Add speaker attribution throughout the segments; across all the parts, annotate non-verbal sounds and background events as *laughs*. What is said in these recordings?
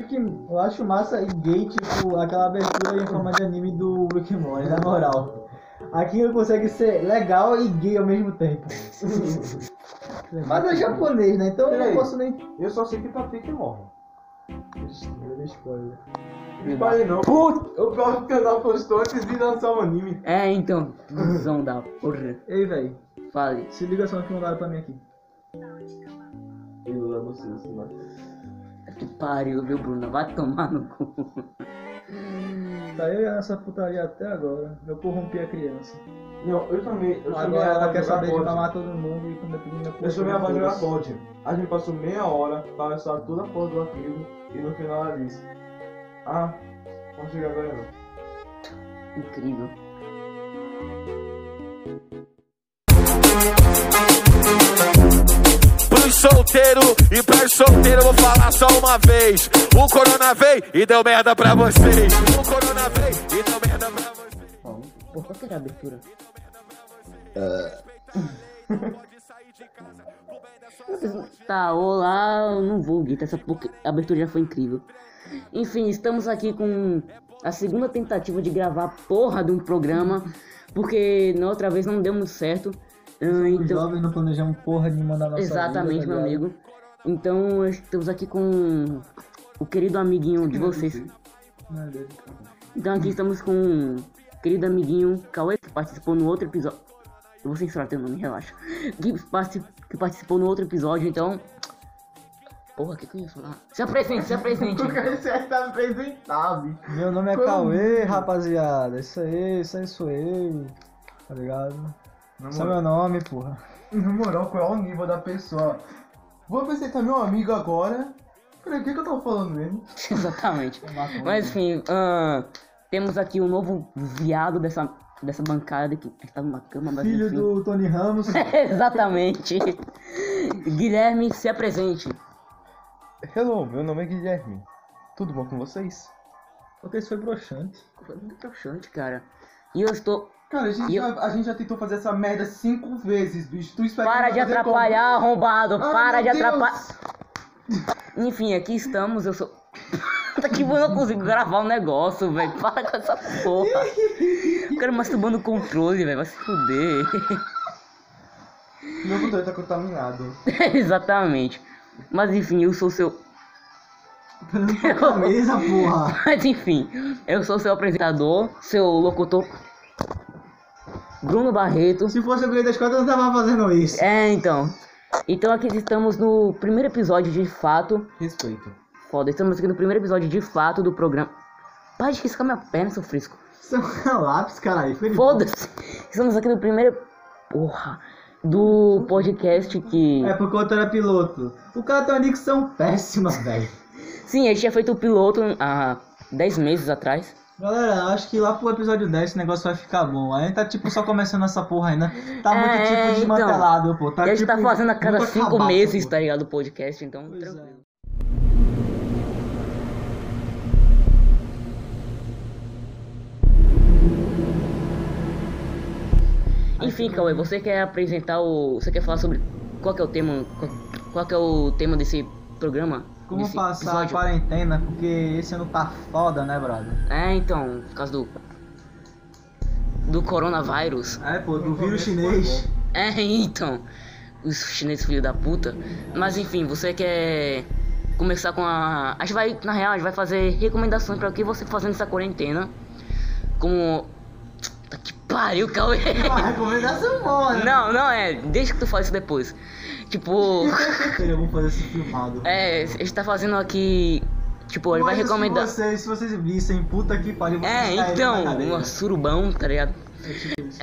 Speaker 1: É Que eu acho massa e gay, tipo, aquela abertura em forma de anime do Rick and Morty, na moral. Aquilo consegue ser legal e gay ao mesmo tempo. Mas é japonês, né? Então eu não
Speaker 2: Peraí.
Speaker 1: posso nem.
Speaker 2: Eu só sei que Patrick morre.
Speaker 1: spoiler.
Speaker 2: Me pare não.
Speaker 3: Puta!
Speaker 2: O próprio canal postou antes de lançar o anime.
Speaker 3: É, então, cuzão da porra.
Speaker 1: Ei, velho,
Speaker 3: Fale.
Speaker 1: se liga só no que mandaram pra mim aqui.
Speaker 2: Eu não sei se não.
Speaker 3: tá Que pariu, viu, Bruna? Vai tomar no cu. *laughs*
Speaker 1: Saiu Tá essa putaria até agora. Eu corrompi a criança.
Speaker 2: Não, eu também. Eu chamei
Speaker 1: agora ela
Speaker 2: pra
Speaker 1: quer
Speaker 2: jogar
Speaker 1: saber de
Speaker 2: COD.
Speaker 1: mamar todo mundo e quando eu pedi minha
Speaker 2: Eu chamei a
Speaker 1: porra,
Speaker 2: pra jogar
Speaker 1: foda-se.
Speaker 2: COD. A gente passou meia hora pra lançar toda a porra do arquivo e no final ela disse: Ah, não chega agora não.
Speaker 3: Incrível.
Speaker 4: Pros solteiro e pras solteiro eu vou falar só uma vez. O corona veio e deu merda pra vocês. O corona veio e deu merda pra vocês.
Speaker 3: Ó, Por qual que era a abertura? Tá, olá, eu não vou, Guita, essa pouca- a abertura já foi incrível. Enfim, estamos aqui com a segunda tentativa de gravar a porra de um programa, porque na outra vez não deu muito certo. Ah,
Speaker 1: Os
Speaker 3: então,
Speaker 1: jovens não planejamos porra nenhuma na nossa
Speaker 3: exatamente,
Speaker 1: vida, tá
Speaker 3: meu
Speaker 1: ligado?
Speaker 3: amigo. Então, estamos aqui com o querido amiguinho de vocês.
Speaker 1: Meu Deus.
Speaker 3: Então aqui estamos com o querido amiguinho Cauê, que participou no outro episódio. Eu vou censurar teu nome, relaxa. Que, partici- que participou no outro episódio, então. Porra, o que, que eu ia falar? Se apresente,
Speaker 1: *laughs*
Speaker 3: se apresente.
Speaker 2: Você tá apresentado.
Speaker 1: Meu nome é
Speaker 2: Como?
Speaker 1: Cauê, rapaziada. Isso aí, isso aí sou eu. Tá ligado? Esse é meu nome, porra.
Speaker 2: Na moral, qual é o nível da pessoa? Vou apresentar meu amigo agora. Peraí, o que, que eu tô falando mesmo?
Speaker 3: Exatamente. Mas enfim, ahn, temos aqui o novo viado dessa, dessa bancada que está numa cama, mas
Speaker 1: Filho
Speaker 3: enfim.
Speaker 1: do Tony Ramos.
Speaker 3: *laughs* Exatamente. Guilherme, se apresente.
Speaker 2: Hello, meu nome é Guilherme. Tudo bom com vocês?
Speaker 1: Porque isso foi broxante. *laughs*
Speaker 3: Foi é muito broxante, cara. E eu estou.
Speaker 2: Cara, a gente,
Speaker 3: E eu-
Speaker 2: já, a gente já tentou fazer essa merda cinco vezes, bicho. Tu espera
Speaker 3: Para
Speaker 2: que
Speaker 3: de
Speaker 2: vai fazer como?
Speaker 3: atrapalhar, arrombado!
Speaker 2: Ah,
Speaker 3: Para de
Speaker 2: meu Deus!
Speaker 3: atrapalhar! Enfim, aqui estamos, eu sou. *laughs* Puta que eu não consigo gravar um negócio, velho. *laughs* Para com essa porra. O cara masturbando o controle, velho. Vai se fuder. *laughs*
Speaker 2: Meu computador tá contaminado.
Speaker 3: Exatamente. Mas enfim, eu sou seu. *laughs*
Speaker 1: Mesa, porra.
Speaker 3: Mas enfim, eu sou seu apresentador, seu locutor. Bruno Barreto.
Speaker 1: Se fosse alguém da escola, eu não tava fazendo isso.
Speaker 3: É, então. Então aqui estamos no primeiro episódio de fato.
Speaker 2: Respeito.
Speaker 3: Foda, estamos aqui no primeiro episódio de fato do programa. Para de riscar minha perna, seu frisco.
Speaker 1: Isso é um lápis, caralho. Foi de
Speaker 3: Foda-se! Estamos aqui no primeiro. Porra! Do podcast que.
Speaker 1: boa. É porque o outro era piloto. O cara tem uma dicção péssima, velho.
Speaker 3: Sim, a gente tinha feito o piloto há 10 meses atrás.
Speaker 1: Galera, acho que lá pro episódio 10 esse negócio vai ficar bom. A gente tá tipo só começando essa porra ainda. Tá muito
Speaker 3: É,
Speaker 1: tipo
Speaker 3: então.
Speaker 1: desmantelado, pô. Tá,
Speaker 3: e a gente
Speaker 1: tipo,
Speaker 3: tá fazendo a cada
Speaker 1: muito
Speaker 3: 5
Speaker 1: acabado,
Speaker 3: meses,
Speaker 1: pô.
Speaker 3: tá ligado? O podcast, então.
Speaker 1: Pois é.
Speaker 3: tranquilo.
Speaker 1: é, tá
Speaker 3: Enfim, Cauê, você quer apresentar o. Você quer falar sobre qual que é o tema. Qual, qual que é o tema desse programa?
Speaker 1: Como
Speaker 3: Desse
Speaker 1: passar
Speaker 3: episódio?
Speaker 1: a quarentena, porque esse ano tá foda, né, brother?
Speaker 3: É, então, por causa do. Do coronavírus.
Speaker 1: É, pô, do vírus chinês.
Speaker 3: É, então. Os chineses filho da puta. Mas enfim, você quer começar com a. A gente vai, na real, a gente vai fazer recomendações pra o que você fazer nessa quarentena. Como. Tá que pariu, Cauê! *laughs*
Speaker 1: Ah, recomendação boa, né?
Speaker 3: Não, não, é. Deixa que tu fale isso depois. Tipo.
Speaker 1: Eu vou fazer esse filmado.
Speaker 3: É, a gente tá fazendo aqui. Tipo, a gente vai
Speaker 1: Mas se
Speaker 3: recomendar.
Speaker 1: Vocês, se vocês vissem, puta que pariu, vocês
Speaker 3: É,
Speaker 1: cairiam
Speaker 3: então,
Speaker 1: na cadeira.
Speaker 3: um surubão, tá ligado?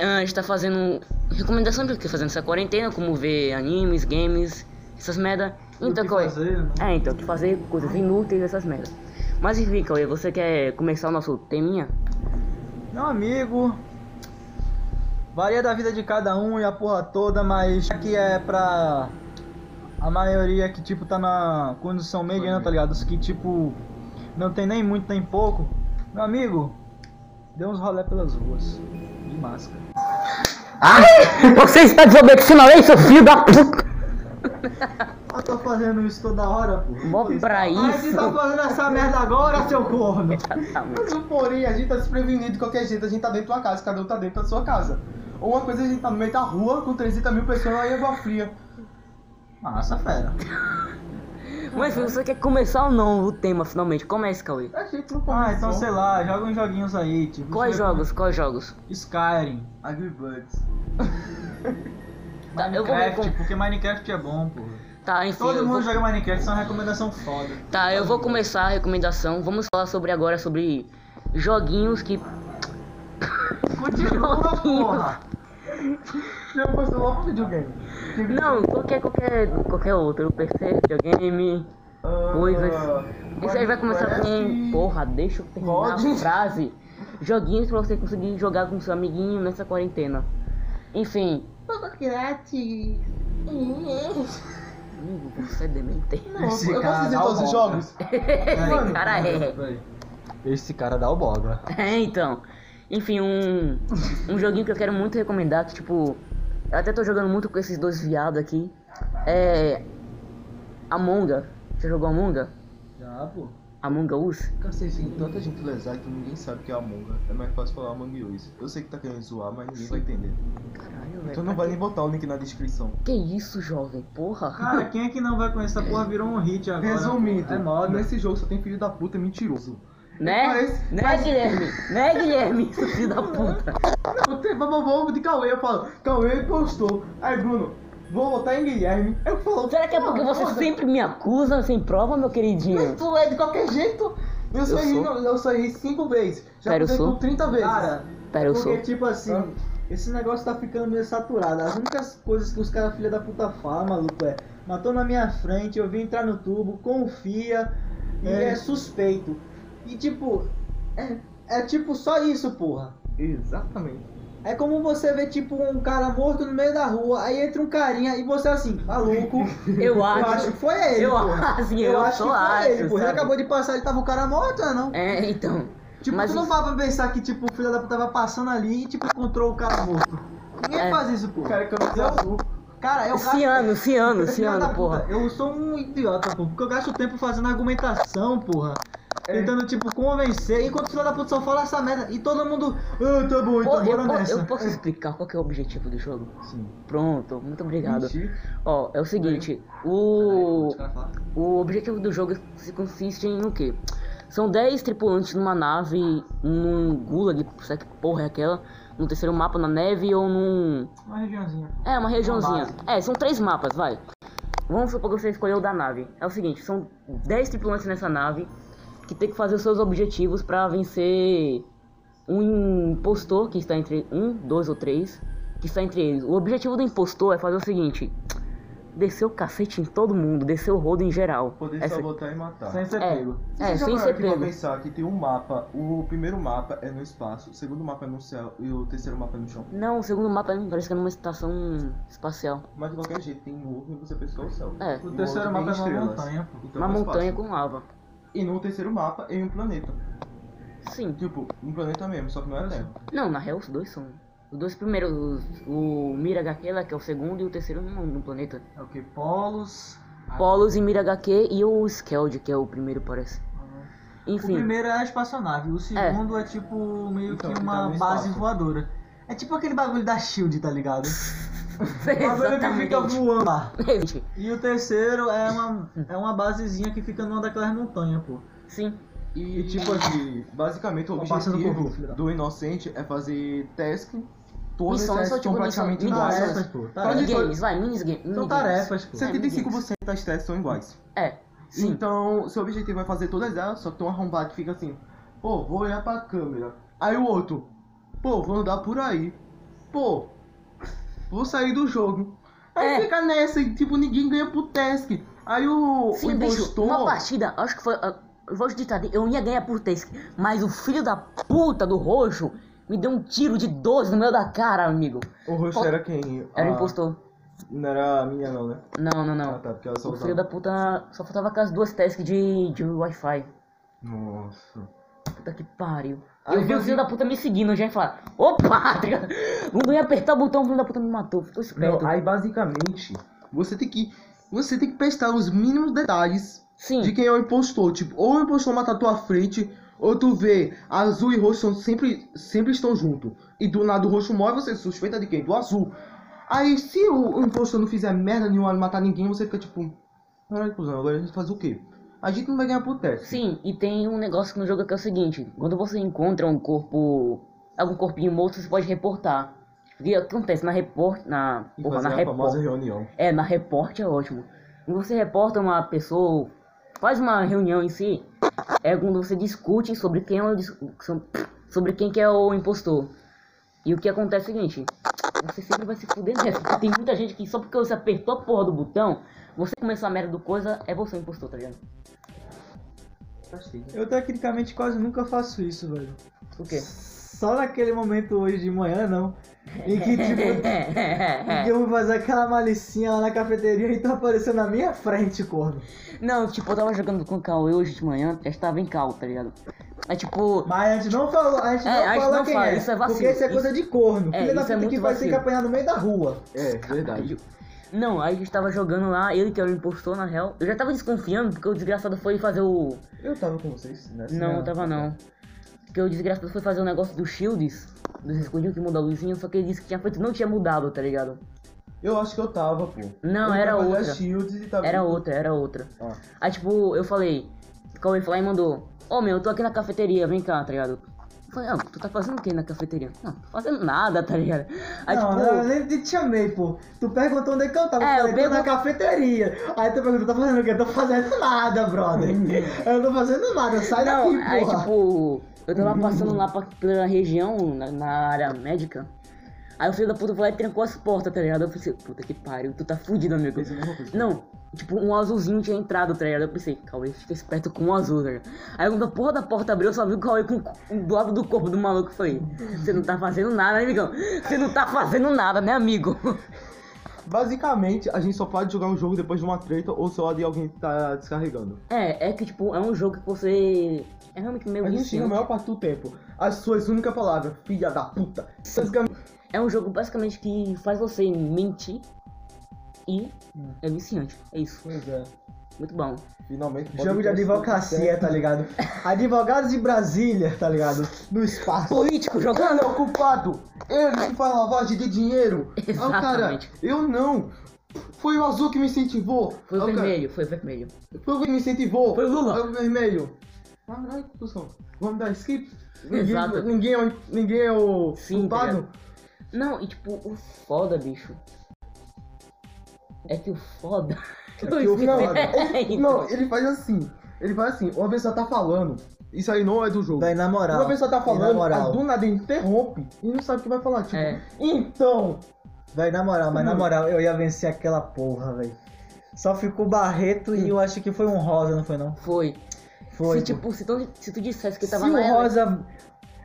Speaker 3: Ah, a gente tá fazendo recomendação do que fazer nessa quarentena, como ver animes, games, essas merda.
Speaker 1: O
Speaker 3: Então,
Speaker 1: que
Speaker 3: Cauê.
Speaker 1: fazer, né?
Speaker 3: É, então, que fazer coisas inúteis, essas merda. Mas enfim, Cauê, você quer começar o nosso teminha?
Speaker 1: Meu amigo, varia da vida de cada um e a porra toda, mas aqui é pra a maioria que, tipo, tá na condição mediana, tá ligado? Os que, tipo, não tem nem muito nem pouco. Meu amigo, dê uns rolé pelas ruas, de máscara.
Speaker 3: Você está desobedecendo a lei, seu filho da puta!
Speaker 1: Ah, eu tô fazendo isso toda hora, pô.
Speaker 3: Mó pra
Speaker 1: Aí você
Speaker 3: isso.
Speaker 1: tá fazendo essa merda agora, seu corno.
Speaker 3: Exatamente.
Speaker 1: um
Speaker 2: Mas o porém, a gente tá desprevenido de qualquer jeito, a gente tá dentro da casa, cada um tá dentro da sua casa. Ou uma coisa, a gente tá no meio da rua com 300 mil pessoas
Speaker 1: é
Speaker 2: aí água fria. Massa, fera.
Speaker 3: *laughs* Mas você quer começar ou não o tema finalmente? Comece, Cauê.
Speaker 2: A gente não
Speaker 1: Ah,
Speaker 2: começou.
Speaker 1: então sei lá, joga uns joguinhos aí, tipo.
Speaker 3: Quais jogos? Quais jogos?
Speaker 1: Skyrim,
Speaker 2: Agribuds.
Speaker 3: Tá, eu vou
Speaker 1: Minecraft,
Speaker 3: com-
Speaker 1: porque Minecraft é bom, pô.
Speaker 3: Tá, enfim.
Speaker 1: Todo
Speaker 3: eu
Speaker 1: mundo
Speaker 3: vou...
Speaker 1: joga Minecraft, isso é uma recomendação
Speaker 3: *laughs*
Speaker 1: foda.
Speaker 3: Tá, eu vou começar a recomendação. Vamos falar sobre agora sobre joguinhos que
Speaker 2: Continua, porra. Já postou logo o videogame.
Speaker 3: não, qualquer qualquer qualquer outro, PC, videogame, coisas.
Speaker 2: Ah,
Speaker 3: Isso aí vai começar com, porra, deixa eu terminar a
Speaker 2: Pode.
Speaker 3: frase. Joguinhos pra você conseguir jogar com seu amiguinho nessa quarentena. Enfim,
Speaker 2: Tudo grátis.
Speaker 3: amigo, você é demente.
Speaker 2: Não,
Speaker 1: Esse
Speaker 2: eu
Speaker 1: cara
Speaker 2: posso dizer
Speaker 1: dá
Speaker 2: todos
Speaker 1: o
Speaker 2: os
Speaker 1: bola.
Speaker 2: jogos?
Speaker 3: Esse *laughs* cara é.
Speaker 1: Esse cara dá o boga.
Speaker 3: *laughs* É, então. Enfim, um, um joguinho que eu quero muito recomendar, que tipo, eu até tô jogando muito com esses dois viados aqui. É. Among Us. Você jogou Among Us?
Speaker 1: Já, pô.
Speaker 3: Among Us?
Speaker 2: Cara, vocês têm tanta gente lesada que ninguém sabe o que é Among Us. É mais fácil falar Among Us. Eu sei que tá querendo zoar, mas ninguém vai entender.
Speaker 3: Caralho, velho.
Speaker 2: Então não vai nem botar o link na descrição.
Speaker 3: Que isso, jovem? Porra.
Speaker 1: Cara, quem é que não vai conhecer essa porra virou um hit agora?
Speaker 2: Resumindo,
Speaker 1: É moda.
Speaker 2: nesse jogo só tem filho da puta mentiroso.
Speaker 3: Né?
Speaker 2: parece-
Speaker 3: Né, Guilherme?
Speaker 1: *laughs*
Speaker 3: Né, Guilherme? Seu filho da puta.
Speaker 2: Não, tem vovô de Cauê, eu falo, Cauê postou. Aí, Bruno, vou votar em Guilherme. Eu falo,
Speaker 3: Será que é porque
Speaker 2: "Ah,
Speaker 3: você
Speaker 2: porra,
Speaker 3: sempre me acusa sem prova, meu queridinho?
Speaker 2: mas Tu é de qualquer jeito. Eu só errei,
Speaker 3: sou.
Speaker 2: não, eu só errei 5 vezes. Já
Speaker 3: Cara, eu
Speaker 2: fiz
Speaker 3: sou.
Speaker 2: com 30 vezes.
Speaker 1: Cara,
Speaker 3: Pera, eu
Speaker 1: porque
Speaker 3: sou.
Speaker 1: tipo assim, esse negócio tá ficando meio saturado. As únicas coisas que os caras filha da puta falam, maluco, é matou na minha frente, eu vim entrar no tubo, confia e é,
Speaker 2: É.
Speaker 1: suspeito. E tipo, é, é tipo só isso, porra.
Speaker 2: Exatamente.
Speaker 1: É como você vê tipo um cara morto no meio da rua, aí entra um carinha e você assim, maluco,
Speaker 3: *laughs* Eu
Speaker 1: eu
Speaker 3: acho.
Speaker 1: acho que foi ele.
Speaker 3: Eu
Speaker 1: porra.
Speaker 3: acho,
Speaker 1: Eu,
Speaker 3: eu
Speaker 1: acho que
Speaker 3: só
Speaker 1: foi
Speaker 3: acho.
Speaker 1: ele, porra. Ele
Speaker 3: sabe?
Speaker 1: acabou de passar, ele tava o cara morto, né, não?
Speaker 3: É, então.
Speaker 1: Tipo,
Speaker 3: Mas
Speaker 1: tu não
Speaker 3: isso-
Speaker 1: vai pensar que tipo, o filho da puta tava passando ali e tipo, encontrou o cara morto. Ninguém
Speaker 3: É.
Speaker 1: faz isso, pô.
Speaker 2: Cara, camisa
Speaker 1: Eu-
Speaker 2: azul.
Speaker 1: Cara, eu gasto.
Speaker 3: Ciano, ciano,
Speaker 1: Filha da
Speaker 3: ciano,
Speaker 1: puta,
Speaker 3: porra.
Speaker 1: Eu sou um idiota, pô. Porque eu gasto tempo fazendo argumentação, porra.
Speaker 2: É.
Speaker 1: Tentando, tipo, convencer, enquanto o filho da puta só fala essa merda. E todo mundo. Ah, tá bom,
Speaker 3: Pô,
Speaker 1: então
Speaker 3: eu,
Speaker 1: bora
Speaker 3: po-
Speaker 1: nessa.
Speaker 3: eu posso explicar qual que é o objetivo do jogo?
Speaker 2: Sim.
Speaker 3: Pronto, muito obrigado.
Speaker 2: Mentira.
Speaker 3: Ó, é o seguinte, o o objetivo do jogo se consiste em o quê? São 10 tripulantes numa nave, num gulag, sei que porra é aquela, no terceiro mapa na neve ou num
Speaker 1: Uma regiãozinha.
Speaker 3: é, uma regiãozinha.
Speaker 1: base.
Speaker 3: É, são três mapas, vai. Vamos supor que você escolheu o da nave. É o seguinte, são 10 tripulantes nessa nave que tem que fazer os seus objetivos pra vencer um impostor que está entre um, dois ou três, que está entre eles. O objetivo do impostor é fazer o seguinte: descer o cacete em todo mundo, descer o rodo em geral.
Speaker 2: Poder
Speaker 3: Essa-
Speaker 2: só votar e matar.
Speaker 1: Sem ser
Speaker 3: É,
Speaker 1: pego.
Speaker 3: é,
Speaker 2: Vocês já
Speaker 3: sem
Speaker 2: pararam
Speaker 3: ser
Speaker 2: aqui pra
Speaker 3: pego.
Speaker 2: pensar que tem um mapa, o primeiro mapa é no espaço, o segundo mapa é no céu e o terceiro mapa é no chão.
Speaker 3: Não, o segundo mapa parece que é numa estação espacial.
Speaker 2: Mas de qualquer jeito tem nuvem e você pensa que é o céu.
Speaker 3: É.
Speaker 2: E
Speaker 1: O
Speaker 2: no
Speaker 1: terceiro
Speaker 2: outro
Speaker 1: mapa é
Speaker 2: tem
Speaker 1: uma
Speaker 2: estrelas.
Speaker 1: montanha, pô.
Speaker 2: Então
Speaker 3: Uma
Speaker 2: é o espaço.
Speaker 3: montanha com lava.
Speaker 2: E no terceiro mapa é um planeta.
Speaker 3: Sim.
Speaker 2: Tipo, um planeta mesmo, só que não é Terra.
Speaker 3: Não, na real os dois são. Os dois primeiros, os- o Mira HQ, que é o segundo, e o terceiro no, no planeta.
Speaker 1: É o que? Polos.
Speaker 3: Polos e Mira HQ e o Skeld, que é o primeiro, parece.
Speaker 1: O
Speaker 3: *laughs* Enfim,
Speaker 1: primeiro é a espaçonave, o segundo é, tipo meio
Speaker 2: Então,
Speaker 1: que
Speaker 2: ele tá
Speaker 1: uma
Speaker 2: no
Speaker 1: base
Speaker 2: espaço.
Speaker 1: voadora. É tipo aquele bagulho da Shield, tá ligado? é O bagulho que fica
Speaker 3: exatamente.
Speaker 1: voando lá.
Speaker 3: Gente,
Speaker 1: E o terceiro é uma, é uma basezinha que fica numa daquelas montanhas, pô.
Speaker 3: Sim,
Speaker 2: E, tipo assim, basicamente o
Speaker 1: Ó, Tá passando por mim, filho
Speaker 2: objetivo
Speaker 1: da-
Speaker 2: do inocente é fazer task, todas
Speaker 3: Missões
Speaker 2: as
Speaker 3: são
Speaker 2: testes
Speaker 3: tipo
Speaker 2: são praticamente
Speaker 3: missões-
Speaker 2: iguais.
Speaker 3: missões.
Speaker 1: Tarefas, Tá pô.
Speaker 2: Pode-
Speaker 1: Tarefas.
Speaker 3: minigames, vai, minigames.
Speaker 1: São
Speaker 3: minigames.
Speaker 1: tarefas, pô.
Speaker 3: Sim.
Speaker 2: 75% das testes são iguais.
Speaker 3: É, sim.
Speaker 2: Então, seu objetivo é fazer todas elas, só que tem um arrombado que fica assim, pô, vou olhar pra câmera. Aí o outro, pô, vou andar por aí. Pô, vou sair do jogo. Aí
Speaker 3: É.
Speaker 2: fica nessa e, tipo, ninguém ganha pro task. Aí o, o
Speaker 3: Sim, bicho,
Speaker 2: impostor.
Speaker 3: uma partida, acho que foi. ah, Eu vou te ditar, eu ia ganhar por Task, mas o filho da puta do roxo me deu um tiro de 12 no meio da cara, amigo.
Speaker 2: o rosto era quem?
Speaker 3: Era
Speaker 2: Ah,
Speaker 3: o impostor.
Speaker 2: Não era a minha não, né?
Speaker 3: Não, não,
Speaker 2: Ah
Speaker 3: não.
Speaker 2: tá, porque ela só
Speaker 3: O filho
Speaker 2: usava.
Speaker 3: da puta só faltava com as duas tasks de, de Wi-Fi.
Speaker 2: Nossa.
Speaker 3: Puta que pariu.
Speaker 2: Aí
Speaker 3: eu vi o
Speaker 2: você-
Speaker 3: filho da puta me seguindo, eu já ia falar, opa, *laughs* tá ligado? Não ia apertar o botão, o filho da puta me matou, tô esperto.
Speaker 2: Não, aí basicamente, você tem que Você tem que prestar os mínimos detalhes
Speaker 3: Sim.
Speaker 2: de quem é o impostor. Tipo, ou o impostor mata a tua frente, ou tu vê azul e roxo são sempre, sempre estão juntos. E do lado do roxo morre, você suspeita de quem? Do azul. Aí, se o, o impostor não fizer merda nenhuma, não matar ninguém, você fica tipo... Caralho, cuzão, agora a gente faz o quê? A gente não vai ganhar por teste.
Speaker 3: Sim, e tem um negócio no jogo que é o seguinte, quando você encontra um corpo, algum corpinho morto, você pode reportar. E o que acontece na report, na,
Speaker 2: E
Speaker 3: porra,
Speaker 2: fazer
Speaker 3: na
Speaker 2: a
Speaker 3: report,
Speaker 2: famosa reunião.
Speaker 3: é, na report é ótimo. Quando você reporta uma pessoa, faz uma reunião em si, é quando você discute sobre quem é o, dis- so- sobre quem que é o impostor. E o que acontece é o seguinte, você sempre vai se fuder nessa, porque tem muita gente que só porque você apertou a porra do botão, você começou a merda do coisa, é você o impostor, tá ligado?
Speaker 1: Eu tecnicamente quase nunca faço isso, velho.
Speaker 3: O quê? *laughs*
Speaker 1: Só naquele momento hoje de manhã, não. Em
Speaker 3: *laughs*
Speaker 1: que, tipo, em que eu vou fazer aquela malicinha lá na cafeteria e tu apareceu na minha frente, corno.
Speaker 3: Não, tipo, eu tava jogando com o Cauê hoje de manhã, já estava em cal, tá ligado? É tipo.
Speaker 1: Mas a gente não falou, a gente
Speaker 3: É,
Speaker 1: não
Speaker 3: a gente
Speaker 1: falou
Speaker 3: não
Speaker 1: quem
Speaker 3: fala,
Speaker 1: é.
Speaker 3: isso é vacilo,
Speaker 1: Porque isso é coisa de corno.
Speaker 3: É,
Speaker 1: Filha da
Speaker 3: isso é
Speaker 1: puta que
Speaker 3: muito
Speaker 1: vai ter que
Speaker 3: vacilo.
Speaker 1: apanhar no meio da rua.
Speaker 2: É, verdade.
Speaker 3: Não, aí a gente tava jogando lá, ele que era o impostor, na real. Eu já tava desconfiando, porque o desgraçado foi fazer o.
Speaker 2: Eu tava com vocês, né?
Speaker 3: Não, não tava não. Porque o desgraçado foi fazer o negócio dos shields, dos escudinhos que muda a luzinha, só que ele disse que tinha feito não tinha mudado, tá ligado?
Speaker 2: Eu acho que eu tava, pô.
Speaker 3: Não,
Speaker 2: Eu
Speaker 3: era
Speaker 2: tava
Speaker 3: outra.
Speaker 2: da Shields e tava-
Speaker 3: Era outra, era outra.
Speaker 2: Ah.
Speaker 3: Aí tipo, eu falei, Cauê foi lá e mandou, ô meu, eu tô aqui na cafeteria, vem cá, tá ligado? Eu falei, ah, tu tá fazendo o que na cafeteria? Não, tô fazendo nada, *laughs* tá ligado? Aí
Speaker 1: não,
Speaker 3: tipo.
Speaker 1: eu nem te chamei, pô. Tu perguntou onde é que eu tava.
Speaker 3: É,
Speaker 1: eu
Speaker 3: eu
Speaker 1: falei, tô na
Speaker 3: pergunto-
Speaker 1: cafeteria. Aí tu perguntou, tá fazendo o quê? Tô fazendo nada, brother. eu não tô fazendo nada, sai
Speaker 3: Uhum. Não,
Speaker 1: daqui,
Speaker 3: aí
Speaker 1: porra.
Speaker 3: tipo, eu tava passando lá pra, pela região, na, na área médica. Aí o filho da puta foi lá e trancou as portas, tá ligado? Eu pensei, puta que pariu, tu tá fudido, amigo.
Speaker 2: Pensei a mesma coisa.
Speaker 3: Não, tipo, um azulzinho tinha entrado, tá ligado? Eu pensei, Cauê, fica esperto com um azul, tá ligado? Aí quando a porra da porta abriu, eu só vi o Cauê com, com- do lado do corpo do maluco. Eu falei, você não tá fazendo nada, né, amigão? Você não tá fazendo nada, né, amigo? *laughs*
Speaker 2: Basicamente, a gente só pode jogar um jogo depois de uma treta ou só de alguém que tá descarregando.
Speaker 3: É, é que, tipo, é um jogo que você. É realmente meio
Speaker 2: A gente
Speaker 3: viciante.
Speaker 2: tinha a maior parte do tempo. As suas únicas palavras, filha da puta. Basicamente,
Speaker 3: É um jogo basicamente que faz você mentir e é viciante. É isso.
Speaker 1: Pois é.
Speaker 3: Muito bom.
Speaker 2: Finalmente.
Speaker 1: Jogo de
Speaker 2: podcast deu
Speaker 1: advocacia,
Speaker 2: certo.
Speaker 1: tá ligado? Advogados de Brasília, tá ligado? No espaço.
Speaker 3: Político jogando!
Speaker 2: Ele é o culpado! Ele que faz lavagem de dinheiro!
Speaker 1: Ah,
Speaker 2: Aí o cara,
Speaker 3: Exatamente.
Speaker 2: eu não! Foi o azul que me incentivou!
Speaker 3: Foi
Speaker 2: Aí o cara,
Speaker 3: vermelho, foi vermelho.
Speaker 2: Foi o que me incentivou!
Speaker 3: Foi o Lula.
Speaker 2: Aí o vermelho! Caralho, cuzão. Vamos dar skip? Ninguém,
Speaker 3: Exato.
Speaker 2: ninguém é o, ninguém é o
Speaker 3: Sim,
Speaker 2: culpado?
Speaker 3: Não, e tipo, o foda, bicho. É que o foda. *laughs* É
Speaker 2: que o foda- Não, ele faz assim. Ele faz assim, uma pessoa tá falando. Isso aí não é do jogo.
Speaker 1: Daí, na moral.
Speaker 2: Uma pessoa tá
Speaker 1: Na
Speaker 2: falando,
Speaker 1: moral.
Speaker 2: a do nada interrompe e não sabe o que vai falar. Tipo,
Speaker 3: É.
Speaker 2: então.
Speaker 1: Véi, na moral, mas na moral, eu ia vencer aquela porra, véi. Só ficou Barreto e eu acho que foi um rosa, não foi não?
Speaker 3: Foi.
Speaker 1: Foi.
Speaker 3: se,
Speaker 1: pô.
Speaker 3: tipo, se tu, se tu dissesse que
Speaker 1: Se
Speaker 3: tava
Speaker 1: o
Speaker 3: na ele- *laughs*
Speaker 1: rosa.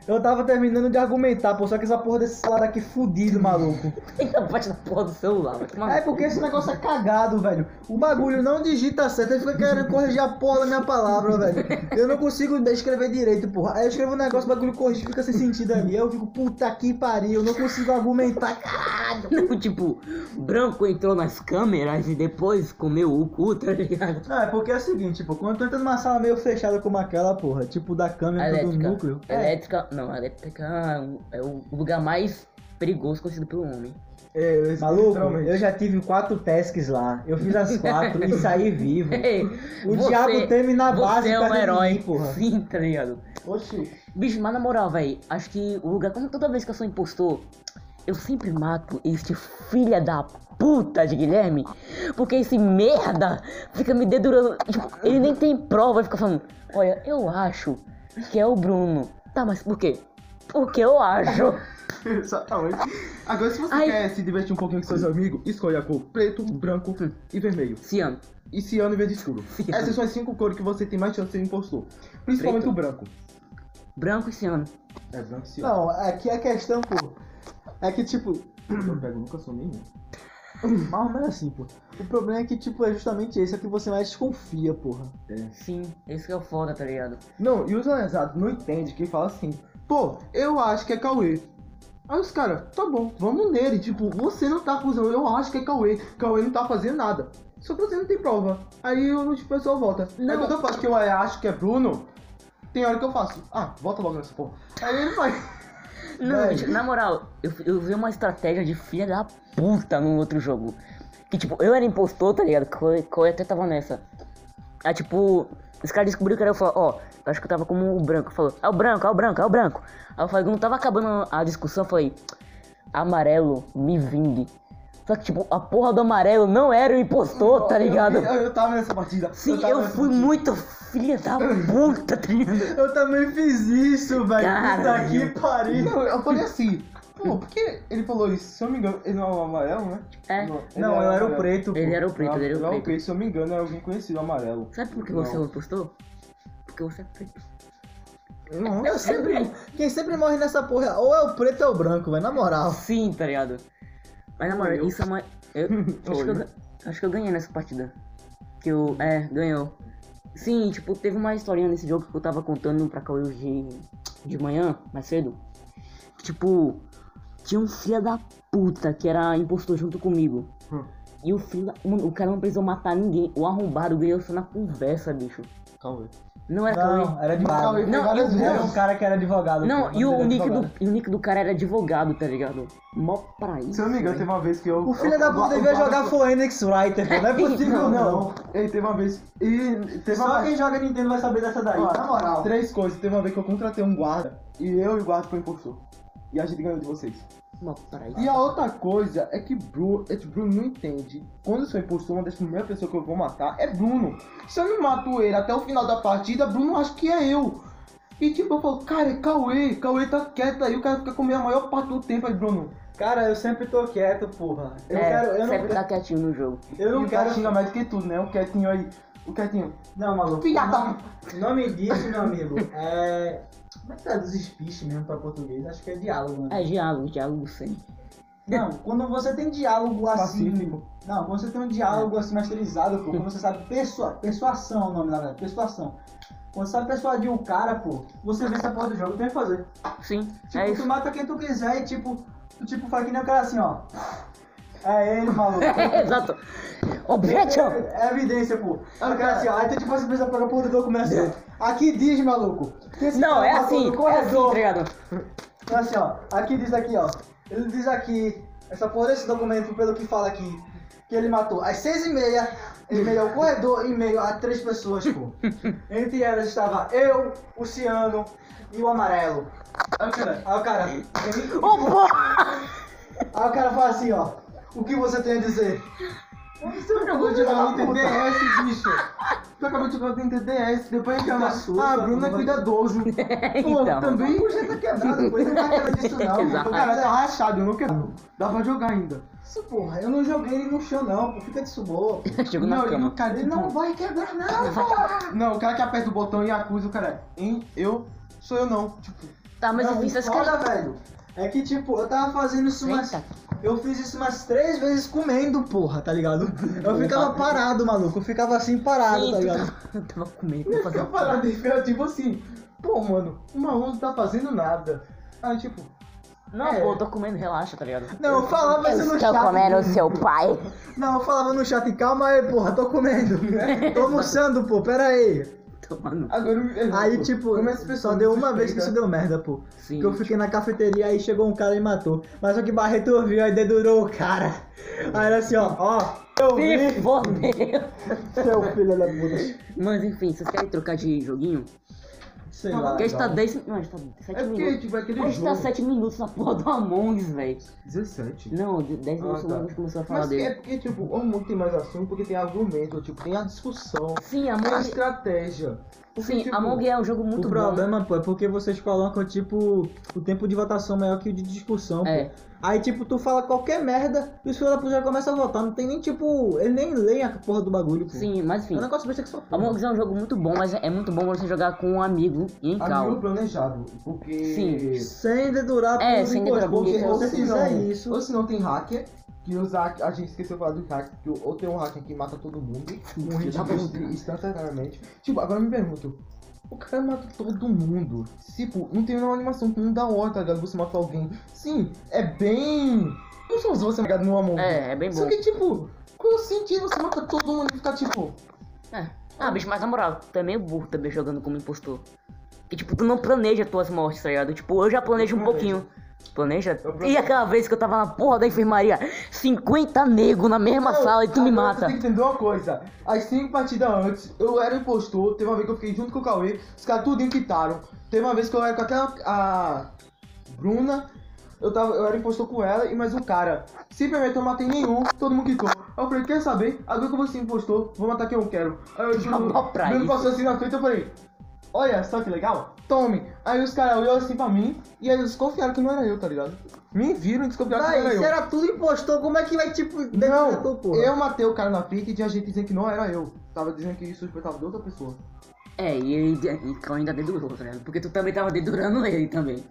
Speaker 1: Eu tava terminando de argumentar, pô, só que essa porra desse celular aqui fudido, maluco.
Speaker 3: ainda Então, bate na porra do celular, vai tomar
Speaker 1: É porque esse negócio é cagado, velho. O bagulho não digita certo, ele fica querendo corrigir a porra da minha palavra, velho. Eu não consigo escrever direito, porra. Aí eu escrevo um negócio, o bagulho corrige, fica sem sentido ali. Aí eu fico, puta que pariu, eu não consigo argumentar, caralho.
Speaker 3: Não, *laughs* tipo, branco entrou nas câmeras e depois comeu o cu, tá ligado?
Speaker 1: Não, é porque é o seguinte, tipo, quando tu entra numa sala meio fechada como aquela, porra, tipo da câmera do
Speaker 3: elétrica.
Speaker 1: núcleo. É,
Speaker 3: Elétrica. Não, elétrica é o- é o lugar mais perigoso conhecido pelo homem.
Speaker 2: É, eu-
Speaker 1: maluco,
Speaker 2: literalmente.
Speaker 1: eu já tive quatro tasks lá. Eu fiz as quatro e saí
Speaker 3: *laughs*
Speaker 1: vivo.
Speaker 3: Ei,
Speaker 1: Hum. O diabo teme na base
Speaker 3: Você é um
Speaker 1: perto de
Speaker 3: herói,
Speaker 1: mim, porra.
Speaker 3: Sim, tá ligado?
Speaker 2: Oxi.
Speaker 3: Bicho, mas na moral, velho, acho que o lugar, como toda vez que eu sou impostor, eu sempre mato este filha da puta de Guilherme, porque esse merda fica me dedurando. Tipo, ele nem tem prova, ele fica falando: Olha, eu acho que é o Bruno. Tá, mas por quê? Porque eu acho.
Speaker 2: Exatamente. Agora, se você
Speaker 3: Ai.
Speaker 2: quer se divertir um pouquinho com seus amigos, escolha a cor preto, branco e vermelho.
Speaker 3: Ciano.
Speaker 2: E ciano e verde escuro.
Speaker 3: Ciano.
Speaker 2: Essas são as cinco cores que você tem mais chance de ser um impostor. Principalmente
Speaker 3: Preto.
Speaker 2: o branco.
Speaker 3: Branco e ciano.
Speaker 2: É, branco e ciano.
Speaker 1: Não, aqui a questão, pô, é que, tipo, *clears throat*
Speaker 2: Eu pego, nunca sou nenhum.
Speaker 1: mais ou menos assim, pô. O problema é que, tipo, é justamente esse é o que você mais desconfia, porra.
Speaker 3: Sim, esse que é o foda, tá ligado?
Speaker 2: Não, e os analisados não entende que fala assim, pô, eu acho que é Cauê. Aí os caras, tá bom, vamos nele. Tipo, você não tá acusando, eu acho que é Cauê. Cauê não tá fazendo nada. Só que você não tem prova. Aí o pessoal volta. Aí
Speaker 3: Não.
Speaker 2: quando eu faço que eu acho que é Bruno, tem hora que eu faço. Ah, volta logo nessa porra. Aí ele faz.
Speaker 3: Não, bicho, na moral, eu, eu vi uma estratégia de filha da puta num outro jogo. Que tipo, eu era impostor, tá ligado? Coi Coi até tava nessa. Aí tipo, os caras descobriram que era eu falar, ó, eu acho que eu tava como o branco. Falou, é o branco, é o branco, é o branco. Aí eu falei, não tava acabando a discussão, eu falei, amarelo, me vingue. Só que tipo, a porra do amarelo não era o impostor, tá ligado?
Speaker 2: Eu, *laughs* eu, tava nessa partida.
Speaker 3: Sim,
Speaker 2: tava
Speaker 3: eu
Speaker 2: nessa
Speaker 3: fui
Speaker 2: partida.
Speaker 3: muito filha da puta, tá ligado?
Speaker 1: Eu também fiz isso, velho. Puta
Speaker 3: Caralho.
Speaker 1: que pariu.
Speaker 2: Não, eu falei assim. Pô, por que ele falou isso? Se eu me engano, ele não é o amarelo, né?
Speaker 3: É,
Speaker 2: ele
Speaker 1: Não, eu era o
Speaker 2: amarelo.
Speaker 1: preto. pô.
Speaker 3: ele era o preto, ele era
Speaker 2: Não,
Speaker 3: o preto.
Speaker 2: se eu me engano, é alguém conhecido amarelo.
Speaker 3: Sabe por que você
Speaker 2: Não.
Speaker 3: não postou? Porque você é preto.
Speaker 2: Não,
Speaker 1: Eu sempre. Quem sempre morre nessa porra, ou é o preto ou é o branco, velho. Na moral.
Speaker 3: Sim, tá ligado? Mas na moral,
Speaker 2: Oi, eu.
Speaker 3: isso é uma. Eu, acho, que eu, ga- acho que eu ganhei nessa partida. Que eu. É, ganhou. Sim, tipo, teve uma historinha nesse jogo que eu tava contando pra Cauê hoje de, de manhã, mais cedo. Que, tipo, tinha um filho da puta que era impostor junto comigo. E o filho da. Mano, o cara não precisou matar ninguém. O arrombado ganhou só na conversa, bicho.
Speaker 2: Calma
Speaker 3: Não era Cauê.
Speaker 1: Não, era advogado.
Speaker 2: Calma aí, foi
Speaker 3: Não,
Speaker 2: várias
Speaker 3: eu-
Speaker 1: Era um
Speaker 2: vezes.
Speaker 1: cara que era advogado.
Speaker 3: Não,
Speaker 1: pô.
Speaker 3: e o,
Speaker 1: Era
Speaker 3: nick do,
Speaker 1: advogado.
Speaker 3: e o nick do cara era advogado, tá ligado? Mó pra isso.
Speaker 2: Se eu não me engano,
Speaker 3: velho.
Speaker 2: teve uma vez que eu.
Speaker 1: O filho
Speaker 2: eu-
Speaker 1: da
Speaker 2: eu-
Speaker 1: puta
Speaker 2: eu-
Speaker 1: devia
Speaker 2: eu-
Speaker 1: jogar Phoenix Writer, pô. *laughs* Não é possível,
Speaker 2: Não,
Speaker 1: não.
Speaker 2: não. Ele teve uma vez. E teve
Speaker 1: Só
Speaker 2: uma
Speaker 1: quem joga Nintendo vai saber dessa daí. tá?
Speaker 2: Ó,
Speaker 1: Na moral.
Speaker 2: Três coisas. Teve uma vez que eu contratei um guarda. E eu e o guarda foi impostor. E a gente ganhou de vocês.
Speaker 3: Mó pra isso.
Speaker 2: E a outra coisa é que Bruno, é que Bruno não entende. Quando eu sou impostor, uma das primeiras pessoas que eu vou matar é Bruno. Se eu não mato ele até o final da partida, Bruno acha que é eu. E tipo, eu falo, cara, é Cauê, Cauê tá quieto aí, o cara fica comigo a maior parte do tempo aí, Bruno.
Speaker 1: Cara, eu sempre tô quieto, porra. Eu
Speaker 3: é,
Speaker 1: quero. Eu não,
Speaker 3: sempre tá quietinho no jogo.
Speaker 1: eu
Speaker 2: E
Speaker 1: não
Speaker 2: o cara
Speaker 1: quero.
Speaker 2: xinga mais que tudo, né? O quietinho aí, o quietinho.
Speaker 1: Não, maluco.
Speaker 2: Filha
Speaker 1: o
Speaker 2: da...
Speaker 1: nome- nome disso, meu amigo, é. Como é que traduz speech mesmo pra português? Acho que é diálogo, né?
Speaker 3: É diálogo, diálogo sempre.
Speaker 1: Não, quando você tem diálogo assim.
Speaker 2: Pacífico.
Speaker 1: Não, quando você tem um diálogo
Speaker 3: É.
Speaker 1: assim masterizado, pô, quando você sabe persua, persuasão é o nome, na verdade, persuasão. Quando você sabe persuadir o cara, pô, você vê essa porra do jogo, tem o que fazer.
Speaker 3: Sim,
Speaker 1: Tipo,
Speaker 3: é
Speaker 1: tu
Speaker 3: isso.
Speaker 1: mata quem tu quiser e tipo, tu tipo faz que nem o cara assim, ó. É ele, maluco.
Speaker 3: *laughs* Exato. Objection!
Speaker 1: É evidência, pô.
Speaker 3: Ah,
Speaker 1: Aí o cara assim, ó, aí tu tipo assim, pensa, pega a porra do documento assim. Aqui diz, maluco. que esse
Speaker 3: É. Não,
Speaker 1: cara
Speaker 3: é
Speaker 1: matou
Speaker 3: assim,
Speaker 1: no
Speaker 3: é assim,
Speaker 1: corredor.
Speaker 3: tá ligado? *laughs*
Speaker 1: Então assim, ó, aqui diz aqui, ó. Ele diz aqui, essa porra desse documento, pelo que fala aqui, que ele matou às seis e meia, em meio ao corredor, em meio a três pessoas,
Speaker 2: *laughs*
Speaker 1: pô. Entre elas estava eu, o ciano e o amarelo. Aí o cara, aí o cara, *laughs* aí o cara fala assim, ó, o que você tem a dizer? "Ah,
Speaker 2: Tu acabou de jogar no TDS, bicho. Tu acabou de jogar no TDS, depois a gente chama.
Speaker 1: Assusta,
Speaker 2: Ah, Bruno é
Speaker 1: mano. *laughs*
Speaker 2: cuidadoso. Pô,
Speaker 3: Então.
Speaker 2: também.
Speaker 1: Pô, já tá quebrado, pô, ele não vai
Speaker 3: *laughs*
Speaker 1: querer disso não.
Speaker 3: Exato.
Speaker 1: pô. é
Speaker 2: O cara tá rachado, eu não quero. Dá pra jogar ainda.
Speaker 1: Isso, porra, eu não joguei ele no chão não, pô, fica disso boa. pô.
Speaker 3: Chegou na
Speaker 2: ele
Speaker 3: cama.
Speaker 2: não- cara,
Speaker 1: Ele
Speaker 2: ele
Speaker 1: não
Speaker 2: não.
Speaker 1: vai quebrar não, porra.
Speaker 2: Não, o cara que aperta o botão e acusa o cara. Hein? Eu? Sou eu não. Tipo,
Speaker 3: Tá, mas eu
Speaker 1: não,
Speaker 3: vi essas
Speaker 1: foda,
Speaker 3: caras.
Speaker 1: velho. É que, tipo, eu tava fazendo isso umas...
Speaker 3: Eita.
Speaker 1: Eu fiz isso umas três vezes comendo, porra, tá ligado? Eu ficava parado, maluco. Eu ficava assim parado,
Speaker 3: Sim,
Speaker 1: tá
Speaker 3: tu
Speaker 1: ligado?
Speaker 3: tava- *laughs* eu tava comendo,
Speaker 2: eu
Speaker 3: vou fazer
Speaker 2: fico
Speaker 3: uma
Speaker 2: parado e fica tipo assim. Pô, mano, o maluco não tá fazendo nada. Aí, tipo,
Speaker 3: Não, pô, eu tô comendo, relaxa, tá ligado? *laughs*
Speaker 1: Não, eu falava isso no chat.
Speaker 3: o seu pai.
Speaker 1: Não, eu falava no chat, calma aí, porra, tô comendo. Tô almoçando, pô, pera aí.
Speaker 3: Tomando.
Speaker 2: agora. eu-
Speaker 1: Aí, tipo,
Speaker 2: como é essa pessoa
Speaker 1: só deu
Speaker 2: me
Speaker 1: uma vez que isso
Speaker 2: explica?
Speaker 1: deu merda, pô.
Speaker 3: Sim.
Speaker 1: Que eu fiquei na cafeteria, aí chegou um cara e matou. Mas só que Barreto viu, aí dedurou o cara. Aí era assim, ó, ó. Eu
Speaker 3: Se
Speaker 1: vi,
Speaker 3: fodeu.
Speaker 1: seu filho da puta.
Speaker 3: *laughs* Mas enfim, vocês querem trocar de joguinho?
Speaker 1: Sei lá.
Speaker 3: Porque a gente tá
Speaker 1: cara.
Speaker 3: 10. Não, a gente tá 7
Speaker 2: É porque,
Speaker 3: minutos.
Speaker 2: tipo, aquele
Speaker 3: A gente tá
Speaker 2: jogo.
Speaker 3: 7 minutos na porra do Among Us, velho.
Speaker 2: 17.
Speaker 3: Não, 10 minutos
Speaker 2: Ah,
Speaker 3: quando
Speaker 2: tá.
Speaker 3: a gente começou a falar
Speaker 2: Mas é
Speaker 3: dele.
Speaker 2: porque, tipo, o mundo tem mais assunto porque tem argumento, tipo, tem a discussão,
Speaker 3: Sim,
Speaker 2: tem a
Speaker 3: Among Us.
Speaker 2: estratégia. Porque,
Speaker 3: Sim,
Speaker 2: tipo,
Speaker 3: Among Us é um jogo muito
Speaker 1: o
Speaker 3: bom.
Speaker 1: problema, pô, é porque vocês colocam, tipo, o tempo de votação maior que o de discussão, pô.
Speaker 2: né?
Speaker 3: É.
Speaker 1: Aí, tipo, tu fala qualquer merda e os filhos da puta já começam a votar. Não tem nem, tipo, ele nem lê a porra do bagulho, pô.
Speaker 3: Sim, mas enfim.
Speaker 1: É um negócio besta que só porra.
Speaker 3: Among Us é um jogo muito bom, mas é muito bom você jogar com um amigo e em
Speaker 2: Amigo
Speaker 3: cal.
Speaker 2: planejado, porque...
Speaker 3: Sim.
Speaker 1: Sem dedurar
Speaker 3: É,
Speaker 1: pros
Speaker 3: sem dedurar
Speaker 1: impostores,
Speaker 3: porque
Speaker 1: se você fizer isso...
Speaker 2: Ou se não tem hacker, que usa... A gente esqueceu de falar do hacker, que ou tem um hacker que mata todo mundo, morre de
Speaker 3: puta.
Speaker 2: instantaneamente. Tipo, agora eu me pergunto, o cara mata todo mundo. Tipo, não tem nenhuma animação, não dá hora, tá ligado? Você mata alguém. Sim, é bem... Não são os você, tá ligado? No Among Us.
Speaker 3: É, é bem
Speaker 2: Só
Speaker 3: bom.
Speaker 2: que, tipo, Qual o sentido você mata todo mundo e fica tipo.
Speaker 3: É. Ah, bicho, mas na moral, tu é meio burro também jogando como impostor. Que tipo, tu não planeja tuas mortes, tá ligado? Tipo, eu já planejo um
Speaker 5: planejo.
Speaker 3: pouquinho. Planeja?
Speaker 5: planejo.
Speaker 3: E aquela vez que eu tava na porra da enfermaria, 50 nego na mesma sala e tu me
Speaker 2: Agora, Você
Speaker 3: mata.
Speaker 2: tem que entender uma coisa. As cinco partidas antes, eu era impostor. Teve uma vez que eu fiquei junto com o Cauê. Os caras tudinho quitaram. Teve uma vez que eu era com aquela. A. Bruna. Eu, tava, eu era impostor com ela e mais um cara. Simplesmente eu não matei nenhum, todo mundo quitou. Aí eu falei, quer saber? Agora que eu vou ser impostor, vou matar quem eu quero. Aí eu
Speaker 3: Tá bom pra
Speaker 2: Bruno
Speaker 3: isso.
Speaker 2: passou assim na frente eu falei, olha só que é legal, tome. Aí os caras olharam assim pra mim e aí eles desconfiaram que não era eu, tá ligado? Me viram
Speaker 1: tá
Speaker 2: e desconfiaram que não
Speaker 3: é
Speaker 2: era eu.
Speaker 6: tudo impostor, como é que vai, tipo,
Speaker 2: Não,
Speaker 6: defender tu, porra?
Speaker 2: eu matei o cara na frente e tinha gente dizendo que não era eu. Tava dizendo que suspeitava de outra pessoa.
Speaker 3: É, e ele e o Cão ainda dedurou, tá ligado? Porque tu também tava dedurando ele também.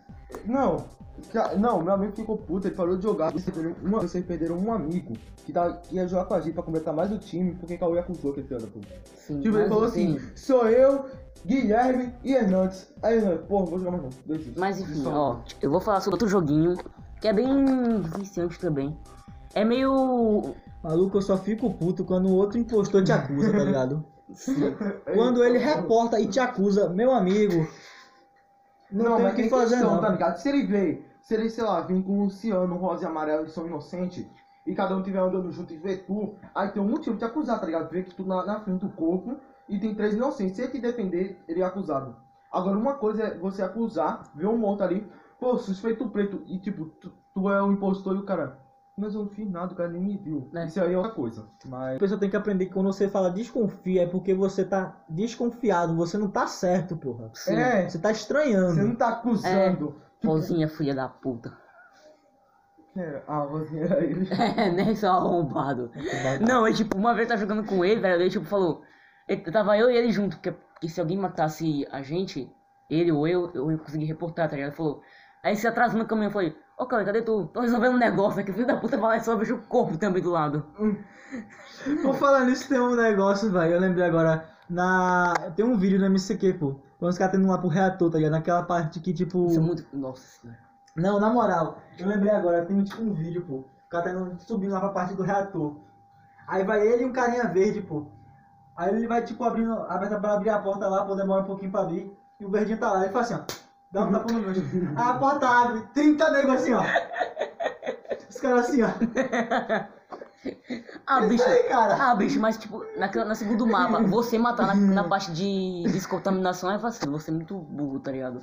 Speaker 2: Não, ca- não, meu amigo ficou puto, ele parou de jogar. Vocês perderam, uma- vocês perderam um amigo que, tava, que ia jogar com a gente pra completar mais o time, porque Cauê acusou aquele filho da puta.
Speaker 3: Sim,
Speaker 2: Tipo, ele
Speaker 3: mas
Speaker 2: falou
Speaker 3: enfim.
Speaker 2: assim, sou eu, Guilherme e Hernandes. Aí Hernandes, porra, vou jogar mais não. Dois
Speaker 3: Mas enfim, ó, eu vou falar sobre outro joguinho, que é bem viciante também. É meio.
Speaker 1: Maluco, eu só fico puto quando o outro impostor te acusa, tá ligado? *laughs* quando ele reporta e te acusa, meu amigo. Não, tem o que
Speaker 2: nem
Speaker 1: fazer,
Speaker 2: questão,
Speaker 1: não.
Speaker 2: tá ligado? Se ele veio, se ele, sei lá, vir com um ciano, um rosa e amarelo e são inocentes, e cada um tiver andando junto e vê tu, aí tem um motivo de te acusar, tá ligado? Vê que tu na, na frente do corpo e tem três inocentes. Se ele te defender, ele é acusado. Agora, uma coisa é você acusar, ver um morto ali, pô, suspeito preto, e tipo, tu, tu é o impostor e o cara, mas eu não fiz nada, o cara nem me viu.
Speaker 3: Né?
Speaker 2: Isso aí é outra coisa.
Speaker 1: A pessoa tem que aprender que quando você fala desconfia, é porque você tá desconfiado, você não tá certo, porra.
Speaker 3: Sim.
Speaker 2: É,
Speaker 1: Você tá
Speaker 2: você
Speaker 1: estranhando.
Speaker 2: não tá acusando.
Speaker 3: Pozinha filha da puta. *laughs*
Speaker 2: É, ah, você era ele.
Speaker 3: É, né? Só arrombado. Não, é tipo, uma vez eu tava jogando com ele, velho, ele tipo falou. ele- tava eu e ele junto, porque, porque se alguém matasse a gente, ele ou eu, eu ia conseguir reportar, tá ligado? Ele Falou. Aí se atrasou no caminho, eu falei, ô cara, cadê tu? Tô resolvendo um negócio aqui, filho da puta vai lá e só vejo o corpo também do lado.
Speaker 1: Por falar nisso, tem um negócio, velho. Eu lembrei agora. Na... Tem um vídeo no MCQ, pô. Quando os caras tendo lá pro reator, tá ligado? Naquela parte que, tipo.
Speaker 3: Isso é muito. Nossa senhora.
Speaker 1: Não, na moral, eu lembrei agora, tem tipo um vídeo, pô. O cara tá indo- subindo lá pra parte do reator. Aí vai ele e um carinha verde, pô. Aí ele vai, tipo, abrindo, aberta pra abrir a porta lá, pô, demora um pouquinho pra abrir. E o verdinho tá lá, ele fala assim, ó. Dá um tapa no gancho. Aí a porta abre, 30 negros assim, ó. Os caras assim, ó.
Speaker 3: Ah, bicho.
Speaker 1: Isso aí, cara.
Speaker 3: Ah, bicho, mas tipo, naquela, na segundo mapa, você matar na, na parte de descontaminação é vacilo, você é muito burro, tá ligado?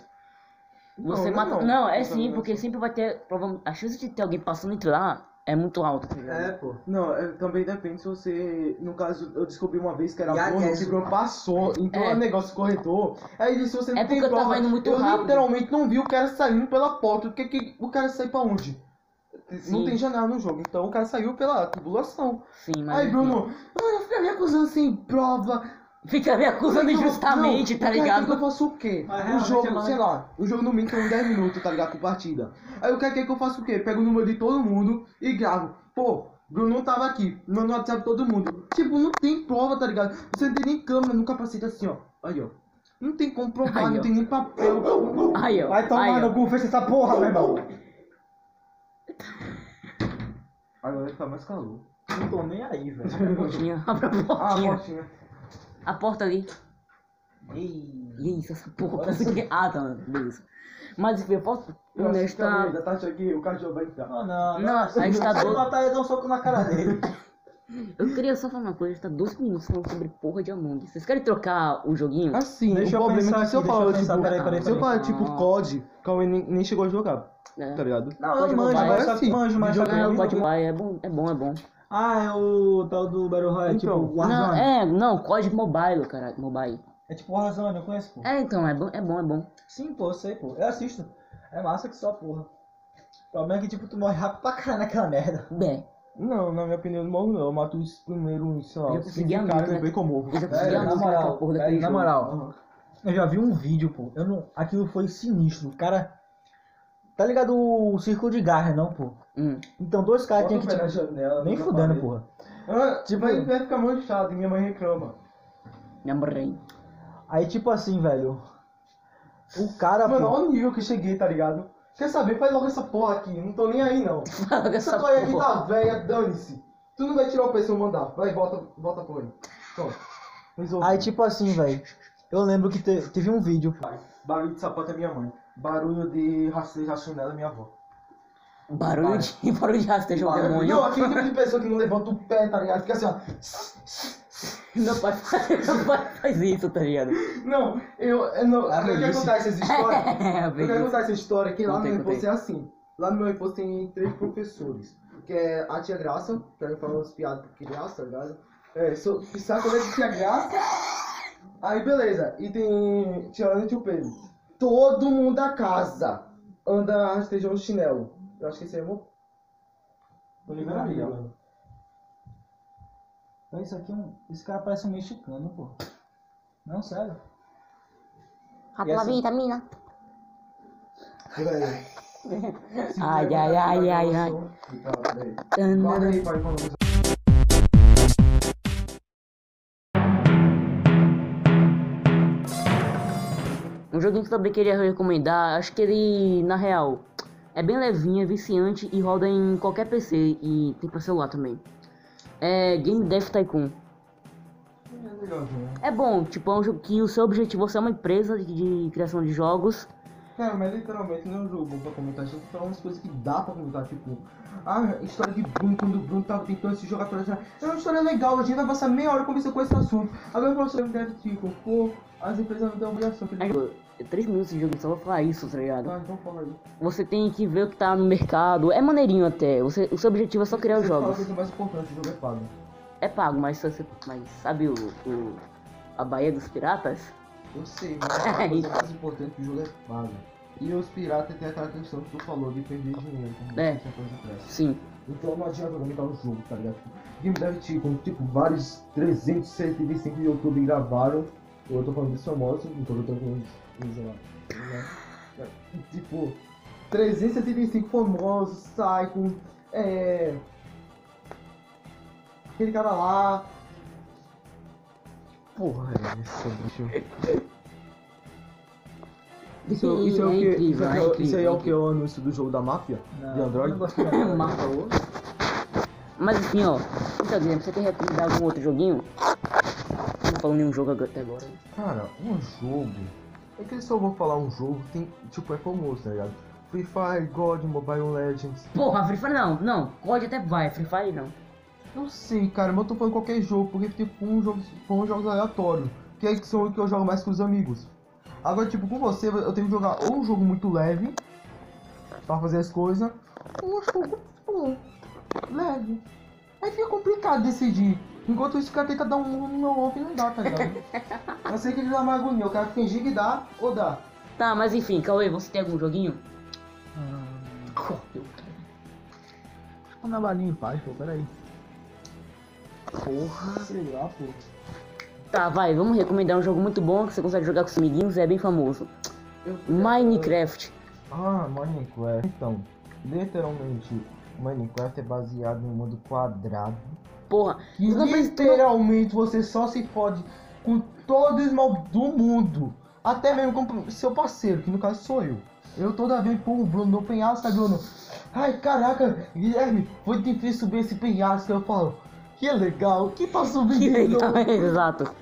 Speaker 3: Você
Speaker 2: não,
Speaker 3: mata. Não,
Speaker 2: não.
Speaker 3: é sim, porque sempre vai ter. prova- A chance de ter alguém passando entre lá é muito alta, tá ligado?
Speaker 1: É, pô.
Speaker 2: Não, é, também depende se você. No caso, eu descobri uma vez que era
Speaker 1: E a
Speaker 2: gordo,
Speaker 1: tese?
Speaker 2: esse programa passou, então
Speaker 3: É.
Speaker 2: é negócio corretor. Aí se você não
Speaker 3: É
Speaker 2: tem
Speaker 3: porque eu tava
Speaker 2: prova,
Speaker 3: indo muito
Speaker 2: eu
Speaker 3: rápido.
Speaker 2: literalmente não vi o cara saindo pela porta. Porque que, o cara sai pra onde?
Speaker 3: Sim.
Speaker 2: Não tem janela no jogo, então o cara saiu pela tubulação.
Speaker 3: Sim, mas.
Speaker 2: Aí,
Speaker 3: enfim.
Speaker 2: Bruno, ah, fica me acusando sem prova.
Speaker 3: Fica me acusando
Speaker 2: Então,
Speaker 3: injustamente,
Speaker 2: não,
Speaker 3: tá
Speaker 2: o cara quer Que eu
Speaker 3: ligado?
Speaker 2: faço o quê?
Speaker 1: Mas
Speaker 2: o
Speaker 1: realmente é
Speaker 2: jogo,
Speaker 1: mais-
Speaker 2: sei lá, o jogo no mínimo tem uns 10 minutos, tá ligado? Com partida. Aí o cara quer que eu faça o quê? Pego o número de todo mundo e gravo. Pô, Bruno não tava aqui, mando no WhatsApp todo mundo. Tipo, não tem prova, tá ligado? Você não tem nem câmera no capacete assim, ó. Aí, ó. Não tem como provar,
Speaker 3: Aí,
Speaker 2: não
Speaker 3: ó.
Speaker 2: tem nem papel.
Speaker 3: Aí, ó.
Speaker 1: Vai tomar
Speaker 3: aí, ó.
Speaker 1: no cu, fecha essa porra, meu irmão.
Speaker 2: Agora tá mais calor.
Speaker 1: Não tô nem aí, velho.
Speaker 3: A portinha. *laughs* Abre a
Speaker 2: Ah,
Speaker 3: portinha.
Speaker 2: portinha.
Speaker 3: a porta ali. E é isso, essa porra. Consegui... Ah, tá, beleza. Mas enfim, eu posso.
Speaker 2: Eu acho
Speaker 1: tá
Speaker 2: que tá
Speaker 3: Honesta.
Speaker 2: da Tati aqui, o cachorro vai entrar.
Speaker 1: Não, não.
Speaker 3: Não, a gente tá
Speaker 1: Se
Speaker 3: doido.
Speaker 1: matar, eu dou um soco na cara dele.
Speaker 3: Eu queria só falar uma coisa, tá 12 minutos falando sobre porra de Among Us. Vocês querem trocar o joguinho?
Speaker 2: Assim,
Speaker 1: Deixa eu
Speaker 2: o problema
Speaker 1: pensar
Speaker 2: é que se eu
Speaker 1: aqui, deixa
Speaker 2: falar,
Speaker 1: eu pensar,
Speaker 2: tipo,
Speaker 1: peraí, peraí,
Speaker 2: se eu
Speaker 1: peraí.
Speaker 2: falar, tipo,
Speaker 3: Ah.
Speaker 2: COD, Cauê nem, nem chegou a jogar,
Speaker 3: É.
Speaker 2: tá ligado?
Speaker 1: Não,
Speaker 3: Pode
Speaker 1: eu manjo,
Speaker 3: roubar,
Speaker 1: mas
Speaker 2: é
Speaker 1: só
Speaker 2: assim.
Speaker 1: manjo, mas só
Speaker 3: Ah,
Speaker 1: que-
Speaker 3: o God Mobile é bom, é bom, é bom.
Speaker 1: Ah, é o tal do Battle Royale,
Speaker 2: Então,
Speaker 1: tipo
Speaker 3: Não,
Speaker 1: Warzone.
Speaker 3: é, não, código mobile, cara, mobile.
Speaker 1: é... tipo Warzone, eu conheço, pô.
Speaker 3: É, então, é bom, é bom, é bom.
Speaker 1: Sim, pô, eu sei, pô. Eu assisto. É massa que só, porra. O problema é que, tipo, tu morre rápido pra caralho naquela merda.
Speaker 3: Bem,
Speaker 2: Não, na minha opinião, eu não morro não. Eu mato os primeiros, sei lá,
Speaker 3: Eu
Speaker 2: os
Speaker 3: consegui a
Speaker 2: cinco caras
Speaker 3: luta,
Speaker 2: e
Speaker 3: né?
Speaker 2: bem que eu morro.
Speaker 3: eu já consegui
Speaker 1: *laughs* Velho,
Speaker 3: a
Speaker 1: na
Speaker 3: música daquela
Speaker 1: moral,
Speaker 3: porra
Speaker 2: É,
Speaker 1: velho,
Speaker 3: daquele
Speaker 1: na
Speaker 3: jogo.
Speaker 1: moral. Eu já vi um vídeo, pô. Eu não... Aquilo foi sinistro. O cara... Tá ligado o círculo de garra, não, pô?
Speaker 3: Hum.
Speaker 1: Então, dois caras tinham que,
Speaker 2: Bota o pé na
Speaker 1: tipo...
Speaker 2: janela,
Speaker 1: Nem
Speaker 2: na
Speaker 1: fudendo,
Speaker 2: parede.
Speaker 1: porra.
Speaker 2: Ah,
Speaker 1: Tipo-
Speaker 2: vai, vai ficar manchado e minha mãe reclama.
Speaker 3: Minha mãe.
Speaker 1: Aí, tipo assim, velho... O
Speaker 3: Tá,
Speaker 1: cara,
Speaker 2: Mano,
Speaker 1: pô...
Speaker 2: olha o nível que cheguei, tá ligado? Quer saber? Faz logo essa porra aqui, não tô nem aí não.
Speaker 3: *laughs* Fala com
Speaker 2: Essa
Speaker 3: essa
Speaker 2: toalha aqui
Speaker 3: porra.
Speaker 2: tá velha, dane-se. Tu não vai tirar o PC e mandar. Vai, volta, volta com ele. Pronto. Resolvi.
Speaker 7: Aí, tipo assim, velho. Eu lembro que te- teve um vídeo.
Speaker 1: Barulho de sapato é minha mãe. Barulho de rastejo a chinela é minha avó.
Speaker 2: então?
Speaker 3: Barulho de, *laughs* barulho de rastejo é um demônio.
Speaker 2: Não, aquele tipo de pessoa que não levanta o pé, tá ligado? Fica assim, ó.
Speaker 3: Meu pai, *laughs* faz, meu pai faz isso, tá ligado?
Speaker 2: Não, eu. eu não,
Speaker 7: Ah,
Speaker 1: é
Speaker 2: eu quero
Speaker 7: delícia.
Speaker 2: contar essa
Speaker 3: *laughs*
Speaker 2: história.
Speaker 3: É,
Speaker 2: Eu quero
Speaker 3: velho.
Speaker 2: contar essa história que lá no
Speaker 3: Contei,
Speaker 2: meu
Speaker 3: contei.
Speaker 2: reforço é assim. Lá no meu reforço tem três professores. Que é a tia Graça, que ela fala umas piadas que graça, tá ligado? É, sou, sabe como é que tia Graça? Aí beleza. E tem tia Ana e tio Pedro. Todo mundo da casa anda rastejando o chinelo. Eu acho que esse é meu.
Speaker 1: Tô ligando a minha, mano.
Speaker 7: Então, Isso aqui é um. Esse cara parece um mexicano, pô. Não, sério.
Speaker 8: Aquela vitamina.
Speaker 3: Ai, ai, ai, ai, ai.
Speaker 2: Guarda aí, pai, falando.
Speaker 3: Um joguinho que eu também queria recomendar, acho que ele, na real, é bem levinho, é viciante e roda em qualquer PC e tem pra celular também. É Game Dev Tycoon.
Speaker 1: né?
Speaker 3: É bom, tipo, é um jogo que o seu objetivo você é uma empresa de, de criação de jogos.
Speaker 1: Cara, mas literalmente não é um jogo bom pra comentar, gente. Tem umas coisas que dá pra comentar, tipo, a história de Bruno, quando o Bruno tava tentando se jogar pra já. É uma história legal, a gente vai passar meia hora conversando com esse assunto. Agora o professor me deve, tipo, pô, as empresas não têm obrigação.
Speaker 3: É, tipo, é três minutos de jogo só pra falar isso, tá ligado?
Speaker 1: Ah, então fala aí.
Speaker 3: Você tem que ver o que tá no mercado. É maneirinho até. Você, o seu objetivo é só criar os
Speaker 1: Você fala a
Speaker 3: jogos.
Speaker 1: coisa mais importante, o jogo é pago.
Speaker 3: É pago, mas, se você, mas sabe o, o- a Baía dos Piratas?
Speaker 1: Eu sei, mas a coisa mais importante, o jogo é pago. E os piratas têm aquela questão que tu falou de perder dinheiro. como
Speaker 3: É.
Speaker 1: essa coisa cresce.
Speaker 3: Sim.
Speaker 1: Então não adianta comentar o jogo, tá ligado? Game Dev Chico, tipo, vários 375 de YouTube gravaram. Eu tô falando dos famosos, então eu tô falando dos, sei lá. né? Tipo, 375 famosos, Psycho, é. Aquele cara lá. Porra, é isso, bicho. é Isso aí
Speaker 3: Sim, incrível, é incrível,
Speaker 1: é um o que?
Speaker 3: incrível.
Speaker 1: É o anúncio do jogo da máfia?
Speaker 7: Não,
Speaker 1: De Android?
Speaker 7: não gosto de
Speaker 1: *laughs*
Speaker 7: Android.
Speaker 3: Mas- Mas enfim, ó. Então, Guilherme, você quer recomendar algum outro joguinho? Não falou nenhum jogo até agora.
Speaker 1: Cara, um jogo. É que eles só vão falar um jogo que tem. Tipo, é famoso, tá ligado? Free Fire, God, Mobile Legends.
Speaker 3: Porra, Free Fire não, não. COD até vai, Free Fire não.
Speaker 1: Não sei, cara, mas eu tô falando qualquer jogo, porque tipo, um jogo, foram jogos aleatórios. Que é que são os que eu jogo mais com os amigos. Agora, tipo, com você, eu tenho que jogar ou um jogo muito leve. Pra fazer as coisas. Ou um jogo, tipo, leve. Aí fica complicado decidir. Enquanto isso, o cara tenta dar um no meu ovo e não dá, tá ligado? eu sei que ele dá uma agonia, o cara fingir que dá ou dá.
Speaker 3: Tá, mas enfim, Cauê, você tem algum joguinho?
Speaker 7: Vou na balinha em paz, pô, peraí.
Speaker 3: Tá, vai, vamos recomendar um jogo muito bom que você consegue jogar com os amiguinhos, é bem famoso. Minecraft.
Speaker 1: Ah, Minecraft. Então, literalmente, Minecraft é baseado no mundo quadrado.
Speaker 3: Porra,
Speaker 1: E
Speaker 3: Não, mas-
Speaker 1: literalmente você só se fode com todo o esmal do mundo. Até mesmo com o seu parceiro, que no caso sou eu. Eu toda vez pô, o Bruno no penhasco, tá, Bruno? Ai, caraca, Guilherme, foi difícil subir esse penhasco. Eu falo, que legal, que tá subindo?
Speaker 3: *laughs* que
Speaker 1: de
Speaker 3: legal, é.
Speaker 1: novo?"
Speaker 3: *laughs* exato.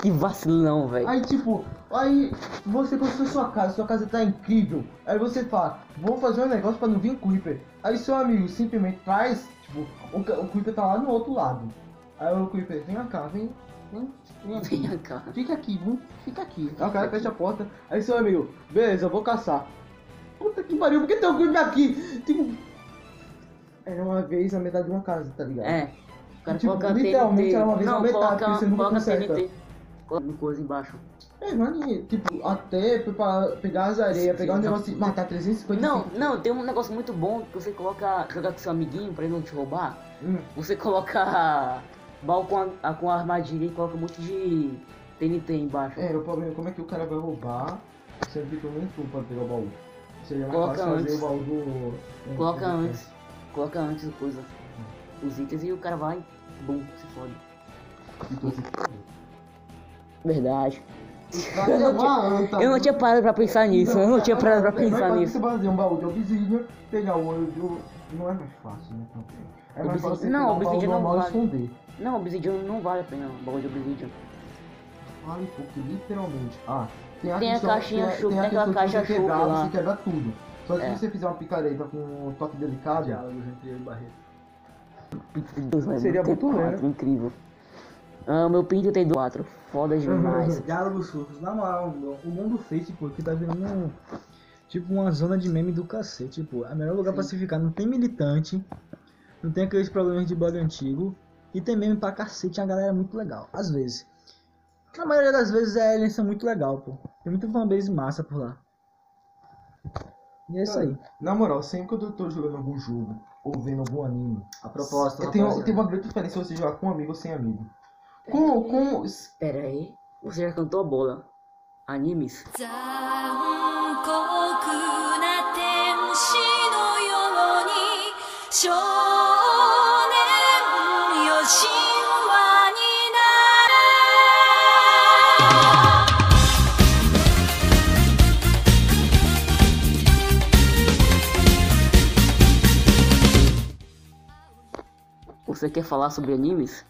Speaker 3: Que vacilão, velho.
Speaker 1: Aí tipo, aí você construiu sua casa, sua casa tá incrível. Aí você fala, vou fazer um negócio pra não vir Creeper. Aí seu amigo simplesmente traz, tipo, o, ca- o Creeper tá lá no outro lado. Aí o Creeper, vem cá, vem, vem, vem aqui.
Speaker 3: Vem cá.
Speaker 1: Fica aqui, vamos, fica aqui. Aí o cara fecha a porta, aí seu amigo, beleza, eu vou caçar. Puta que pariu, por que tem um Creeper aqui? Tipo, era uma vez a metade de uma casa, tá ligado?
Speaker 3: É. O cara
Speaker 1: Tipo,
Speaker 3: coloca
Speaker 1: literalmente
Speaker 3: TNT.
Speaker 1: era uma vez
Speaker 3: não,
Speaker 1: na metade,
Speaker 3: coloca,
Speaker 1: porque você nunca
Speaker 3: coloca
Speaker 1: conserta.
Speaker 3: TNT. Coloca coisa embaixo.
Speaker 1: É, mano, tipo, até pra pegar as areias, pegar um negócio e matar 350
Speaker 3: Não, não, tem um negócio muito bom que você coloca. jogar com seu amiguinho pra ele não te roubar.
Speaker 1: Hum.
Speaker 3: Você coloca *laughs* bal com a, a- com a armadilha e coloca um monte de TNT embaixo.
Speaker 1: É, o problema é como é que o cara vai roubar, sendo que eu nem fui pra pegar o baú. Seria mais
Speaker 3: Coloca
Speaker 1: fácil fazer
Speaker 3: antes.
Speaker 1: o baú do... né?
Speaker 3: Coloca
Speaker 1: do-
Speaker 3: antes. Coloca antes a coisa. Os itens e o cara vai. Bum, se fode.
Speaker 1: Então, assim,
Speaker 3: Verdade.
Speaker 1: vai
Speaker 3: Eu não
Speaker 1: levar a anta.
Speaker 3: *laughs* Eu não tinha parado pra pensar nisso. Eu não tinha parado pra
Speaker 1: Mas
Speaker 3: pensar
Speaker 1: pode
Speaker 3: nisso.
Speaker 1: Você fazer um baú de alvizinho, pegar o olho do... Não é mais fácil, né? também.
Speaker 2: É mais
Speaker 3: Obsid-
Speaker 2: fácil
Speaker 3: não,
Speaker 2: pegar o
Speaker 3: Obsidian não
Speaker 2: normal e
Speaker 3: vale.
Speaker 2: esconder.
Speaker 3: Não, Obsidian não vale a pena, o bagulho de Obsidian.
Speaker 2: Vale porque um literalmente. Ah, tem a
Speaker 3: Tem a
Speaker 2: questão,
Speaker 3: caixinha
Speaker 2: tem a-
Speaker 3: chup-
Speaker 2: tem a
Speaker 3: tem aquela
Speaker 2: questão de
Speaker 3: caixa
Speaker 2: você
Speaker 3: chup
Speaker 2: quebrar,
Speaker 3: lá.
Speaker 2: você quebra tudo. Só que
Speaker 3: É.
Speaker 2: se você fizer uma picareta com um toque delicado,
Speaker 1: Diálogos entre ele e Barreto.
Speaker 3: Deus, vai,
Speaker 8: Seria
Speaker 3: tem
Speaker 8: muito
Speaker 3: quatro, Incrível. Ah, meu pinto tem quatro. Foda demais.
Speaker 1: Diálogos furtos. Na moral, o mundo Facebook que tá virando um- tipo uma zona de meme do cacete. Tipo, é o melhor lugar pra se ficar. Não tem militante, não tem aqueles problemas de bug antigo. E tem meme pra cacete, a galera é muito legal. Às vezes. Na maioria das vezes é eles são muito legal, pô. Tem muita fanbase massa por lá. E é isso aí.
Speaker 2: Na moral, sempre que eu tô jogando algum jogo ou vendo algum anime,
Speaker 1: A proposta.
Speaker 2: eu tenho, tem uma grande diferença se você jogar com um amigo ou sem amigo.
Speaker 3: É.
Speaker 2: Com, com,
Speaker 3: Pera aí, você já cantou a bola. Animes?
Speaker 9: 残酷な天使のように少年よ神話になれ
Speaker 3: Você quer falar sobre animes?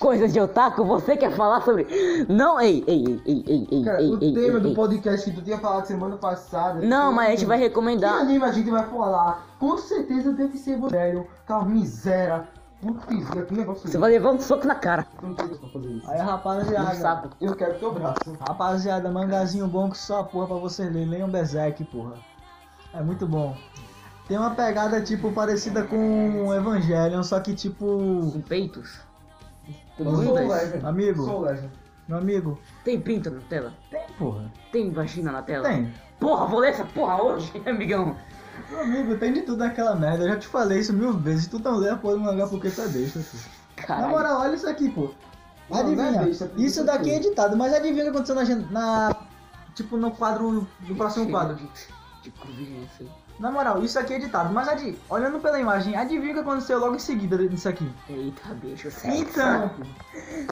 Speaker 3: Coisas de otaku, você quer falar sobre. Não, ei, ei, ei, ei, ei, ei,
Speaker 2: Cara,
Speaker 3: ei,
Speaker 2: o
Speaker 3: ei,
Speaker 2: tema
Speaker 3: ei,
Speaker 2: do
Speaker 3: ei.
Speaker 2: podcast que tu tinha falado semana passada.
Speaker 3: Não,
Speaker 2: que-
Speaker 3: mas a gente vai
Speaker 2: Que
Speaker 3: recomendar.
Speaker 2: anime a gente vai falar? Com certeza deve ser Evangelho, aquela miséria. Putz, que negócio.
Speaker 3: Você vai levar um soco na cara.
Speaker 2: Eu não tenho pra fazer isso.
Speaker 1: Aí,
Speaker 3: Um
Speaker 1: rapaziada.
Speaker 3: saco.
Speaker 2: Eu quero teu braço.
Speaker 1: Rapaziada, mangazinho bom que só a porra pra vocês lerem. Leiam Berserk, porra. É muito bom. Tem uma pegada, tipo, parecida com Evangelion, só que, tipo...
Speaker 3: Com peitos. Com
Speaker 2: Eu sou o
Speaker 3: bundas.
Speaker 2: Legend.
Speaker 1: Amigo.
Speaker 2: Sou o Legend.
Speaker 1: Meu amigo,
Speaker 3: Tem pinto na tela?
Speaker 1: tem, porra.
Speaker 3: Tem vagina na tela?
Speaker 1: Tem.
Speaker 3: Porra, vou ler essa porra hoje, *laughs* amigão.
Speaker 1: Meu amigo, tem de tudo naquela merda. Eu já te falei isso mil vezes. Tu não lê a porra do mangá porque tu é besta, pô. Na
Speaker 3: Caralho.
Speaker 1: moral, olha isso aqui, pô.
Speaker 2: Não, não
Speaker 1: Adivinha.
Speaker 2: é besta, tem
Speaker 1: Isso
Speaker 2: tudo
Speaker 1: daqui é
Speaker 2: aqui.
Speaker 1: editado, mas adivinha o que aconteceu na... gen- na tipo, no quadro... No próximo um quadro.
Speaker 3: De convivência.
Speaker 1: Na moral, isso aqui é editado, mas adi... olhando pela imagem, adivinha o que aconteceu logo em seguida disso aqui.
Speaker 3: Eita, bicho, sério.
Speaker 1: Então, pô.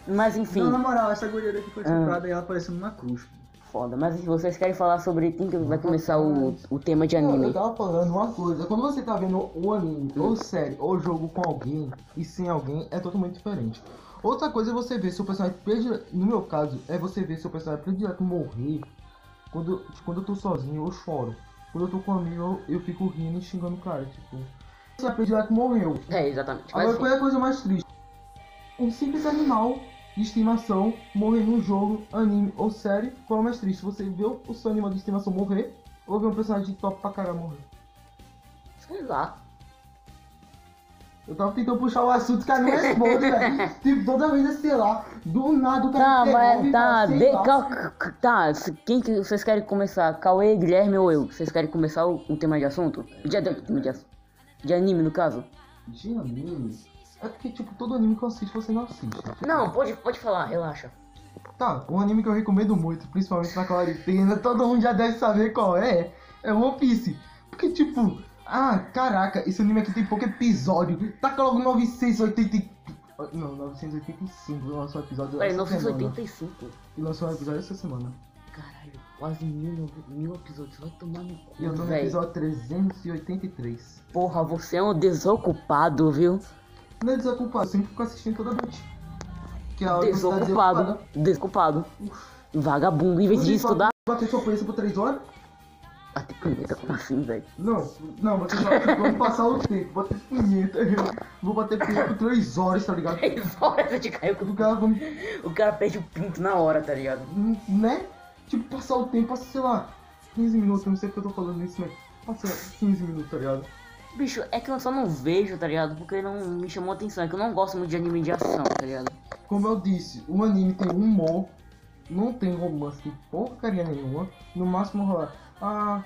Speaker 3: Mas enfim.
Speaker 1: Não, na moral, essa guria daqui
Speaker 3: Ah.
Speaker 1: foi estuprada e ela parecendo uma cruz.
Speaker 3: Foda, mas se vocês querem falar sobre quem que vai começar o, o tema de
Speaker 2: Não,
Speaker 3: anime?
Speaker 2: eu tava falando uma coisa, quando você tá vendo um anime, ou série, ou jogo com alguém e sem alguém, é totalmente diferente. Outra coisa é você ver seu personagem predileto, no meu caso, é você ver seu personagem predileto morrer. Quando, quando eu tô sozinho, eu choro. Quando eu tô com um amigo, eu, eu fico rindo e xingando o cara, tipo... Seu predileto morreu.
Speaker 3: É, exatamente. Mas,
Speaker 2: Agora,
Speaker 3: enfim.
Speaker 2: qual é a coisa mais triste? Um simples animal de estimação morrer num jogo, anime ou série. Qual é o mais triste? Você vê o o seu animal de estimação morrer ou ver um personagem top pra caralho morrer?
Speaker 3: sei lá.
Speaker 2: Eu tava tentando puxar o assunto, o cara não responde,
Speaker 3: *laughs*
Speaker 2: velho. é Tipo, toda vez é sei lá, do nada o cara
Speaker 3: Tá,
Speaker 2: interrompe e
Speaker 3: mas tá,
Speaker 2: fala, assim, sei
Speaker 3: de,
Speaker 2: lá.
Speaker 3: cal- tá, se- quem que vocês querem começar? Cauê, Guilherme ou eu? Vocês querem começar o, o tema de assunto? De, de, de, de, de anime, no caso?
Speaker 2: De anime? É porque, tipo, todo anime que eu assisto, você não assiste.
Speaker 3: Não, pode, pode falar, relaxa.
Speaker 2: Tá, um anime que eu recomendo muito, principalmente na quarentena, todo mundo já deve saber qual é, é One Piece. Porque, tipo, ah, caraca, esse anime aqui tem pouco episódio, taca logo 980 e- Não, 985, lançou um episódio
Speaker 3: Peraí,
Speaker 2: essa semana.
Speaker 3: 985.
Speaker 2: E lançou um episódio essa semana.
Speaker 3: Caralho, quase mil, no- mil episódios, vai tomar no
Speaker 2: E eu tô
Speaker 3: cu,
Speaker 2: no
Speaker 3: velho.
Speaker 2: episódio 383.
Speaker 3: Porra, você é um desocupado, viu?
Speaker 2: Não é desocupado, eu sempre fico assistindo toda noite. Que é a universidade
Speaker 3: Desocupado, desocupado. Vagabundo, em vez de
Speaker 2: Inclusive,
Speaker 3: estudar...
Speaker 2: Bateu sua polícia por 3 horas?
Speaker 3: Bate punheta, como assim, velho?
Speaker 2: Não, não, vou ter que- vamos passar o tempo, bater punheta. *laughs* Vou bater punheta por 3 horas, tá ligado?
Speaker 3: Três horas eu te caio
Speaker 2: O cara vamos,
Speaker 3: O cara perde o pinto na hora, tá ligado?
Speaker 2: né? Tipo, passar o tempo, passa, sei lá, 15 minutos, eu não sei porque eu tô falando isso, mas passa 15 minutos, tá ligado?
Speaker 3: Bicho, é que eu só não vejo, tá ligado? Porque não me chamou atenção. É que eu não gosto muito de anime de ação, tá ligado?
Speaker 2: Como eu disse, o anime tem humor, não tem romance, tem porcaria nenhuma. No máximo rola, ah,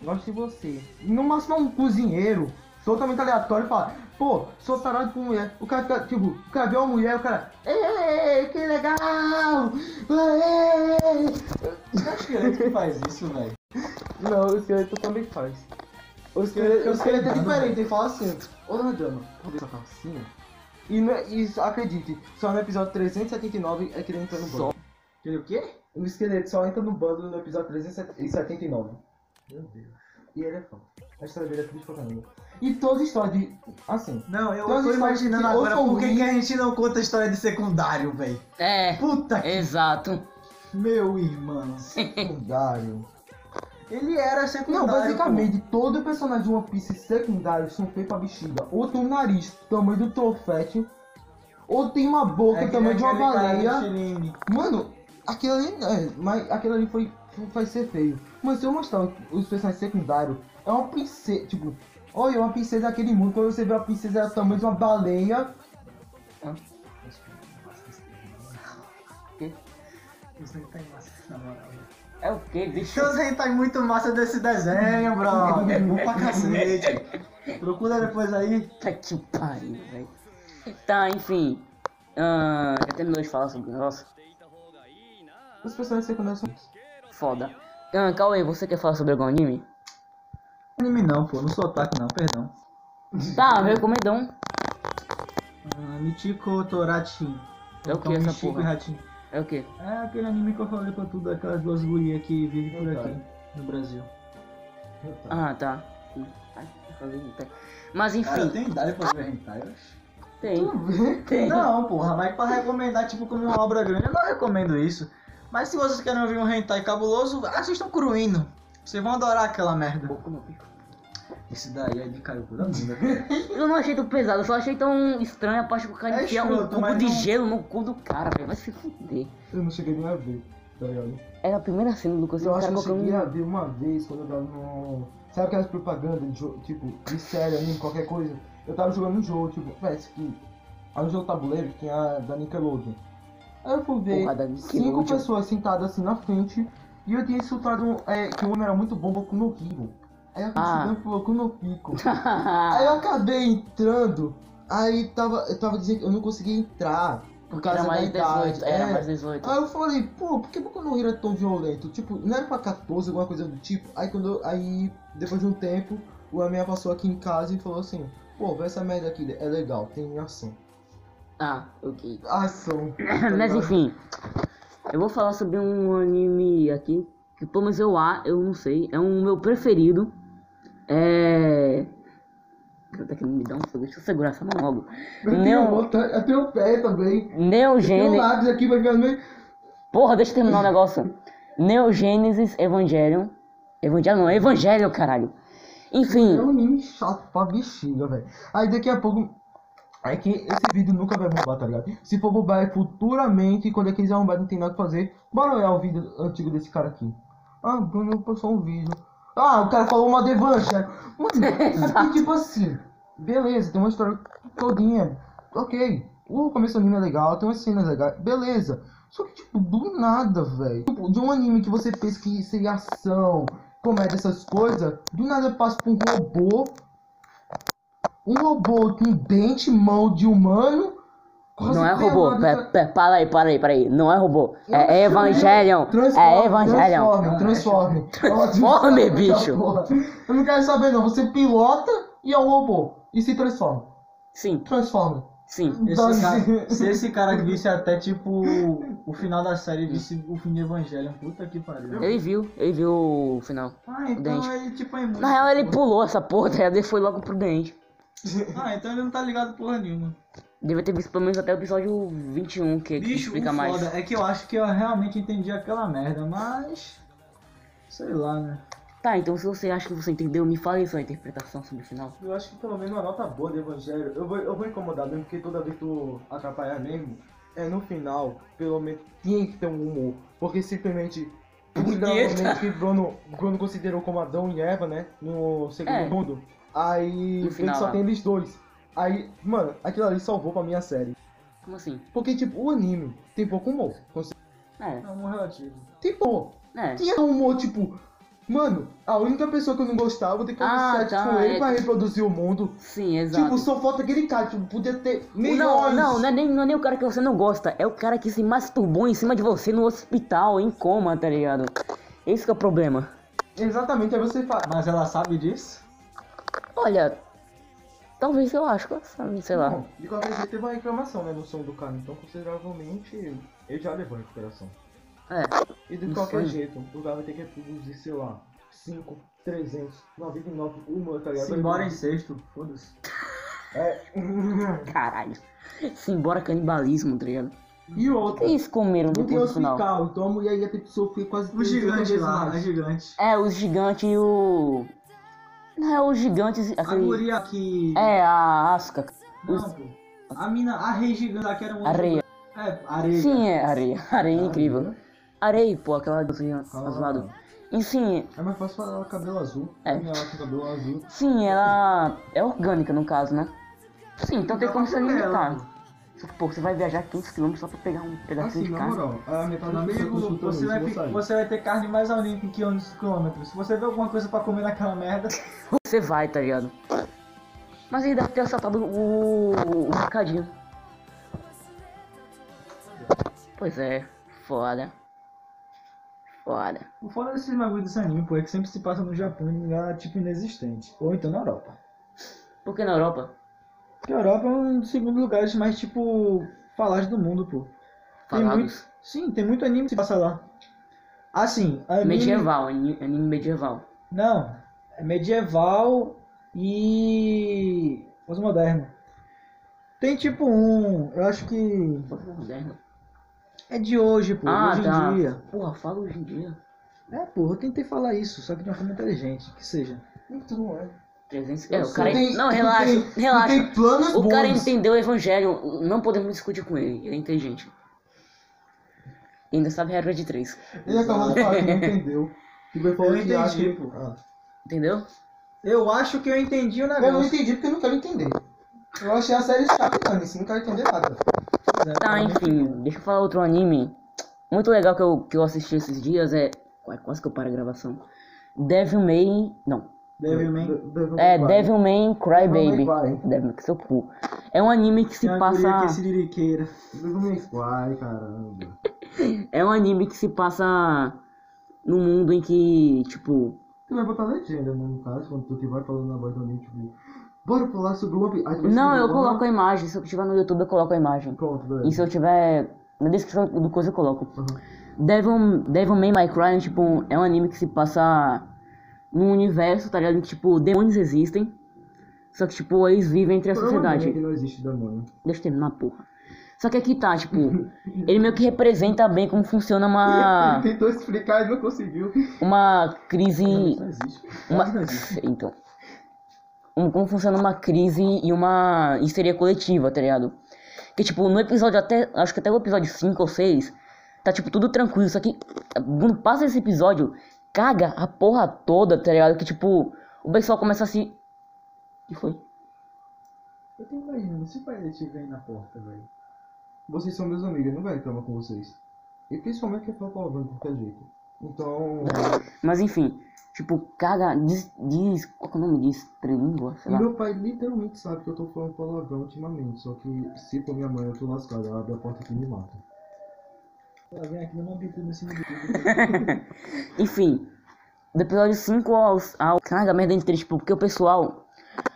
Speaker 2: gosto de você. No máximo é um cozinheiro, totalmente aleatório, fala, pô, sou tarado por mulher. O cara fica, tipo, o cara vê uma mulher, o cara, ei, que legal! Ei!
Speaker 1: Você acha que é que faz isso, velho?
Speaker 2: Não, o esqueleto também faz. O esqueleto, o esqueleto é diferente, ele fala assim, ô dama, pode essa calcinha? E, não é- e acredite, só no episódio 379 é que ele entra no bando.
Speaker 1: Ele o quê?
Speaker 2: O esqueleto só entra no bando no episódio 379. Meu Deus. E ele é foda. A história dele é triste pra caramba. E toda história de. Assim.
Speaker 1: Não, eu
Speaker 2: Então,
Speaker 1: tô
Speaker 2: eles falam
Speaker 1: imaginando
Speaker 2: que ou
Speaker 1: agora
Speaker 2: são
Speaker 1: por que que a
Speaker 2: ruins-
Speaker 1: gente não conta a história de secundário, velho.
Speaker 3: É,
Speaker 1: Puta que.
Speaker 3: exato.
Speaker 1: Meu irmão.
Speaker 2: Secundário.
Speaker 1: *laughs* Ele era
Speaker 2: Não,
Speaker 1: secundário.
Speaker 2: basicamente, todo personagem de One Piece secundário são feios pra bexiga. Ou tem um nariz do tamanho do trofete, ou tem uma
Speaker 1: pô.
Speaker 2: boca
Speaker 1: É
Speaker 2: do
Speaker 1: que
Speaker 2: tamanho
Speaker 1: nem
Speaker 2: de uma
Speaker 1: aquele cara do
Speaker 2: baleia.
Speaker 1: xilingue.
Speaker 2: Mano, aquilo ali, é, mas aquilo ali foi, vai ser feio. Mas se eu mostrar os personagens secundários, é uma princesa, tipo, olha, uma princesa daquele mundo, quando você vê uma princesa do tamanho de uma baleia,
Speaker 1: Os hentai massa, na moral.
Speaker 3: É o que, bicho?
Speaker 1: Os hentai tá muito massa desse desenho, bro. *laughs* É bom pra cacete. Procura depois aí.
Speaker 3: Puta que pariu, velho. Tá, enfim. Ah, já terminou de falar sobre o negócio?
Speaker 2: os personagens secundários são
Speaker 3: Foda. Ah, Cauê, você quer falar sobre algum anime?
Speaker 1: Anime não, pô. Não sou otaku não, perdão.
Speaker 3: Tá, recomendo um.
Speaker 1: Ah, Michiko Então, Torachin.
Speaker 3: É o que essa porra?
Speaker 1: Ratin.
Speaker 3: É o que?
Speaker 1: É aquele anime que eu falei pra tudo, aquelas duas gurias que vivem por aqui no Brasil.
Speaker 3: Ah, tá. Ai, tá vou fazer hentai. Mas
Speaker 2: Ah,
Speaker 3: enfim,
Speaker 1: tem idade pra ver hentai, eu acho.
Speaker 3: tem. Tem.
Speaker 1: Não, porra, mas pra recomendar, tipo, como uma obra grande, eu não recomendo isso. Mas se vocês querem ouvir um hentai cabuloso, assistam Cruino. Vocês vão adorar aquela merda.
Speaker 3: Pouco, meu bicho.
Speaker 1: Esse daí é de caiu da bunda, cara.
Speaker 3: Eu não achei tão pesado, eu só achei tão estranha a parte que o cara
Speaker 1: É
Speaker 3: enfia um
Speaker 1: escroto,
Speaker 3: cubo
Speaker 1: mas
Speaker 3: de
Speaker 1: não-
Speaker 3: gelo no cu do cara, velho. Vai se fuder.
Speaker 2: *laughs* Eu não cheguei nem a ver, tá ligado?
Speaker 3: Era a primeira cena, Lucas.
Speaker 2: Eu
Speaker 3: o
Speaker 2: acho
Speaker 3: cara
Speaker 2: que eu
Speaker 3: tá colocando
Speaker 2: cheguei a ver uma vez quando eu tava no. Sabe aquelas propagandas de jogo, tipo, de série, anime, qualquer coisa? Eu tava jogando um jogo, tipo, parece que. Aí um jogo tabuleiro que tinha da Nickelodeon. Aí eu fui ver
Speaker 3: Porra, da Nickelodeon.
Speaker 2: cinco
Speaker 3: *laughs*
Speaker 2: pessoas sentadas assim na frente e eu tinha insultado um- é, que o homem era muito bom Boku no Hero. Aí eu
Speaker 3: Ah.
Speaker 2: consegui falou Boku no Pico. Aí eu acabei entrando, aí tava, eu tava dizendo que eu não conseguia entrar. Por
Speaker 3: Porque
Speaker 2: causa
Speaker 3: era
Speaker 2: da
Speaker 3: mais
Speaker 2: idade.
Speaker 3: 18, era
Speaker 2: é.
Speaker 3: mais 18.
Speaker 2: Aí eu falei, pô, por que Boku no Hero é tão violento? Tipo, não era pra 14, alguma coisa do tipo? Aí quando eu- aí, depois de um tempo, o Amea passou aqui em casa e falou assim, pô, vê essa merda aqui, é legal, tem ação.
Speaker 3: Ah, ok.
Speaker 2: Ação.
Speaker 3: *laughs* Mas enfim, eu vou falar sobre um anime aqui, que pelo menos eu, a- eu não sei, é um meu preferido. É... Puta que me dá um segundo, deixa eu segurar essa mão logo. Neo,
Speaker 2: Eu tenho um pé também.
Speaker 3: Neo
Speaker 2: Tem um
Speaker 3: Gênesis...
Speaker 2: lápis aqui, vai ficar no meio.
Speaker 3: Porra, deixa eu terminar o negócio. Neo Gênesis Evangelion. Evangelion não, Evangelho, caralho. Enfim,
Speaker 2: É um anime chato pra bexiga, velho. Aí daqui a pouco. É que esse vídeo nunca vai bombar, tá ligado? Se for bombar é futuramente, quando é que eles arrombar não tem nada pra fazer. Bora olhar o vídeo antigo desse cara aqui. Ah, o Bruno postou um vídeo. Ah, o cara falou uma devancha. Mano, é porque, tipo assim. Beleza, tem uma história todinha. Ok. O começo do anime é legal, tem umas cenas legais. Beleza. Só que, tipo, do nada, velho. Tipo, de um anime que você pensa que seria ação, comédia, essas coisas, do nada passa por um robô. Um robô com dente, mão de humano.
Speaker 3: não é robô. Pera,
Speaker 2: Transforma,
Speaker 3: pera, para aí, para aí, para aí. Não é robô.
Speaker 2: Eu
Speaker 3: É Evangelion. É Evangelion.
Speaker 2: Transforme, transforme. É *laughs*
Speaker 3: Transforme, bicho.
Speaker 2: Eu não quero saber, não. Você pilota e é um robô. E se transforma.
Speaker 3: Sim,
Speaker 2: Transforma.
Speaker 3: sim.
Speaker 1: Esse cara, se esse cara visse até, tipo, o final da série, visse o fim de Evangelho, puta que pariu.
Speaker 3: Ele viu, ele viu o final.
Speaker 1: Ah, então
Speaker 3: Dente.
Speaker 1: ele, tipo, é muito.
Speaker 3: Na real, ele pulou essa porra, tá ligado? Ele foi logo pro dente.
Speaker 1: Ah, então ele não tá ligado porra nenhuma.
Speaker 3: Devia ter visto pelo menos até o episódio 21, que, que
Speaker 1: Bicho,
Speaker 3: explica
Speaker 1: o
Speaker 3: mais.
Speaker 1: foda é que eu acho que eu realmente entendi aquela merda, mas. Sei lá, né?
Speaker 3: Tá, então se você acha que você entendeu, me fale sua interpretação sobre o final.
Speaker 2: Eu acho que pelo menos uma nota boa do Evangelho. Eu vou, eu vou incomodar mesmo, porque toda vez que tu atrapalhar mesmo, é no final, pelo menos tinha que ter um humor. Porque simplesmente. Literalmente que Bruno, Bruno considerou como Adão e Eva, né? No segundo
Speaker 3: É.
Speaker 2: mundo. Aí
Speaker 3: No
Speaker 2: ele
Speaker 3: final, né?
Speaker 2: só
Speaker 3: lá.
Speaker 2: tem eles dois. Aí, mano, aquilo ali salvou pra minha série.
Speaker 3: Como assim?
Speaker 2: Porque, tipo, o anime tem pouco humor.
Speaker 3: É,
Speaker 1: É um relativo.
Speaker 2: Tem pouco.
Speaker 3: é.
Speaker 2: Tinha um humor, tipo. Mano, a única pessoa que eu não gostava, eu vou ter que
Speaker 3: Ah,
Speaker 2: fazer sexo
Speaker 3: tá,
Speaker 2: com ele
Speaker 3: é-
Speaker 2: pra reproduzir o mundo.
Speaker 3: Sim, exato.
Speaker 2: Tipo, só falta aquele cara, tipo, podia ter milhões.
Speaker 3: Não, não, não é, nem, não é nem o cara que você não gosta, é o cara que se masturbou em cima de você no hospital, em coma, tá ligado? Esse que é o problema.
Speaker 2: Exatamente, aí você fala.
Speaker 1: Mas ela sabe disso?
Speaker 3: Olha, talvez eu acho que ela sabe, sei lá.
Speaker 2: Bom, de qualquer jeito teve uma reclamação, né, no som do cara, então consideravelmente ele já levou em recuperação.
Speaker 3: É,
Speaker 2: E de
Speaker 3: Não
Speaker 2: qualquer
Speaker 3: sei.
Speaker 2: jeito, o lugar vai ter que reproduzir, sei lá,
Speaker 8: 5, 300, 99, 1, tá ligado?
Speaker 1: Simbora em sexto, foda-se.
Speaker 3: Caralho. Simbora canibalismo, tá ligado?
Speaker 8: E
Speaker 3: O
Speaker 8: outra,
Speaker 3: que eles comeram
Speaker 8: não
Speaker 3: no
Speaker 8: tem
Speaker 3: tempo final?
Speaker 8: hospital, então a mulher ia ter que sofrer quase
Speaker 1: O
Speaker 8: 300
Speaker 1: gigante
Speaker 8: vezes
Speaker 1: lá,
Speaker 8: mais.
Speaker 1: a gigante.
Speaker 3: É, os gigantes e o. Não, é os gigantes.
Speaker 1: A
Speaker 3: Aquele...
Speaker 1: guria que.
Speaker 3: É, a Asuka.
Speaker 1: Não, pô. A mina, a rei gigante lá que era um.
Speaker 3: Areia.
Speaker 1: É, areia.
Speaker 3: Sim, é areia. Areia é incrível. Areia, pô, aquela do azulado. Enfim,
Speaker 2: É mais fácil falar cabelo azul.
Speaker 3: É.
Speaker 2: Ela com cabelo azul.
Speaker 3: sim, ela é orgânica no caso, né? Sim, então tem como se alimentar. Só que, pô, você vai viajar 15km só pra pegar um pedacinho
Speaker 2: Assim,
Speaker 3: de
Speaker 2: na
Speaker 3: carne.
Speaker 2: moral,
Speaker 1: tá?
Speaker 2: a metade da minha
Speaker 1: Amigo, você vai, fi- você vai ter carne mais ao limpo em 500 km. Se você vê alguma coisa pra comer naquela merda,
Speaker 3: Você vai, tá ligado? Mas ele deve ter assaltado o, o mercadinho. Pois é, foda. Foda.
Speaker 1: o foda desses bagulho desse anime, pô, é que sempre se passa no Japão em lugar tipo inexistente. Ou então na Europa.
Speaker 3: Por que na Europa?
Speaker 1: Porque a Europa é um dos segundos lugares mais, tipo, falados do mundo, pô. Tem muito,
Speaker 3: Falados.
Speaker 1: sim, tem muito anime que se passa lá. Assim, anime...
Speaker 3: Medieval, ani- anime medieval.
Speaker 1: Não, é medieval e... os modernos. Tem tipo um, eu acho que
Speaker 3: Porra, moderno.
Speaker 1: é de hoje, pô,
Speaker 3: Ah,
Speaker 1: hoje
Speaker 3: tá.
Speaker 1: em dia.
Speaker 3: Porra, fala hoje em dia.
Speaker 1: É, pô, eu tentei falar isso, só que de uma forma inteligente, que seja.
Speaker 3: 300... É, o cara... não,
Speaker 2: tu
Speaker 3: relaxa,
Speaker 2: tem- tu
Speaker 3: relaxa.
Speaker 2: tem planos
Speaker 3: o cara
Speaker 2: bons.
Speaker 3: entendeu o evangelho, não podemos discutir com ele, ele é inteligente. E ainda sabe a regra de três,
Speaker 2: Ele é acabou de falar que não entendeu. Que vai
Speaker 1: Eu
Speaker 2: falar que acha
Speaker 1: entendi,
Speaker 2: que...
Speaker 1: pô.
Speaker 2: Ah.
Speaker 3: entendeu?
Speaker 1: Eu acho que eu entendi o
Speaker 2: É, Eu não
Speaker 1: negócio.
Speaker 2: entendi porque eu não quero entender. Eu achei a série chata, mano. Isso não quero entender nada.
Speaker 3: Tá, enfim, deixa eu falar outro anime muito legal que eu, que eu assisti esses dias, é... Ué, quase que eu paro a gravação. Devil May... Não,
Speaker 1: Devilman.
Speaker 3: É, Devilman Crybaby.
Speaker 2: Cry.
Speaker 3: Devil, que seu cu. É um anime que se
Speaker 1: Tem uma guria que é
Speaker 3: passa.
Speaker 1: siririqueira.
Speaker 2: Devilman Cry, caramba.
Speaker 3: É um anime que se passa num mundo em que, tipo.
Speaker 2: Tu vai botar legenda, né, no caso, quando tu que vai falando na voz do anime, tipo... Bora falar sobre o One Piece.
Speaker 3: Não, eu coloco a imagem. Se eu tiver no YouTube, eu coloco a imagem.
Speaker 2: Pronto,
Speaker 3: E
Speaker 2: velho.
Speaker 3: se eu tiver. Na descrição do coisa eu coloco. Devil, Devil May My Cry, tipo, um- é um anime que se passa num universo, tá ligado? Em que, tipo, demônios existem. Só que, tipo, eles vivem entre a sociedade.
Speaker 2: é Que não existe demônio.
Speaker 3: Deixa eu terminar, porra. Só que aqui tá, tipo, ele meio que representa bem como funciona uma.
Speaker 2: *laughs* Tentou explicar e não conseguiu.
Speaker 3: Uma crise.
Speaker 2: existe.
Speaker 3: Uma... Então. Um- como funciona uma crise e uma histeria coletiva, tá ligado? Que tipo, no episódio até. Acho que até o episódio 5 ou 6. Tá tipo tudo tranquilo. Só que quando passa esse episódio, caga a porra toda, tá ligado? Que tipo, o pessoal começa a se. O que foi?
Speaker 1: Eu tô imaginando, se o pai dele te vem na porta, velho.
Speaker 2: Vocês são meus amigos, eu não vai reclamar com vocês. E principalmente que eu tô provando de qualquer jeito. Então...
Speaker 3: É. Mas enfim, tipo, caga. Diz. diz qual que é o nome disso? Trelíngua,
Speaker 2: E
Speaker 3: sei lá.
Speaker 2: meu pai literalmente sabe que eu tô falando palavrão ultimamente, só que se for minha mãe eu tô lascado, ela abre a porta aqui e me mata.
Speaker 1: Ela vem aqui dando uma bicuda em cima do
Speaker 3: Enfim, do episódio 5 ao, ao. Caraca, merda entre tipo, porque o pessoal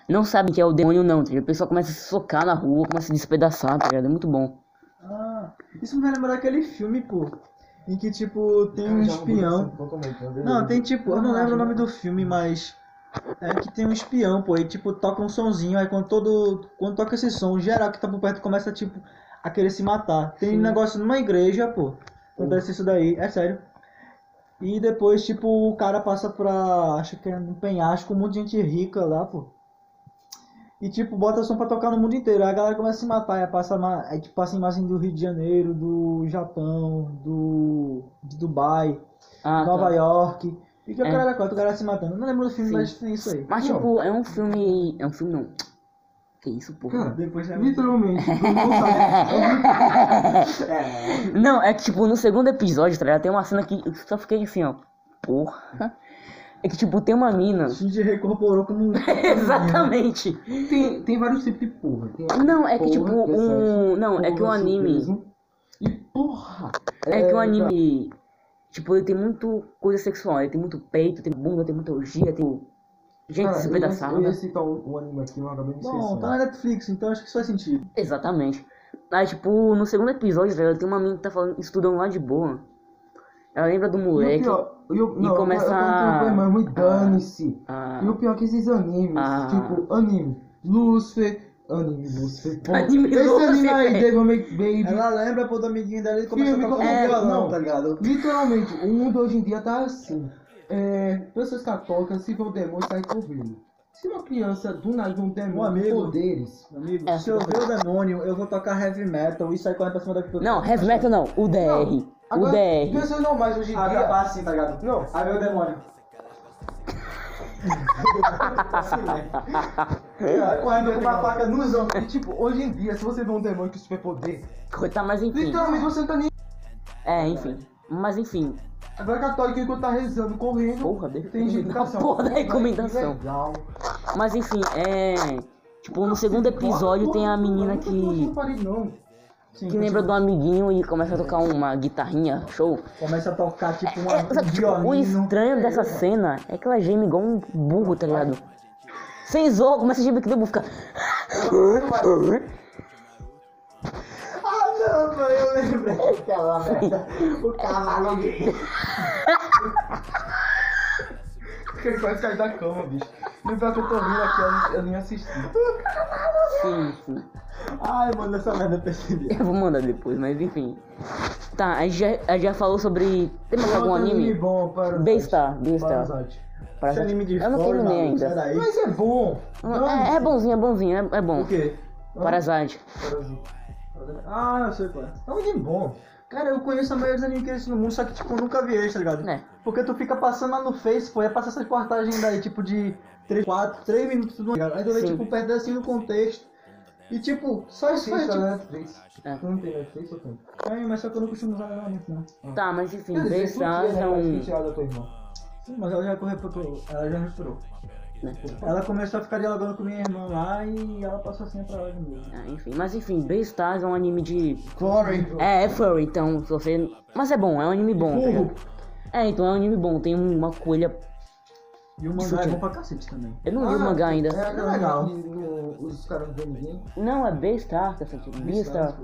Speaker 3: não sabe que é o demônio, não, tá ligado? O pessoal começa a se socar na rua, começa a se despedaçar, tá ligado? É muito bom.
Speaker 1: Ah, isso me vai lembrar daquele filme, pô. Em que, tipo, tem um espião. Não, tem tipo, eu não lembro o nome do filme, mas. É que tem um espião, pô, e tipo, toca um sonzinho, aí quando todo. Quando toca esse som, geral que tá por perto começa, tipo, a querer se matar. Tem negócio numa igreja, pô. Acontece isso daí, é sério. E depois, tipo, o cara passa pra. Acho que é num penhasco, um monte de gente rica lá, pô. E tipo, bota som pra tocar no mundo inteiro. Aí a galera começa a se matar. Aí passa, ma- aí, tipo, passa imagem do Rio de Janeiro, do Japão, do. de Dubai.
Speaker 3: Ah,
Speaker 1: Nova
Speaker 3: tá.
Speaker 1: York. E que o
Speaker 3: É.
Speaker 1: cara da conta, o cara se matando. Não lembro do filme,
Speaker 3: Sim.
Speaker 1: mas tem isso aí.
Speaker 3: Mas tipo, é um filme. É um filme não. Que isso, porra?
Speaker 2: Cara,
Speaker 1: Depois é
Speaker 2: literalmente, todo mundo
Speaker 3: *laughs*
Speaker 2: sabe.
Speaker 3: Não, é que tipo, no segundo episódio, tá ligado? Tem uma cena que eu só fiquei assim, ó. Porra. É que tipo, tem uma mina.
Speaker 1: Shinji recorporou como um.
Speaker 3: *laughs* Exatamente.
Speaker 2: tem, tem vários tipos de porra. Tem
Speaker 3: Não, é que
Speaker 2: porra,
Speaker 3: tipo, um. Não, é que o
Speaker 2: porra,
Speaker 3: anime.
Speaker 2: surpresa. E porra!
Speaker 3: É que o anime, tipo, ele tem muito coisa sexual, ele tem muito peito, tem bunda, tem muita orgia, tem gente
Speaker 2: Cara, eu,
Speaker 3: despedaçada.
Speaker 2: ia, eu ia citar um, um anime aqui, mas acabei me
Speaker 1: Bom,
Speaker 2: esquecendo.
Speaker 1: tá na Netflix, então acho que isso faz sentido.
Speaker 3: Exatamente. Aí, tipo, no segundo episódio, velho, tem uma menina que tá falando, estudando lá de boa. Ela lembra do
Speaker 2: E o
Speaker 3: moleque.
Speaker 2: pior, e o-
Speaker 3: e
Speaker 2: não,
Speaker 3: começa
Speaker 2: eu tô
Speaker 3: a- Ah.
Speaker 2: entrando mas é muito dane-se.
Speaker 3: a-
Speaker 2: E o pior é que esses animes,
Speaker 3: a-
Speaker 2: tipo, anime, Lucifer, anime, Lucifer, pô.
Speaker 3: Anime
Speaker 2: Esse
Speaker 3: Lucifer.
Speaker 2: anime aí, Devil May Baby,
Speaker 1: Ela lembra, pô, do amiguinho dela e começa
Speaker 2: Filme
Speaker 1: a tocar
Speaker 2: com- é,
Speaker 1: um violão,
Speaker 2: não.
Speaker 1: tá ligado?
Speaker 2: Literalmente, o mundo hoje em dia tá assim. É, pessoas católicas, se vê um demônio, sai correndo. Se uma criança do nada vê um demônio
Speaker 1: Um amigo.
Speaker 2: com poderes.
Speaker 1: Amigo,
Speaker 3: É.
Speaker 1: se eu ver o demônio, eu vou tocar heavy metal e sair correndo pra cima da pessoa.
Speaker 3: Não, heavy metal não, o DR. O
Speaker 2: Agora,
Speaker 3: DR.
Speaker 2: pessoas não mais hoje em
Speaker 1: Abre a
Speaker 2: dia.
Speaker 1: parte assim, tá ligado? Não. Aí vem o demônio.
Speaker 3: *laughs*
Speaker 1: Cara, Correndo com uma faca nos ombros.
Speaker 2: E, tipo, hoje em dia, se você vê um demônio com superpoder,
Speaker 3: Tá, mas enfim.
Speaker 2: literalmente você não tá nem.
Speaker 3: É, enfim. Mas enfim.
Speaker 2: Agora católico enquanto tá rezando, correndo.
Speaker 3: Porra, deixa eu
Speaker 2: tem
Speaker 3: terminar a
Speaker 2: indicação.
Speaker 3: *laughs* porra da
Speaker 2: Vai, que
Speaker 3: recomendação.
Speaker 2: Legal.
Speaker 3: Mas enfim, é. Tipo, no segundo episódio tem a menina que.
Speaker 2: Não parei, não. *laughs*
Speaker 3: que lembra do amiguinho e começa a tocar uma guitarrinha, show.
Speaker 1: Começa a tocar tipo uma,
Speaker 3: É, sabe,
Speaker 1: um
Speaker 3: tipo, o
Speaker 1: violino.
Speaker 3: estranho dessa cena é que ela geme igual um burro, tá ligado? Sem zoa, começa a gemer que o burro fica.
Speaker 1: Ah, não, mano, eu lembrei daquela merda. O cavalo dele.
Speaker 2: Porque quase caí da cama, bicho. Nem pra que eu tô rindo aqui, eu, eu nem assisti.
Speaker 3: Sim, sim.
Speaker 1: Ai, mano, essa merda eu percebi.
Speaker 3: Eu vou mandar depois, mas enfim. Tá, a gente já, a gente já falou sobre. Tem mais algum anime?
Speaker 2: bom para
Speaker 3: Beastar, Beastar.
Speaker 1: Esse
Speaker 3: Parasite.
Speaker 1: é anime de
Speaker 3: Eu não
Speaker 1: fora,
Speaker 3: terminei
Speaker 1: maluco,
Speaker 3: ainda.
Speaker 1: peraí.
Speaker 2: Mas é bom.
Speaker 3: É, é bonzinho, é bonzinho, é, é bom.
Speaker 1: O quê?
Speaker 3: Parasite.
Speaker 1: Ah, eu sei qual é.
Speaker 2: É um anime bom.
Speaker 1: Cara, eu conheço a maioria dos animes que existem no mundo, só que, tipo, eu nunca vi eles, tá ligado?
Speaker 3: É.
Speaker 1: Porque tu fica passando lá no Face, pô, e passa essas cortagens daí, tipo, de 3, 4, 3 minutos, tudo, ligado? Aí tu vê,
Speaker 3: Sim.
Speaker 1: tipo, um pedacinho do contexto. E, tipo, só isso faz, tipo...
Speaker 2: Netflix.
Speaker 3: É.
Speaker 2: Tu não tem Netflix ou tem?
Speaker 1: É, mas só que eu não costumo usar ela muito, não.
Speaker 3: Tá, mas enfim,
Speaker 2: Quer dizer, se tu
Speaker 3: Beastar
Speaker 1: né,
Speaker 2: tiver
Speaker 3: é um.
Speaker 2: Netflix, ela é tua irmã.
Speaker 1: Sim, mas ela já correu pro... Ela já respirou.
Speaker 3: Né?
Speaker 1: Ela começou a ficar dialogando com minha irmã lá e ela passou assim pra ela de novo.
Speaker 3: Ah, enfim, mas enfim, Beastars é um anime de.
Speaker 2: Glory.
Speaker 3: É, é furry, então, se você. Mas é bom, é um anime bom. tá ligado? é, então é um anime bom, tem uma coelha.
Speaker 1: E o mangá é bom pra cacete também.
Speaker 3: Eu não li o mangá ainda.
Speaker 2: É,
Speaker 1: É legal.
Speaker 2: legal. Os caras não vê ninguém.
Speaker 3: Não, é Beastar, cacete. Beastar.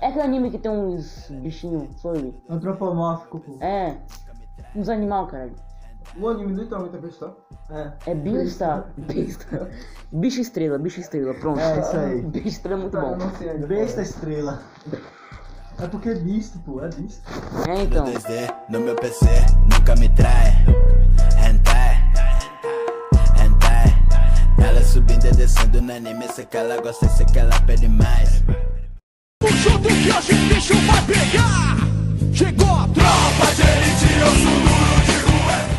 Speaker 3: É aquele anime que tem uns bichinhos furry.
Speaker 1: Antropomórfico, pô.
Speaker 3: É. Uns animal, caralho.
Speaker 2: O anime literalmente é besta.
Speaker 1: É.
Speaker 3: É Beastar. Beastar. Bicho estrela, bicho estrela, pronto. É,
Speaker 1: isso aí.
Speaker 3: *laughs* Bicho estrela é muito bom.
Speaker 2: sei ainda.
Speaker 1: Besta estrela. É porque é visto, pô, é visto.
Speaker 3: É, então.
Speaker 10: DZ no meu PC nunca me trai. Hentai, hentai. Ela subindo e descendo no anime. Sei que ela gosta, sei que ela pede mais.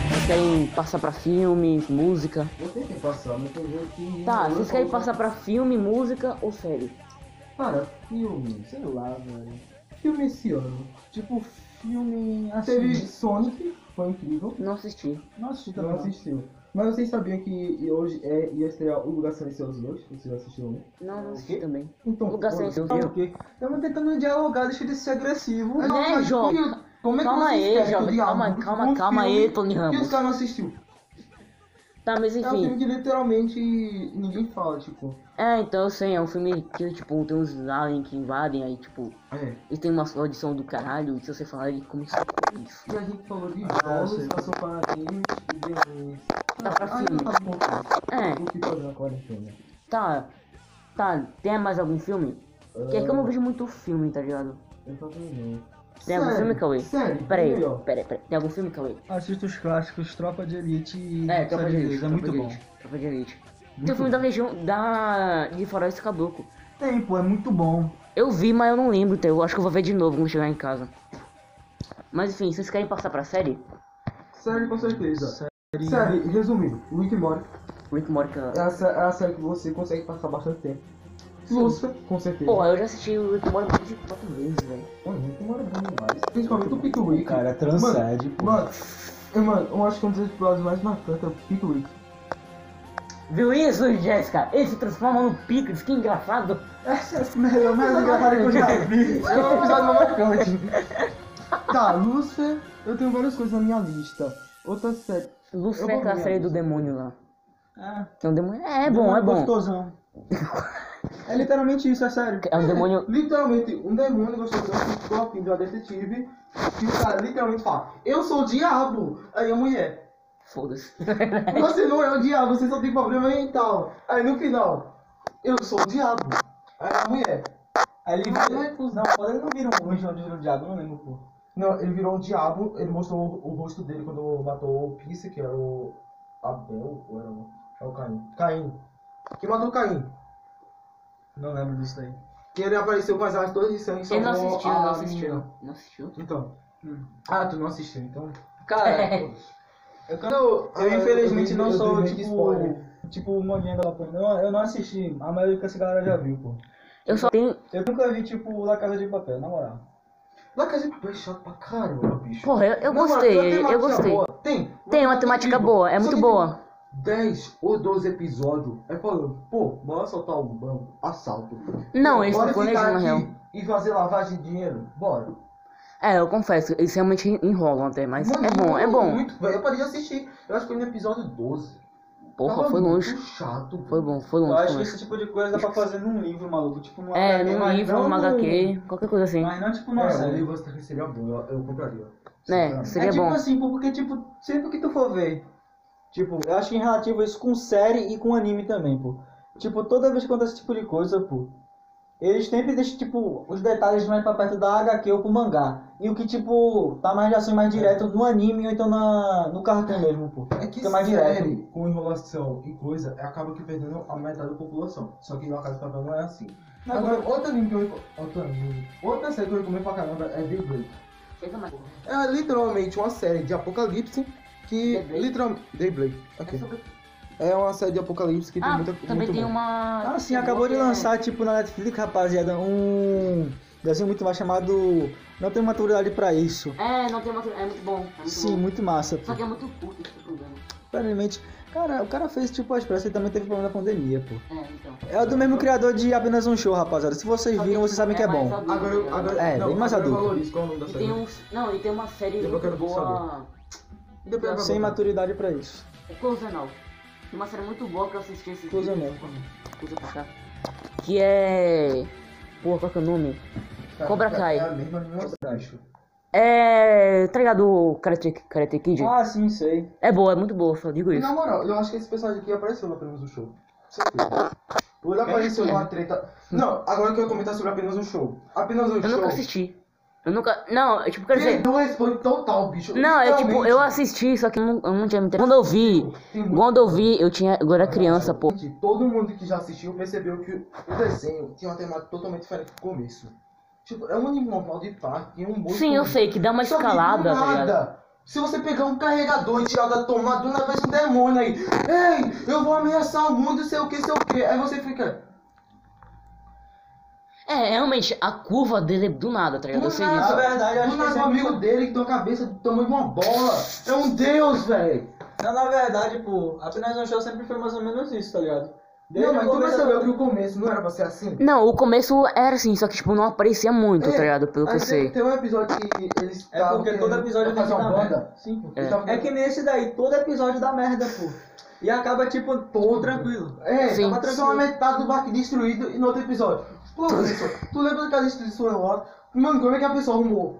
Speaker 3: Vocês querem passar pra filme, música?
Speaker 2: Eu tenho que passar, mas tem jeito que.
Speaker 3: Tá, vocês querem passar pra filme, música ou série?
Speaker 2: Cara, filme, sei lá, velho. Filme esse ano.
Speaker 1: Tipo, filme assim.
Speaker 2: Teve Sonic, foi incrível.
Speaker 3: Não assisti.
Speaker 1: Não assisti
Speaker 2: Não
Speaker 1: também. não.
Speaker 2: assistiu. Mas vocês sabiam que hoje é, ia estrear O Lugar Silencioso 2? Vocês já assistiram, né?
Speaker 3: Não, não assisti também.
Speaker 2: Então,
Speaker 3: Lugar
Speaker 2: foda-se.
Speaker 3: Silencioso.
Speaker 1: Por quê? Estamos tentando dialogar, deixa de ser agressivo.
Speaker 3: Né,
Speaker 2: Não, mas
Speaker 3: jovem?
Speaker 2: como- Como é que
Speaker 3: Calma
Speaker 2: vocês
Speaker 3: aí,
Speaker 2: querem que eu
Speaker 3: jovem,
Speaker 2: diga
Speaker 3: calma,
Speaker 2: algo?
Speaker 3: calma,
Speaker 2: Um
Speaker 3: calma aí,
Speaker 2: filme
Speaker 3: Tony
Speaker 2: Que
Speaker 3: Ramos.
Speaker 2: os caras não assistiu.
Speaker 3: Tá, mas
Speaker 2: É um filme
Speaker 3: enfim.
Speaker 2: que literalmente ninguém fala, tipo.
Speaker 3: É, então eu sei, é um filme que, tipo, tem uns aliens que invadem, aí, tipo,
Speaker 2: É.
Speaker 3: eles têm uma audição do caralho, e se você falar, ele começa a isso.
Speaker 2: E a gente falou de
Speaker 1: Ah, eu sei.
Speaker 2: jogos, passou para games e games.
Speaker 3: Tá pra
Speaker 2: Ah,
Speaker 3: filme.
Speaker 2: não tá bom, cara.
Speaker 3: É,
Speaker 2: O que fazer então, né? na quarentena?
Speaker 3: tá. Tá, tem mais algum filme? Porque é
Speaker 2: Ah.
Speaker 3: que eu não vejo muito filme, tá ligado?
Speaker 2: Eu também não.
Speaker 3: Tem algum
Speaker 2: Sério?
Speaker 3: filme, Cauê?
Speaker 2: Sério?
Speaker 3: Pera aí,
Speaker 2: Melhor.
Speaker 3: pera aí, pera aí. Tem algum filme, Cauê?
Speaker 1: Assista os clássicos Tropa de Elite e
Speaker 3: É, Tropa de
Speaker 1: Série
Speaker 3: Elite.
Speaker 1: É
Speaker 3: Tropa
Speaker 1: muito
Speaker 3: de
Speaker 1: bom.
Speaker 3: Elite, Tropa de Elite. Tem o filme da Legião, da... de Faroeste Caboclo.
Speaker 1: Tem, pô, é muito bom.
Speaker 3: Eu vi, mas eu não lembro, então eu acho que eu vou ver de novo quando chegar em casa. Mas enfim, vocês querem passar pra série?
Speaker 2: Sério, com certeza. Sério, resumindo, Rick and Morty
Speaker 3: Rick Morca.
Speaker 2: é a, sé- é a série que você consegue passar bastante tempo. Lúcifer, com certeza.
Speaker 3: Porra, eu já assisti o Rick Morty mais de quatro vezes, velho.
Speaker 2: Mano, Rick and Morty é bom demais. Principalmente o Pico Rick.
Speaker 1: Cara, transcende, pô.
Speaker 2: Mano, eu, mano, eu acho que um dos episódios mais marcantes é o Pico Rick.
Speaker 3: Viu isso, Jéssica? Ele se transforma no Pickles, que engraçado.
Speaker 1: Essa é a melhor, mais engraçada que eu já vi.
Speaker 2: É um episódio mais marcante. tá, Lúcifer, eu tenho várias coisas na minha lista. Outra série.
Speaker 3: Lucifer
Speaker 2: Eu
Speaker 3: é
Speaker 2: vou
Speaker 3: aquela
Speaker 2: ver
Speaker 3: série
Speaker 2: isso.
Speaker 3: do demônio lá.
Speaker 1: É,
Speaker 3: Tem um demônio. É, é bom, é bom.
Speaker 1: Gostosão. É literalmente isso, é sério.
Speaker 3: É um demônio. *laughs*
Speaker 2: Literalmente, um demônio gostosão que ficou afim de uma detetive
Speaker 8: Que o
Speaker 1: tá
Speaker 8: cara literalmente fala, eu sou o diabo. Aí a mulher,
Speaker 2: *laughs*
Speaker 3: Foda-se.
Speaker 8: você não é o diabo, você só tem problema mental. Aí no final, eu sou o diabo. Aí a mulher,
Speaker 1: Aí ele vira. Não, quando ele não vira um anjo, onde vira um diabo, eu não lembro, pô.
Speaker 2: Não, ele virou um diabo, ele mostrou o, o rosto dele quando matou o Pisse, que era o Abel, ou era o, é o Caim? Caim.
Speaker 8: que matou Caim.
Speaker 1: Não lembro disso aí.
Speaker 8: Que ele apareceu com as armas todas de sangue.
Speaker 3: Ele não
Speaker 8: salvou
Speaker 3: assistiu,
Speaker 8: a
Speaker 3: não
Speaker 8: menina.
Speaker 3: assistiu. Não assistiu?
Speaker 8: Então.
Speaker 1: Hum.
Speaker 8: Ah, tu não assistiu, então.
Speaker 1: Cara, eu, eu,
Speaker 8: Ah, eu- eu
Speaker 1: infelizmente
Speaker 8: dei-
Speaker 1: não
Speaker 8: eu dei
Speaker 1: sou
Speaker 8: meio que
Speaker 1: tipo.
Speaker 8: spoiler.
Speaker 1: Tipo o Modinha da Lapão. Eu, eu não assisti. A maioria que essa galera já viu, pô.
Speaker 3: Eu só tenho.
Speaker 1: Eu nunca vi, tipo, La Casa de Papel, na moral.
Speaker 8: Lá que a gente é chato pra caramba, bicho.
Speaker 3: Porra, eu, eu
Speaker 8: Na moral,
Speaker 3: gostei,
Speaker 8: tem uma temática
Speaker 3: eu gostei.
Speaker 8: boa. Tem. tipo,
Speaker 3: Tem uma temática boa, é
Speaker 8: Só
Speaker 3: muito
Speaker 8: que
Speaker 3: boa.
Speaker 8: tem 10 ou 12 episódios. Aí falando, pô, bora assaltar um banco. Assalto.
Speaker 2: um
Speaker 3: Não, eles
Speaker 8: Bora
Speaker 3: estão planejando, na
Speaker 8: ficar
Speaker 3: real.
Speaker 8: aqui E fazer lavagem de dinheiro? Bora.
Speaker 3: É, eu confesso, eles realmente enrolam até, mas
Speaker 8: Mano,
Speaker 3: é bom, é
Speaker 8: muito,
Speaker 3: bom.
Speaker 8: Muito, velho. Eu parei de assistir. Eu acho que foi no episódio 12.
Speaker 3: Porra,
Speaker 8: Tava
Speaker 3: foi longe.
Speaker 8: Muito chato.
Speaker 3: Foi bom, foi
Speaker 1: Eu
Speaker 3: longe.
Speaker 1: acho
Speaker 3: foi
Speaker 1: que
Speaker 3: longe.
Speaker 1: esse tipo de coisa dá pra fazer num livro, maluco. Tipo, numa
Speaker 3: É,
Speaker 1: HQ,
Speaker 3: num
Speaker 1: mas
Speaker 3: livro,
Speaker 1: não é
Speaker 3: numa
Speaker 1: num-
Speaker 3: HQ, qualquer coisa assim.
Speaker 1: Mas não, tipo,
Speaker 8: Nossa,
Speaker 1: numa
Speaker 8: é, o
Speaker 1: série.
Speaker 8: livro você seria bom, eu, eu compraria.
Speaker 3: É, seria
Speaker 1: é tipo
Speaker 3: bom.
Speaker 1: assim, pô, porque tipo, sempre que tu for ver, tipo, eu acho que em relativo a isso com série e com anime também, pô. Tipo, toda vez que acontece esse tipo de coisa, pô, eles sempre deixam, tipo, os detalhes mais pra perto da HQ ou pro mangá. E o que, tipo, tá mais de ações mais direto no anime ou então na, no cartoon mesmo, pô.
Speaker 2: É que
Speaker 1: Fica mais
Speaker 2: série
Speaker 1: direto.
Speaker 2: com enrolação e coisa acaba que perdendo a metade da população. Só que na Casa de Papel não é assim. Agora, outro anime que eu recomendo. Outro anime. Outra série que eu recomendo pra caramba é The Great.
Speaker 3: Chega mais.
Speaker 8: É literalmente uma série de apocalipse que
Speaker 3: The Blade?
Speaker 8: literalmente Daybreak. ok. É uma série de apocalipse que tem
Speaker 3: Ah,
Speaker 8: muita
Speaker 3: também
Speaker 8: muito
Speaker 3: tem
Speaker 8: bom.
Speaker 3: uma.
Speaker 1: Ah, sim, acabou de lançar, tipo, na Netflix, rapaziada, um desenho muito mais chamado Não Tem Maturidade Pra Isso.
Speaker 3: É, não tem uma. É muito bom. É muito
Speaker 1: Sim,
Speaker 3: bom.
Speaker 1: muito massa, pô.
Speaker 3: Só que é muito curto esse problema.
Speaker 1: Claramente, cara, o cara fez, tipo, a expressa e também teve problema na pandemia, pô.
Speaker 3: É, então.
Speaker 1: É do mesmo criador de apenas um show, rapaziada. Se vocês viram, vocês sabem que é bom.
Speaker 2: Agora, eu- agora,
Speaker 1: É,
Speaker 2: não,
Speaker 1: bem mais
Speaker 2: agora eu
Speaker 1: adulto.
Speaker 2: valorizo. Qual é o nome da
Speaker 3: um- E
Speaker 2: série?
Speaker 3: tem um uns. Não, e tem uma série
Speaker 2: Eu
Speaker 3: muito
Speaker 2: quero
Speaker 3: boa.
Speaker 2: Depois eu
Speaker 1: Sem
Speaker 2: vou-
Speaker 1: maturidade pra isso.
Speaker 3: É Close Anal. Tem uma série muito boa que eu assisti esses
Speaker 1: Close
Speaker 3: dias.
Speaker 1: Anal.
Speaker 3: Close é pra cá. é Que é. Porra, qual que é o nome? Cobra Kai.
Speaker 2: É a mesma animação.
Speaker 3: É. Tá ligado o Karate, Karate Kid?
Speaker 1: Ah, sim, sei.
Speaker 3: É boa, é muito boa, só digo
Speaker 2: E
Speaker 3: isso.
Speaker 2: na moral, eu acho que esse personagem aqui apareceu no apenas do show. Certeza. Ou
Speaker 3: É
Speaker 2: ele apareceu numa treta. Não, agora que eu ia comentar sobre apenas um show. Apenas um
Speaker 3: Eu
Speaker 2: show.
Speaker 3: nunca assisti. Eu nunca. Não, é tipo, quer dizer.
Speaker 2: Perdeu a spoiler total, bicho.
Speaker 3: Não, é tipo,
Speaker 2: Literalmente.
Speaker 3: eu assisti, só que eu não, eu não tinha me interessado. Quando eu vi, quando eu vi, eu tinha. Eu era criança, pô.
Speaker 2: Gente, Todo mundo que já assistiu percebeu que o desenho tinha uma temática totalmente diferente do começo. Tipo, é um anime normal de parque, é um monte
Speaker 3: Sim, eu sei, que dá uma
Speaker 2: Só que do
Speaker 3: escalada, tá ligado?
Speaker 2: nada, Se você pegar um carregador e tirar da tomada, do nada vai um demônio aí. Ei, eu vou ameaçar o mundo, sei o que, sei o que. Aí você fica.
Speaker 3: É, realmente, a curva dele é do nada, tá ligado? Eu sei
Speaker 1: Na
Speaker 3: disso.
Speaker 1: verdade, eu acho que
Speaker 2: Do nada,
Speaker 1: esse
Speaker 2: um amigo
Speaker 1: amigo...
Speaker 2: dele que tem uma cabeça do tamanho de uma bola. É um deus, velho.
Speaker 1: Não, na verdade, pô, apenas um show sempre foi mais ou menos isso, tá ligado?
Speaker 2: Não, mas
Speaker 1: o
Speaker 2: tu
Speaker 1: começo-
Speaker 2: percebeu que o começo não era pra ser assim?
Speaker 3: Não, o começo era assim, só que tipo, não aparecia muito,
Speaker 2: É,
Speaker 3: tá ligado? Pelo que eu
Speaker 2: Aí tem-
Speaker 3: sei.
Speaker 2: Tem um episódio que eles
Speaker 1: É porque
Speaker 2: tavam
Speaker 1: todo
Speaker 2: querendo
Speaker 1: episódio tem
Speaker 2: fazer uma
Speaker 1: que dar
Speaker 2: banda.
Speaker 1: merda. Sim, pô.
Speaker 2: Eles tavam
Speaker 1: É que nem esse daí, todo episódio dá merda, pô. E acaba, tipo, todo tranquilo.
Speaker 2: É,
Speaker 3: Sim.
Speaker 2: tava só a metade do barco destruído e no outro episódio. Pô, professor, tu lembra daquela destruição lá? Mano, como é que a pessoa arrumou?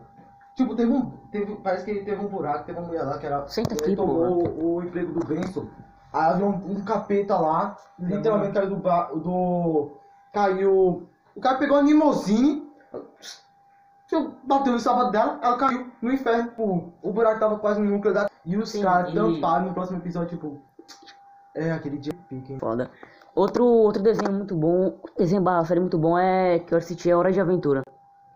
Speaker 2: Tipo, teve um. Teve, parece que teve um buraco, teve uma mulher lá que era.
Speaker 3: Senta
Speaker 2: ele
Speaker 3: aqui,
Speaker 1: Tipo,
Speaker 3: porra.
Speaker 1: né?
Speaker 2: tomou o, o emprego do Benson. Aí havia um, um capeta lá,
Speaker 1: É
Speaker 2: literalmente caiu do, ba- do. Caiu. O cara pegou a Nimozine. Bateu no sábado dela, ela caiu no inferno. Pô, o buraco tava quase no núcleo da. E os
Speaker 3: Sim,
Speaker 2: caras
Speaker 3: e-
Speaker 2: tamparam no próximo episódio, tipo. É aquele dia pique, hein?
Speaker 3: Foda. Outro, outro desenho muito bom, desenho barra série muito bom é que eu assisti é Hora de Aventura.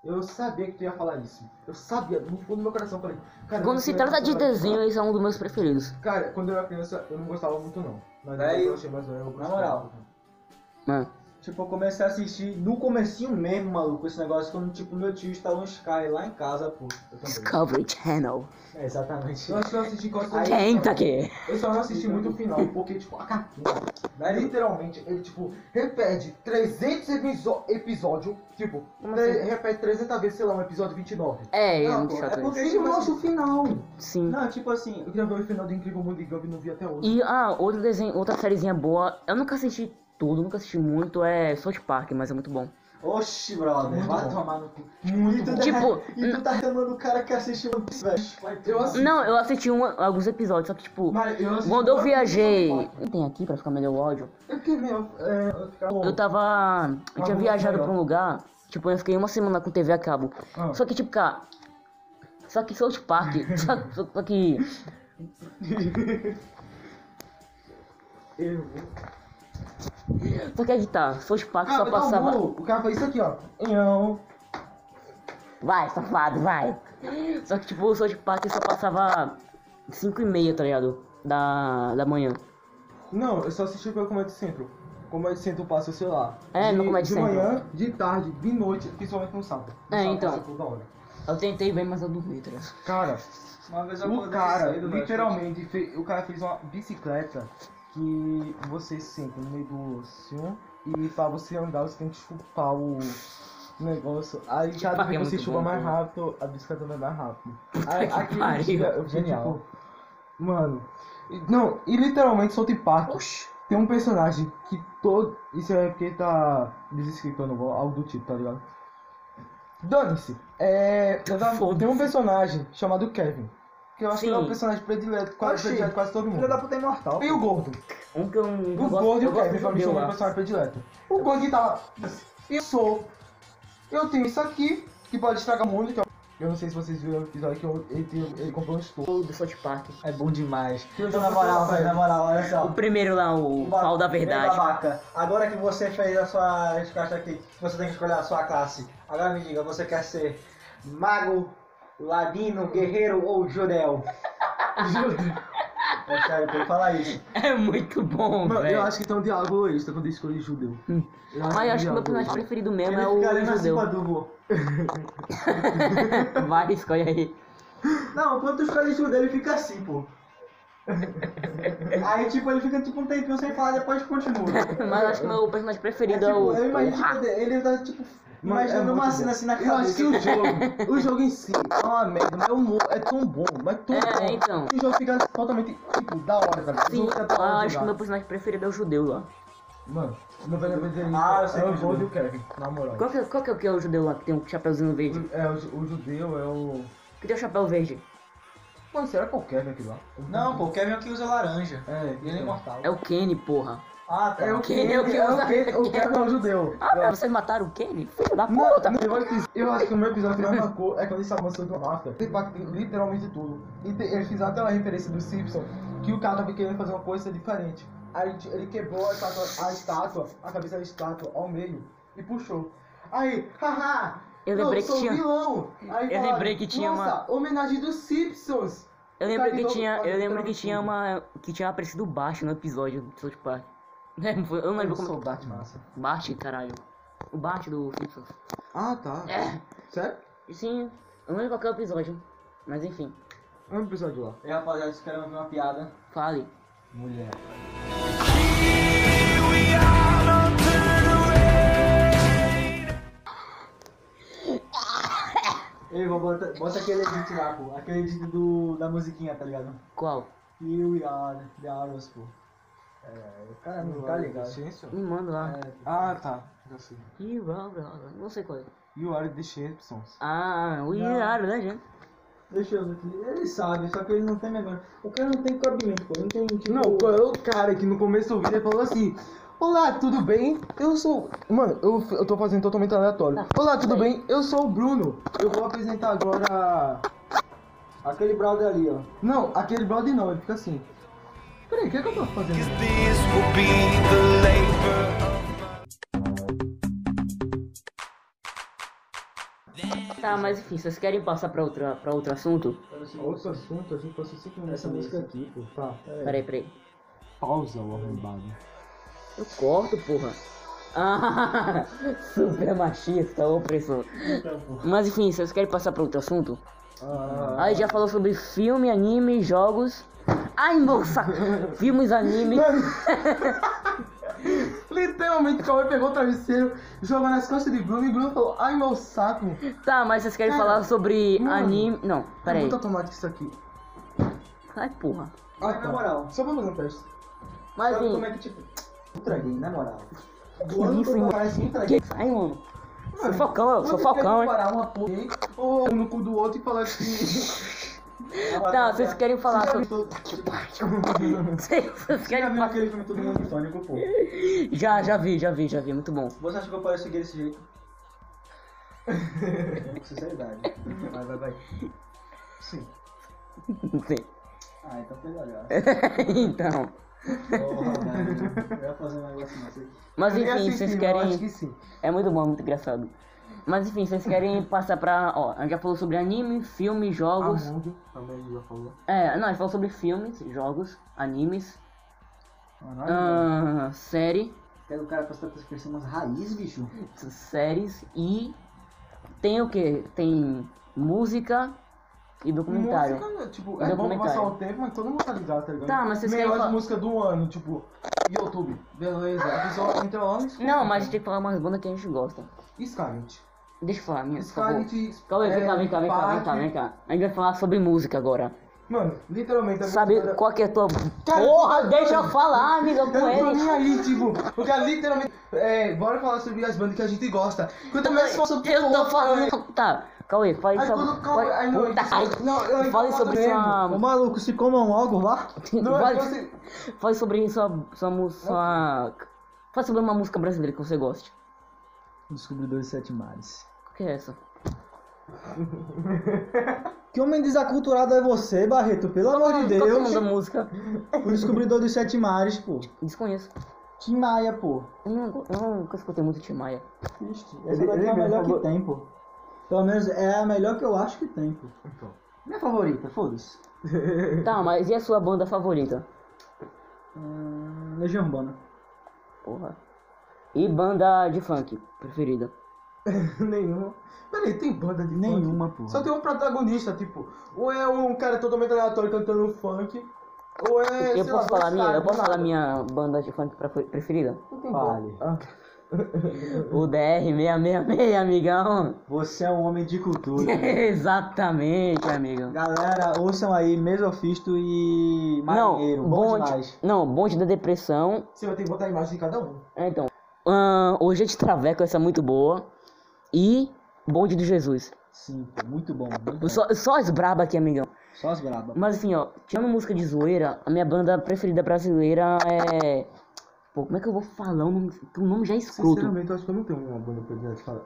Speaker 2: Eu sabia que tu ia falar isso. Eu sabia, no fundo do meu coração, eu falei. Cara,
Speaker 3: Quando se
Speaker 2: eu não
Speaker 3: trata de
Speaker 2: gostava-
Speaker 3: desenho, esse é um dos meus preferidos.
Speaker 2: Cara, quando eu era criança, eu não gostava muito, não. Mas
Speaker 1: Daí,
Speaker 2: depois eu achei mais legal. eu
Speaker 1: na
Speaker 2: gostava.
Speaker 1: moral.
Speaker 3: Mano,
Speaker 1: Tipo, eu comecei a assistir no comecinho mesmo, maluco, esse negócio, quando, tipo, meu tio instalou um Sky lá em casa, pô. Eu também.
Speaker 3: Discovery Channel.
Speaker 1: É, exatamente.
Speaker 2: Eu acho que eu assisti quase todo-
Speaker 3: Kentucky.
Speaker 2: Eu só não assisti muito o final, porque, tipo, a cartinha. né, literalmente, ele, tipo, repete 300 episo- episódios. Tipo, tre-
Speaker 3: assim?
Speaker 2: repete 300 vezes, sei lá, um episódio 29.
Speaker 3: É, é
Speaker 1: Não,
Speaker 3: muito
Speaker 1: pô, é
Speaker 3: chato isso.
Speaker 1: porque-
Speaker 2: Ele mostra o final.
Speaker 3: Sim.
Speaker 1: Não, tipo assim,
Speaker 2: Eu queria ver o final do Incrível Mundo de Gumball e não vi até hoje.
Speaker 3: E ah, outro desenho, outra sériezinha boa, eu nunca assisti tudo, nunca assisti muito, é South Park, mas é muito bom.
Speaker 11: Oxi, brother. Vai tomar no cu. E tu tá-
Speaker 3: Tipo,
Speaker 11: E tu tá reclamando o cara que assiste One Piece, velho. Eu assisto.
Speaker 3: Não, eu assisti um- alguns episódios, só que tipo,
Speaker 11: Mas eu assisti
Speaker 3: quando eu
Speaker 11: One Piece,
Speaker 3: viajei.
Speaker 11: eu não
Speaker 3: Tem aqui pra ficar melhor o áudio.
Speaker 11: Eu que mesmo.
Speaker 2: é,
Speaker 3: Eu tava. Eu tinha viajado pra um lugar, tipo, eu fiquei uma semana com TV a cabo. Só que, tipo, cara. Só que South Park. só, só- só que. Só que aí que tá, South Park só passava.
Speaker 11: O cara faz isso aqui, ó.
Speaker 3: Vai, safado, vai. Só que tipo, o South Park só passava 5 e meia, tá ligado? Da, da manhã.
Speaker 2: Não, eu só assisti pelo Comedy Central. Comedy Central passa, sei lá.
Speaker 3: É, no Comedy
Speaker 2: de
Speaker 3: Central.
Speaker 2: manhã, de tarde, de noite, principalmente no sábado. No
Speaker 3: É,
Speaker 2: sábado
Speaker 3: então.
Speaker 2: passa toda hora.
Speaker 3: Eu tentei bem, mas eu dormi, tá ligado?
Speaker 2: Cara,
Speaker 1: Uma vez eu
Speaker 11: Um
Speaker 2: o
Speaker 1: acordei
Speaker 2: cara,
Speaker 1: cedo, velho.
Speaker 2: literalmente, fe- o cara fez uma bicicleta que você senta no meio do oceano e pra você andar você tem que chupar o negócio. Aí cada
Speaker 3: pariu,
Speaker 2: vez que você
Speaker 3: muito
Speaker 2: chupa
Speaker 3: bom,
Speaker 2: mais
Speaker 3: cara.
Speaker 2: rápido, a bicicleta vai mais rápido. Aí,
Speaker 3: *laughs* que
Speaker 2: aquele
Speaker 3: pariu.
Speaker 2: dia, eu fiquei
Speaker 1: Genial.
Speaker 2: tipo, mano. e- Não, e literalmente South Park tem um personagem que todo. Isso é porque tá desescritando algo do tipo, tá ligado? Dane-se. É. eu tava-
Speaker 3: Foda-se.
Speaker 2: Tem um personagem chamado Kevin. Que eu acho que ele é
Speaker 3: Sim.
Speaker 2: um personagem predileto, quase,
Speaker 11: Oxi.
Speaker 2: predileto de quase todo
Speaker 11: Filha da
Speaker 2: mundo.
Speaker 11: puta é imortal.
Speaker 2: E o gordo.
Speaker 3: Um que eu não
Speaker 2: O
Speaker 3: gosto,
Speaker 2: gordo e
Speaker 3: eu
Speaker 2: o
Speaker 3: gosto
Speaker 2: Kevin
Speaker 3: do
Speaker 2: pra mim
Speaker 3: meu
Speaker 2: são meu
Speaker 3: lá.
Speaker 2: personagem predileto. O gordo que tá. Eu sou. Eu tenho isso aqui, que pode estragar o mundo, que é o- eu não sei se vocês viram o episódio que eu- ele, tem- ele comprou um estouro.
Speaker 3: O do South Park.
Speaker 1: É bom demais.
Speaker 11: Então, na moral, velho, na moral, olha só.
Speaker 3: O primeiro lá,
Speaker 1: um
Speaker 3: o
Speaker 11: Ba-
Speaker 3: pau da
Speaker 11: bem
Speaker 3: verdade.
Speaker 11: Babaca. Agora que você fez a sua resposta aqui, que você tem que escolher a sua classe. Agora me diga, você quer ser mago, ladino, guerreiro
Speaker 3: *laughs*
Speaker 11: ou judeu? é sério, tem que falar isso.
Speaker 3: *laughs* É muito bom, velho.
Speaker 8: eu acho que tem um diálogo egoísta quando escolhe judeu.
Speaker 3: Mas Hum. eu acho que um o meu
Speaker 8: diálogo
Speaker 3: personagem preferido mesmo
Speaker 11: Ele
Speaker 3: é
Speaker 11: fica ali
Speaker 3: o
Speaker 11: na
Speaker 3: judeu.
Speaker 11: cima do vô.
Speaker 3: Vai, escolhe aí.
Speaker 11: Não, quando tu escolhe judeu, ele fica assim,
Speaker 3: *laughs*
Speaker 11: pô. Aí, tipo, ele fica tipo um tempinho sem falar, depois
Speaker 3: *laughs*
Speaker 11: continua.
Speaker 3: Mas eu acho que o meu personagem
Speaker 11: É,
Speaker 3: preferido é,
Speaker 11: tipo,
Speaker 3: o.
Speaker 11: eu imagino,
Speaker 3: o Ra-
Speaker 11: tipo, ele tá, tipo,
Speaker 2: Mas
Speaker 11: imaginando
Speaker 2: é
Speaker 11: uma
Speaker 2: muito
Speaker 11: cena
Speaker 2: bom.
Speaker 11: assim na
Speaker 8: Eu acho
Speaker 11: cabeça.
Speaker 8: que o
Speaker 11: *laughs*
Speaker 8: jogo, o jogo em si é uma merda, mas o humor é tão bom, mas tão
Speaker 1: um
Speaker 8: bom.
Speaker 3: É, então.
Speaker 2: E o jogo fica totalmente, tipo, da hora, tá ligado? O
Speaker 3: Sim,
Speaker 2: jogo fica da
Speaker 3: eu
Speaker 2: hora de
Speaker 3: acho que o
Speaker 2: jogar.
Speaker 3: meu personagem preferido é o judeu lá.
Speaker 2: Mano, meu velho preferido
Speaker 11: Ah, eu sei
Speaker 2: é o
Speaker 11: que é
Speaker 2: gordo e o Kevin, na moral.
Speaker 3: Qual que, é- qual que é o que é o judeu lá que tem um chapéuzinho verde?
Speaker 2: É, o, ju- o judeu é o.
Speaker 3: Que tem o chapéu verde?
Speaker 2: Mano, será que é o Kevin aquilo lá?
Speaker 1: Não, pô, o Kevin é o que usa laranja.
Speaker 2: É,
Speaker 1: E ele é
Speaker 2: então.
Speaker 1: imortal.
Speaker 3: É o Kenny, porra.
Speaker 1: Ah, tá.
Speaker 2: É o
Speaker 3: Quem
Speaker 2: Kevin,
Speaker 3: é o
Speaker 2: é
Speaker 3: que usa-
Speaker 2: o Kevin, o Kevin é o judeu.
Speaker 3: Ah, mas vocês mataram o Kenny? Filho da
Speaker 2: Não,
Speaker 3: puta!
Speaker 2: não, eu, acho que, eu acho que o meu episódio que mais marcou é quando eles estavam sobre o Mafia. Tem impacto em literalmente tudo. E tem- eles fizeram até uma referência do Simpson que o cara tava querendo fazer uma coisa diferente. Aí t- ele quebrou a estátua, a estátua, a cabeça da estátua ao meio e puxou. Aí, haha!
Speaker 3: Eu lembrei
Speaker 2: eu
Speaker 3: que
Speaker 2: sou
Speaker 3: tinha-
Speaker 2: vilão! Aí
Speaker 3: Eu
Speaker 2: falaram,
Speaker 3: lembrei que tinha uma-
Speaker 2: Nossa, homenagem dos Simpsons!
Speaker 3: Eu lembro que
Speaker 2: Cara,
Speaker 3: tinha.
Speaker 2: então,
Speaker 3: Eu lembro que
Speaker 2: literalmente
Speaker 3: tinha
Speaker 2: tudo.
Speaker 3: uma. Que tinha aparecido o Bart no episódio do South Park. *laughs* É, foi- Eu não lembro como.
Speaker 2: massa.
Speaker 3: Bart, caralho. O Bart do Simpsons. É.
Speaker 2: Ah, tá. Sério?
Speaker 3: Sim, eu não lembro qual que é o episódio. Mas enfim,
Speaker 2: É um episódio lá.
Speaker 1: E rapaziada, esperando uma piada.
Speaker 3: fale.
Speaker 1: Ei, vou bota, bota aquele edit lá, pô. Aquele edit do, da musiquinha, tá ligado?
Speaker 3: Qual?
Speaker 1: Here we are, the arrows, pô. É, o cara não tá ligado.
Speaker 3: Me manda lá.
Speaker 2: Ah, tá. Já sei.
Speaker 3: Ih, blá, blá, blá. Não sei qual é.
Speaker 2: You are the Simpsons.
Speaker 3: Ah, o Iaro, né, gente?
Speaker 1: Deixa eu ver aqui. Ele sabe, só que ele não tem memória. O cara não tem cabimento, pô. Não tem, tipo...
Speaker 2: Não, qual é o cara que no começo do vídeo falou assim: Olá, tudo bem? Eu sou. Mano, eu, eu tô fazendo totalmente aleatório. Olá, tudo bem? Eu sou o Bruno. Eu vou apresentar agora.
Speaker 1: Aquele brother ali, ó.
Speaker 2: Não, aquele brother não, ele fica assim. Peraí, o que, é que eu tô fazendo?
Speaker 4: This will be the labor.
Speaker 3: Tá, mas enfim, vocês querem passar pra, outra, pra outro assunto?
Speaker 2: Outro assunto, a gente passou 5 minutos.
Speaker 1: Essa música é
Speaker 2: aqui, pô. Tá.
Speaker 3: Peraí, peraí.
Speaker 2: Pausa o arrombado.
Speaker 3: Eu corto, porra. Ah, *laughs* super machista, opressor. Mas enfim, vocês querem passar pra outro assunto?
Speaker 2: Ah,
Speaker 3: Aí já falou sobre filme, anime, jogos. Ai, *laughs* moça! Filmes, anime.
Speaker 2: Literalmente, o Cauê pegou o travesseiro, jogou nas costas de Bruno e Bruno falou: Ai, meu saco.
Speaker 3: Tá, mas vocês querem
Speaker 2: Cara,
Speaker 3: falar sobre
Speaker 2: mano,
Speaker 3: anime. Não,
Speaker 2: É
Speaker 3: peraí.
Speaker 2: muito automático isso aqui.
Speaker 3: Ai, porra.
Speaker 2: Ah,
Speaker 11: Na moral.
Speaker 2: Só pra fazer um teste.
Speaker 3: Mas
Speaker 11: Sabe como
Speaker 3: enfim.
Speaker 1: um
Speaker 11: é que, tipo, ultra gay, na moral.
Speaker 3: isso,
Speaker 11: Doando
Speaker 3: mano?
Speaker 11: parece ultra gay.
Speaker 3: Que... Ai, mano. Sou Falcão, sou Falcão, hein?
Speaker 2: Parar uma porra hein? ou um no cu do outro e falar assim,
Speaker 3: *laughs*
Speaker 2: que.
Speaker 3: Não, vocês querem falar sobre. *laughs* Vocês
Speaker 1: Você já
Speaker 3: querem
Speaker 1: viu
Speaker 3: falar.
Speaker 1: aquele filme Todo Mundo Sônico, pô?
Speaker 3: Já, já vi, já vi, já vi. Muito bom.
Speaker 1: Você acha que eu pareço gay desse
Speaker 2: *laughs*
Speaker 1: jeito? Com sinceridade. Vai, vai, vai. Sim.
Speaker 3: Não sei.
Speaker 1: Ah, então fez a graça.
Speaker 3: *laughs* então.
Speaker 1: Porra, velho. Eu ia fazer um negócio mais aqui.
Speaker 3: Mas enfim, vocês querem.
Speaker 2: acho que sim.
Speaker 3: É muito bom, muito engraçado. Mas enfim, vocês querem passar pra. Ó, a gente já falou sobre anime, filme, jogos.
Speaker 2: Amundo, também já falou.
Speaker 3: É, não, a gente falou sobre filmes, jogos, animes,
Speaker 1: Caralho,
Speaker 3: ah, série,
Speaker 1: Quero o cara pra estar crescendo umas raízes, bicho.
Speaker 3: séries e tem o que? Tem música e documentário.
Speaker 2: Música, tipo, é bom
Speaker 3: Documentário.
Speaker 2: passar o tempo, mas todo mundo tá ligado, tá ligado?
Speaker 3: Tá, mas vocês
Speaker 2: Melhores
Speaker 3: querem falar-
Speaker 2: música do ano, tipo, YouTube, beleza. A pessoa entra lá no Spotify.
Speaker 3: Não, mas tipo, tem que falar umas bandas que a gente gosta.
Speaker 2: Scarlet.
Speaker 3: Deixa eu falar, minha. por favor.
Speaker 2: Scarlet.
Speaker 3: Calma aí, vem cá,
Speaker 2: é,
Speaker 3: vem cá, vem cá, vem cá,
Speaker 2: Park.
Speaker 3: vem cá. A gente vai falar sobre música agora.
Speaker 2: Mano, literalmente. a
Speaker 3: Sabe
Speaker 2: música-
Speaker 3: qual que é a tua.
Speaker 2: Tá Cara,
Speaker 3: Porra, deixa eu falar, amiga,
Speaker 2: Então, Eu não
Speaker 3: com
Speaker 2: tô
Speaker 3: ele.
Speaker 2: nem aí, tipo, porque literalmente. É, bora falar sobre as bandas que a gente gosta. Quanto mais fala sobre
Speaker 3: Eu tô
Speaker 2: porra,
Speaker 3: falando.
Speaker 2: velho.
Speaker 3: Tá, Cauê, fale
Speaker 2: Aí
Speaker 3: sobre.
Speaker 2: quando calma, aí não, é-
Speaker 3: Puta, ai,
Speaker 2: não, eu-
Speaker 3: Fale
Speaker 2: eu
Speaker 3: sobre
Speaker 2: mesmo.
Speaker 1: Ô
Speaker 3: sua.
Speaker 1: maluco, se comam logo lá.
Speaker 2: Não, é
Speaker 3: fale-
Speaker 2: que você-
Speaker 3: Fale sobre sua. sua, mu- sua... Fale sobre uma música brasileira que você goste.
Speaker 1: Descobridor de Sete Mares.
Speaker 3: Qual que é essa?
Speaker 1: Que homem desaculturado é você, Barreto? Pelo amor de
Speaker 3: Qual que é o nome da
Speaker 1: Deus.
Speaker 3: música?
Speaker 1: O descobridor dos Sete Mares, pô.
Speaker 3: Desconheço.
Speaker 1: Tim Maia, pô.
Speaker 3: Eu, não, eu nunca escutei muito Tim Maia.
Speaker 1: Triste. Essa daqui é a melhor que tem, pô. Pelo menos é a melhor que eu acho que tem, pô.
Speaker 3: Então.
Speaker 1: Minha favorita, foda-se.
Speaker 3: Tá, mas e a sua banda favorita?
Speaker 1: Hum, Legião Urbana.
Speaker 3: Porra. E banda de funk preferida?
Speaker 2: *laughs* Nenhuma. Peraí, tem banda de
Speaker 1: Nenhuma,
Speaker 2: funk?
Speaker 1: porra.
Speaker 2: Só tem um protagonista, tipo, ou é um cara totalmente aleatório cantando funk, ou é.
Speaker 3: Eu
Speaker 2: sei lá,
Speaker 3: posso falar
Speaker 2: Gustavo,
Speaker 3: minha, eu posso
Speaker 2: nada.
Speaker 3: falar minha banda de funk prefe- preferida?
Speaker 1: Fale.
Speaker 3: Ah. O DR666, amigão. *laughs*
Speaker 1: Você é um homem de cultura.
Speaker 2: *laughs*
Speaker 3: Exatamente, amigo.
Speaker 1: Galera, ouçam aí Mesofisto e Marinheiro.
Speaker 3: Não,
Speaker 1: bom
Speaker 3: bonde,
Speaker 1: demais.
Speaker 3: não, bonde da depressão.
Speaker 2: Você vai ter que botar a imagem de cada um.
Speaker 3: É, Então, ahn, hoje é de Traveco, essa é muito boa. E bonde de Jesus.
Speaker 1: Sim, pô, muito bom. Muito bom.
Speaker 3: Só, só as braba aqui, amigão.
Speaker 1: Só as brabas.
Speaker 3: Mas assim, ó, tirando música de zoeira, a minha banda preferida brasileira é. Pô, como é que eu vou falar? O nome, o nome já é escroto.
Speaker 2: Sinceramente, eu acho que eu não tenho uma banda preferida de falar.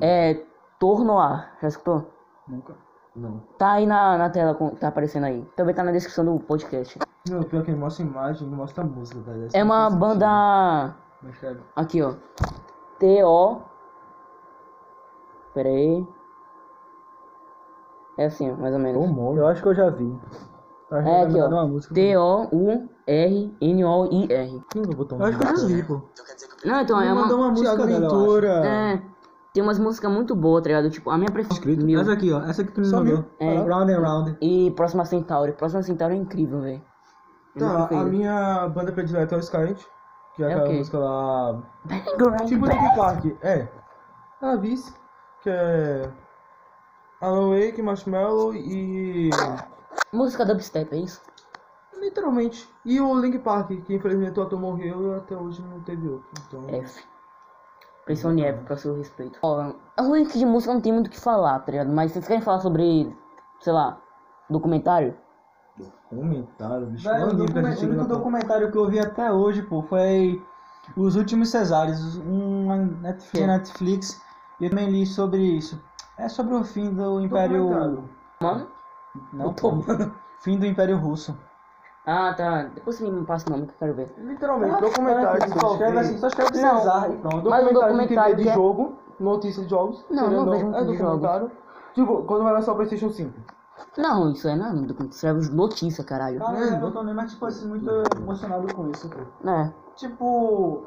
Speaker 3: É. Tornoar, já escutou?
Speaker 1: Hum. Nunca.
Speaker 2: Não.
Speaker 3: Tá aí na, na tela, com- tá aparecendo aí. Também tá na descrição do podcast.
Speaker 2: Não, pior que mostra a imagem, não mostra a música, velho.
Speaker 3: É uma
Speaker 2: Isso
Speaker 3: banda.
Speaker 1: Mas cara,
Speaker 3: Aqui, ó. T-O. Pera aí. É assim, ó, mais ou menos.
Speaker 1: eu acho que eu já vi. Eu acho que eu já
Speaker 3: É aqui,
Speaker 1: me
Speaker 3: ó.
Speaker 1: dado uma música.
Speaker 3: T-O-U-R-N-O-I-R.
Speaker 1: Eu acho que eu já vi, pô.
Speaker 3: Não, então é
Speaker 1: Me mandou
Speaker 3: uma.
Speaker 1: uma música dela, eu acho.
Speaker 3: É. Tem umas músicas muito boas, tá ligado? Tipo, a minha preferida. Meu.
Speaker 1: Essa aqui, ó. Essa que tu me
Speaker 2: Só
Speaker 1: mandou.
Speaker 3: É.
Speaker 1: Round and Round.
Speaker 3: E Próxima Centauri. Próxima Centauri é incrível, velho.
Speaker 2: aqui. Tá, a minha banda predileta é o Skynet, que é,
Speaker 3: É o
Speaker 2: aquela
Speaker 3: quê?
Speaker 2: música lá. Tipo Nick Park, é. A Vice, que é. Alan Wake, Marshmallow e.
Speaker 3: Música dubstep, é isso?
Speaker 2: Literalmente. E o Link Park, que infelizmente o ator morreu e até hoje não teve outro. Então.
Speaker 3: É, F. Pressione F pra seu respeito. Ó, a link de música não tem muito o que falar, tá ligado? Mas vocês querem falar sobre, sei lá, documentário?
Speaker 2: Comentário, bicho.
Speaker 1: Velho, o, documen- o único documentário que eu vi até hoje, pô, foi Os Últimos Cesáreos, um na Netflix,
Speaker 3: Sim.
Speaker 1: Netflix, e eu também li sobre isso. É sobre o fim do Império...
Speaker 3: Mano?
Speaker 1: Não, pô.
Speaker 3: Tomando.
Speaker 1: fim do Império Russo.
Speaker 3: Ah, tá. Depois você me passa o nome que eu quero ver.
Speaker 2: Literalmente, documentário.
Speaker 1: Só escreve assim, só escreve então.
Speaker 3: Não.
Speaker 1: Cesar e pronto.
Speaker 3: Mas um documentário
Speaker 2: que vê
Speaker 3: que
Speaker 2: de
Speaker 3: é-
Speaker 2: jogo, notícia de jogos.
Speaker 3: Não,
Speaker 2: querendo
Speaker 3: não
Speaker 2: ou
Speaker 3: vejo
Speaker 2: é
Speaker 3: muito de
Speaker 2: documentário. Tipo, quando vai lançar o PlayStation 5.
Speaker 3: Não, isso aí não é documentário. Isso é notícia, caralho.
Speaker 2: Tá.
Speaker 1: Cara, eu não tô nem mais, tipo assim, muito emocionado com isso, pô.
Speaker 3: É.
Speaker 1: Tipo...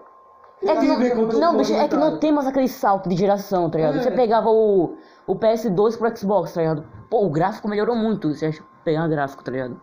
Speaker 3: É que
Speaker 2: Tem a ver É. com
Speaker 3: não,
Speaker 2: outro
Speaker 3: não, bicho, é que não
Speaker 2: documentário.
Speaker 3: tem mais aquele salto de geração, tá ligado? Você pegava o, o PS2 pro Xbox, tá ligado? Pô, o gráfico melhorou muito, você acha pegar gráfico, tá ligado?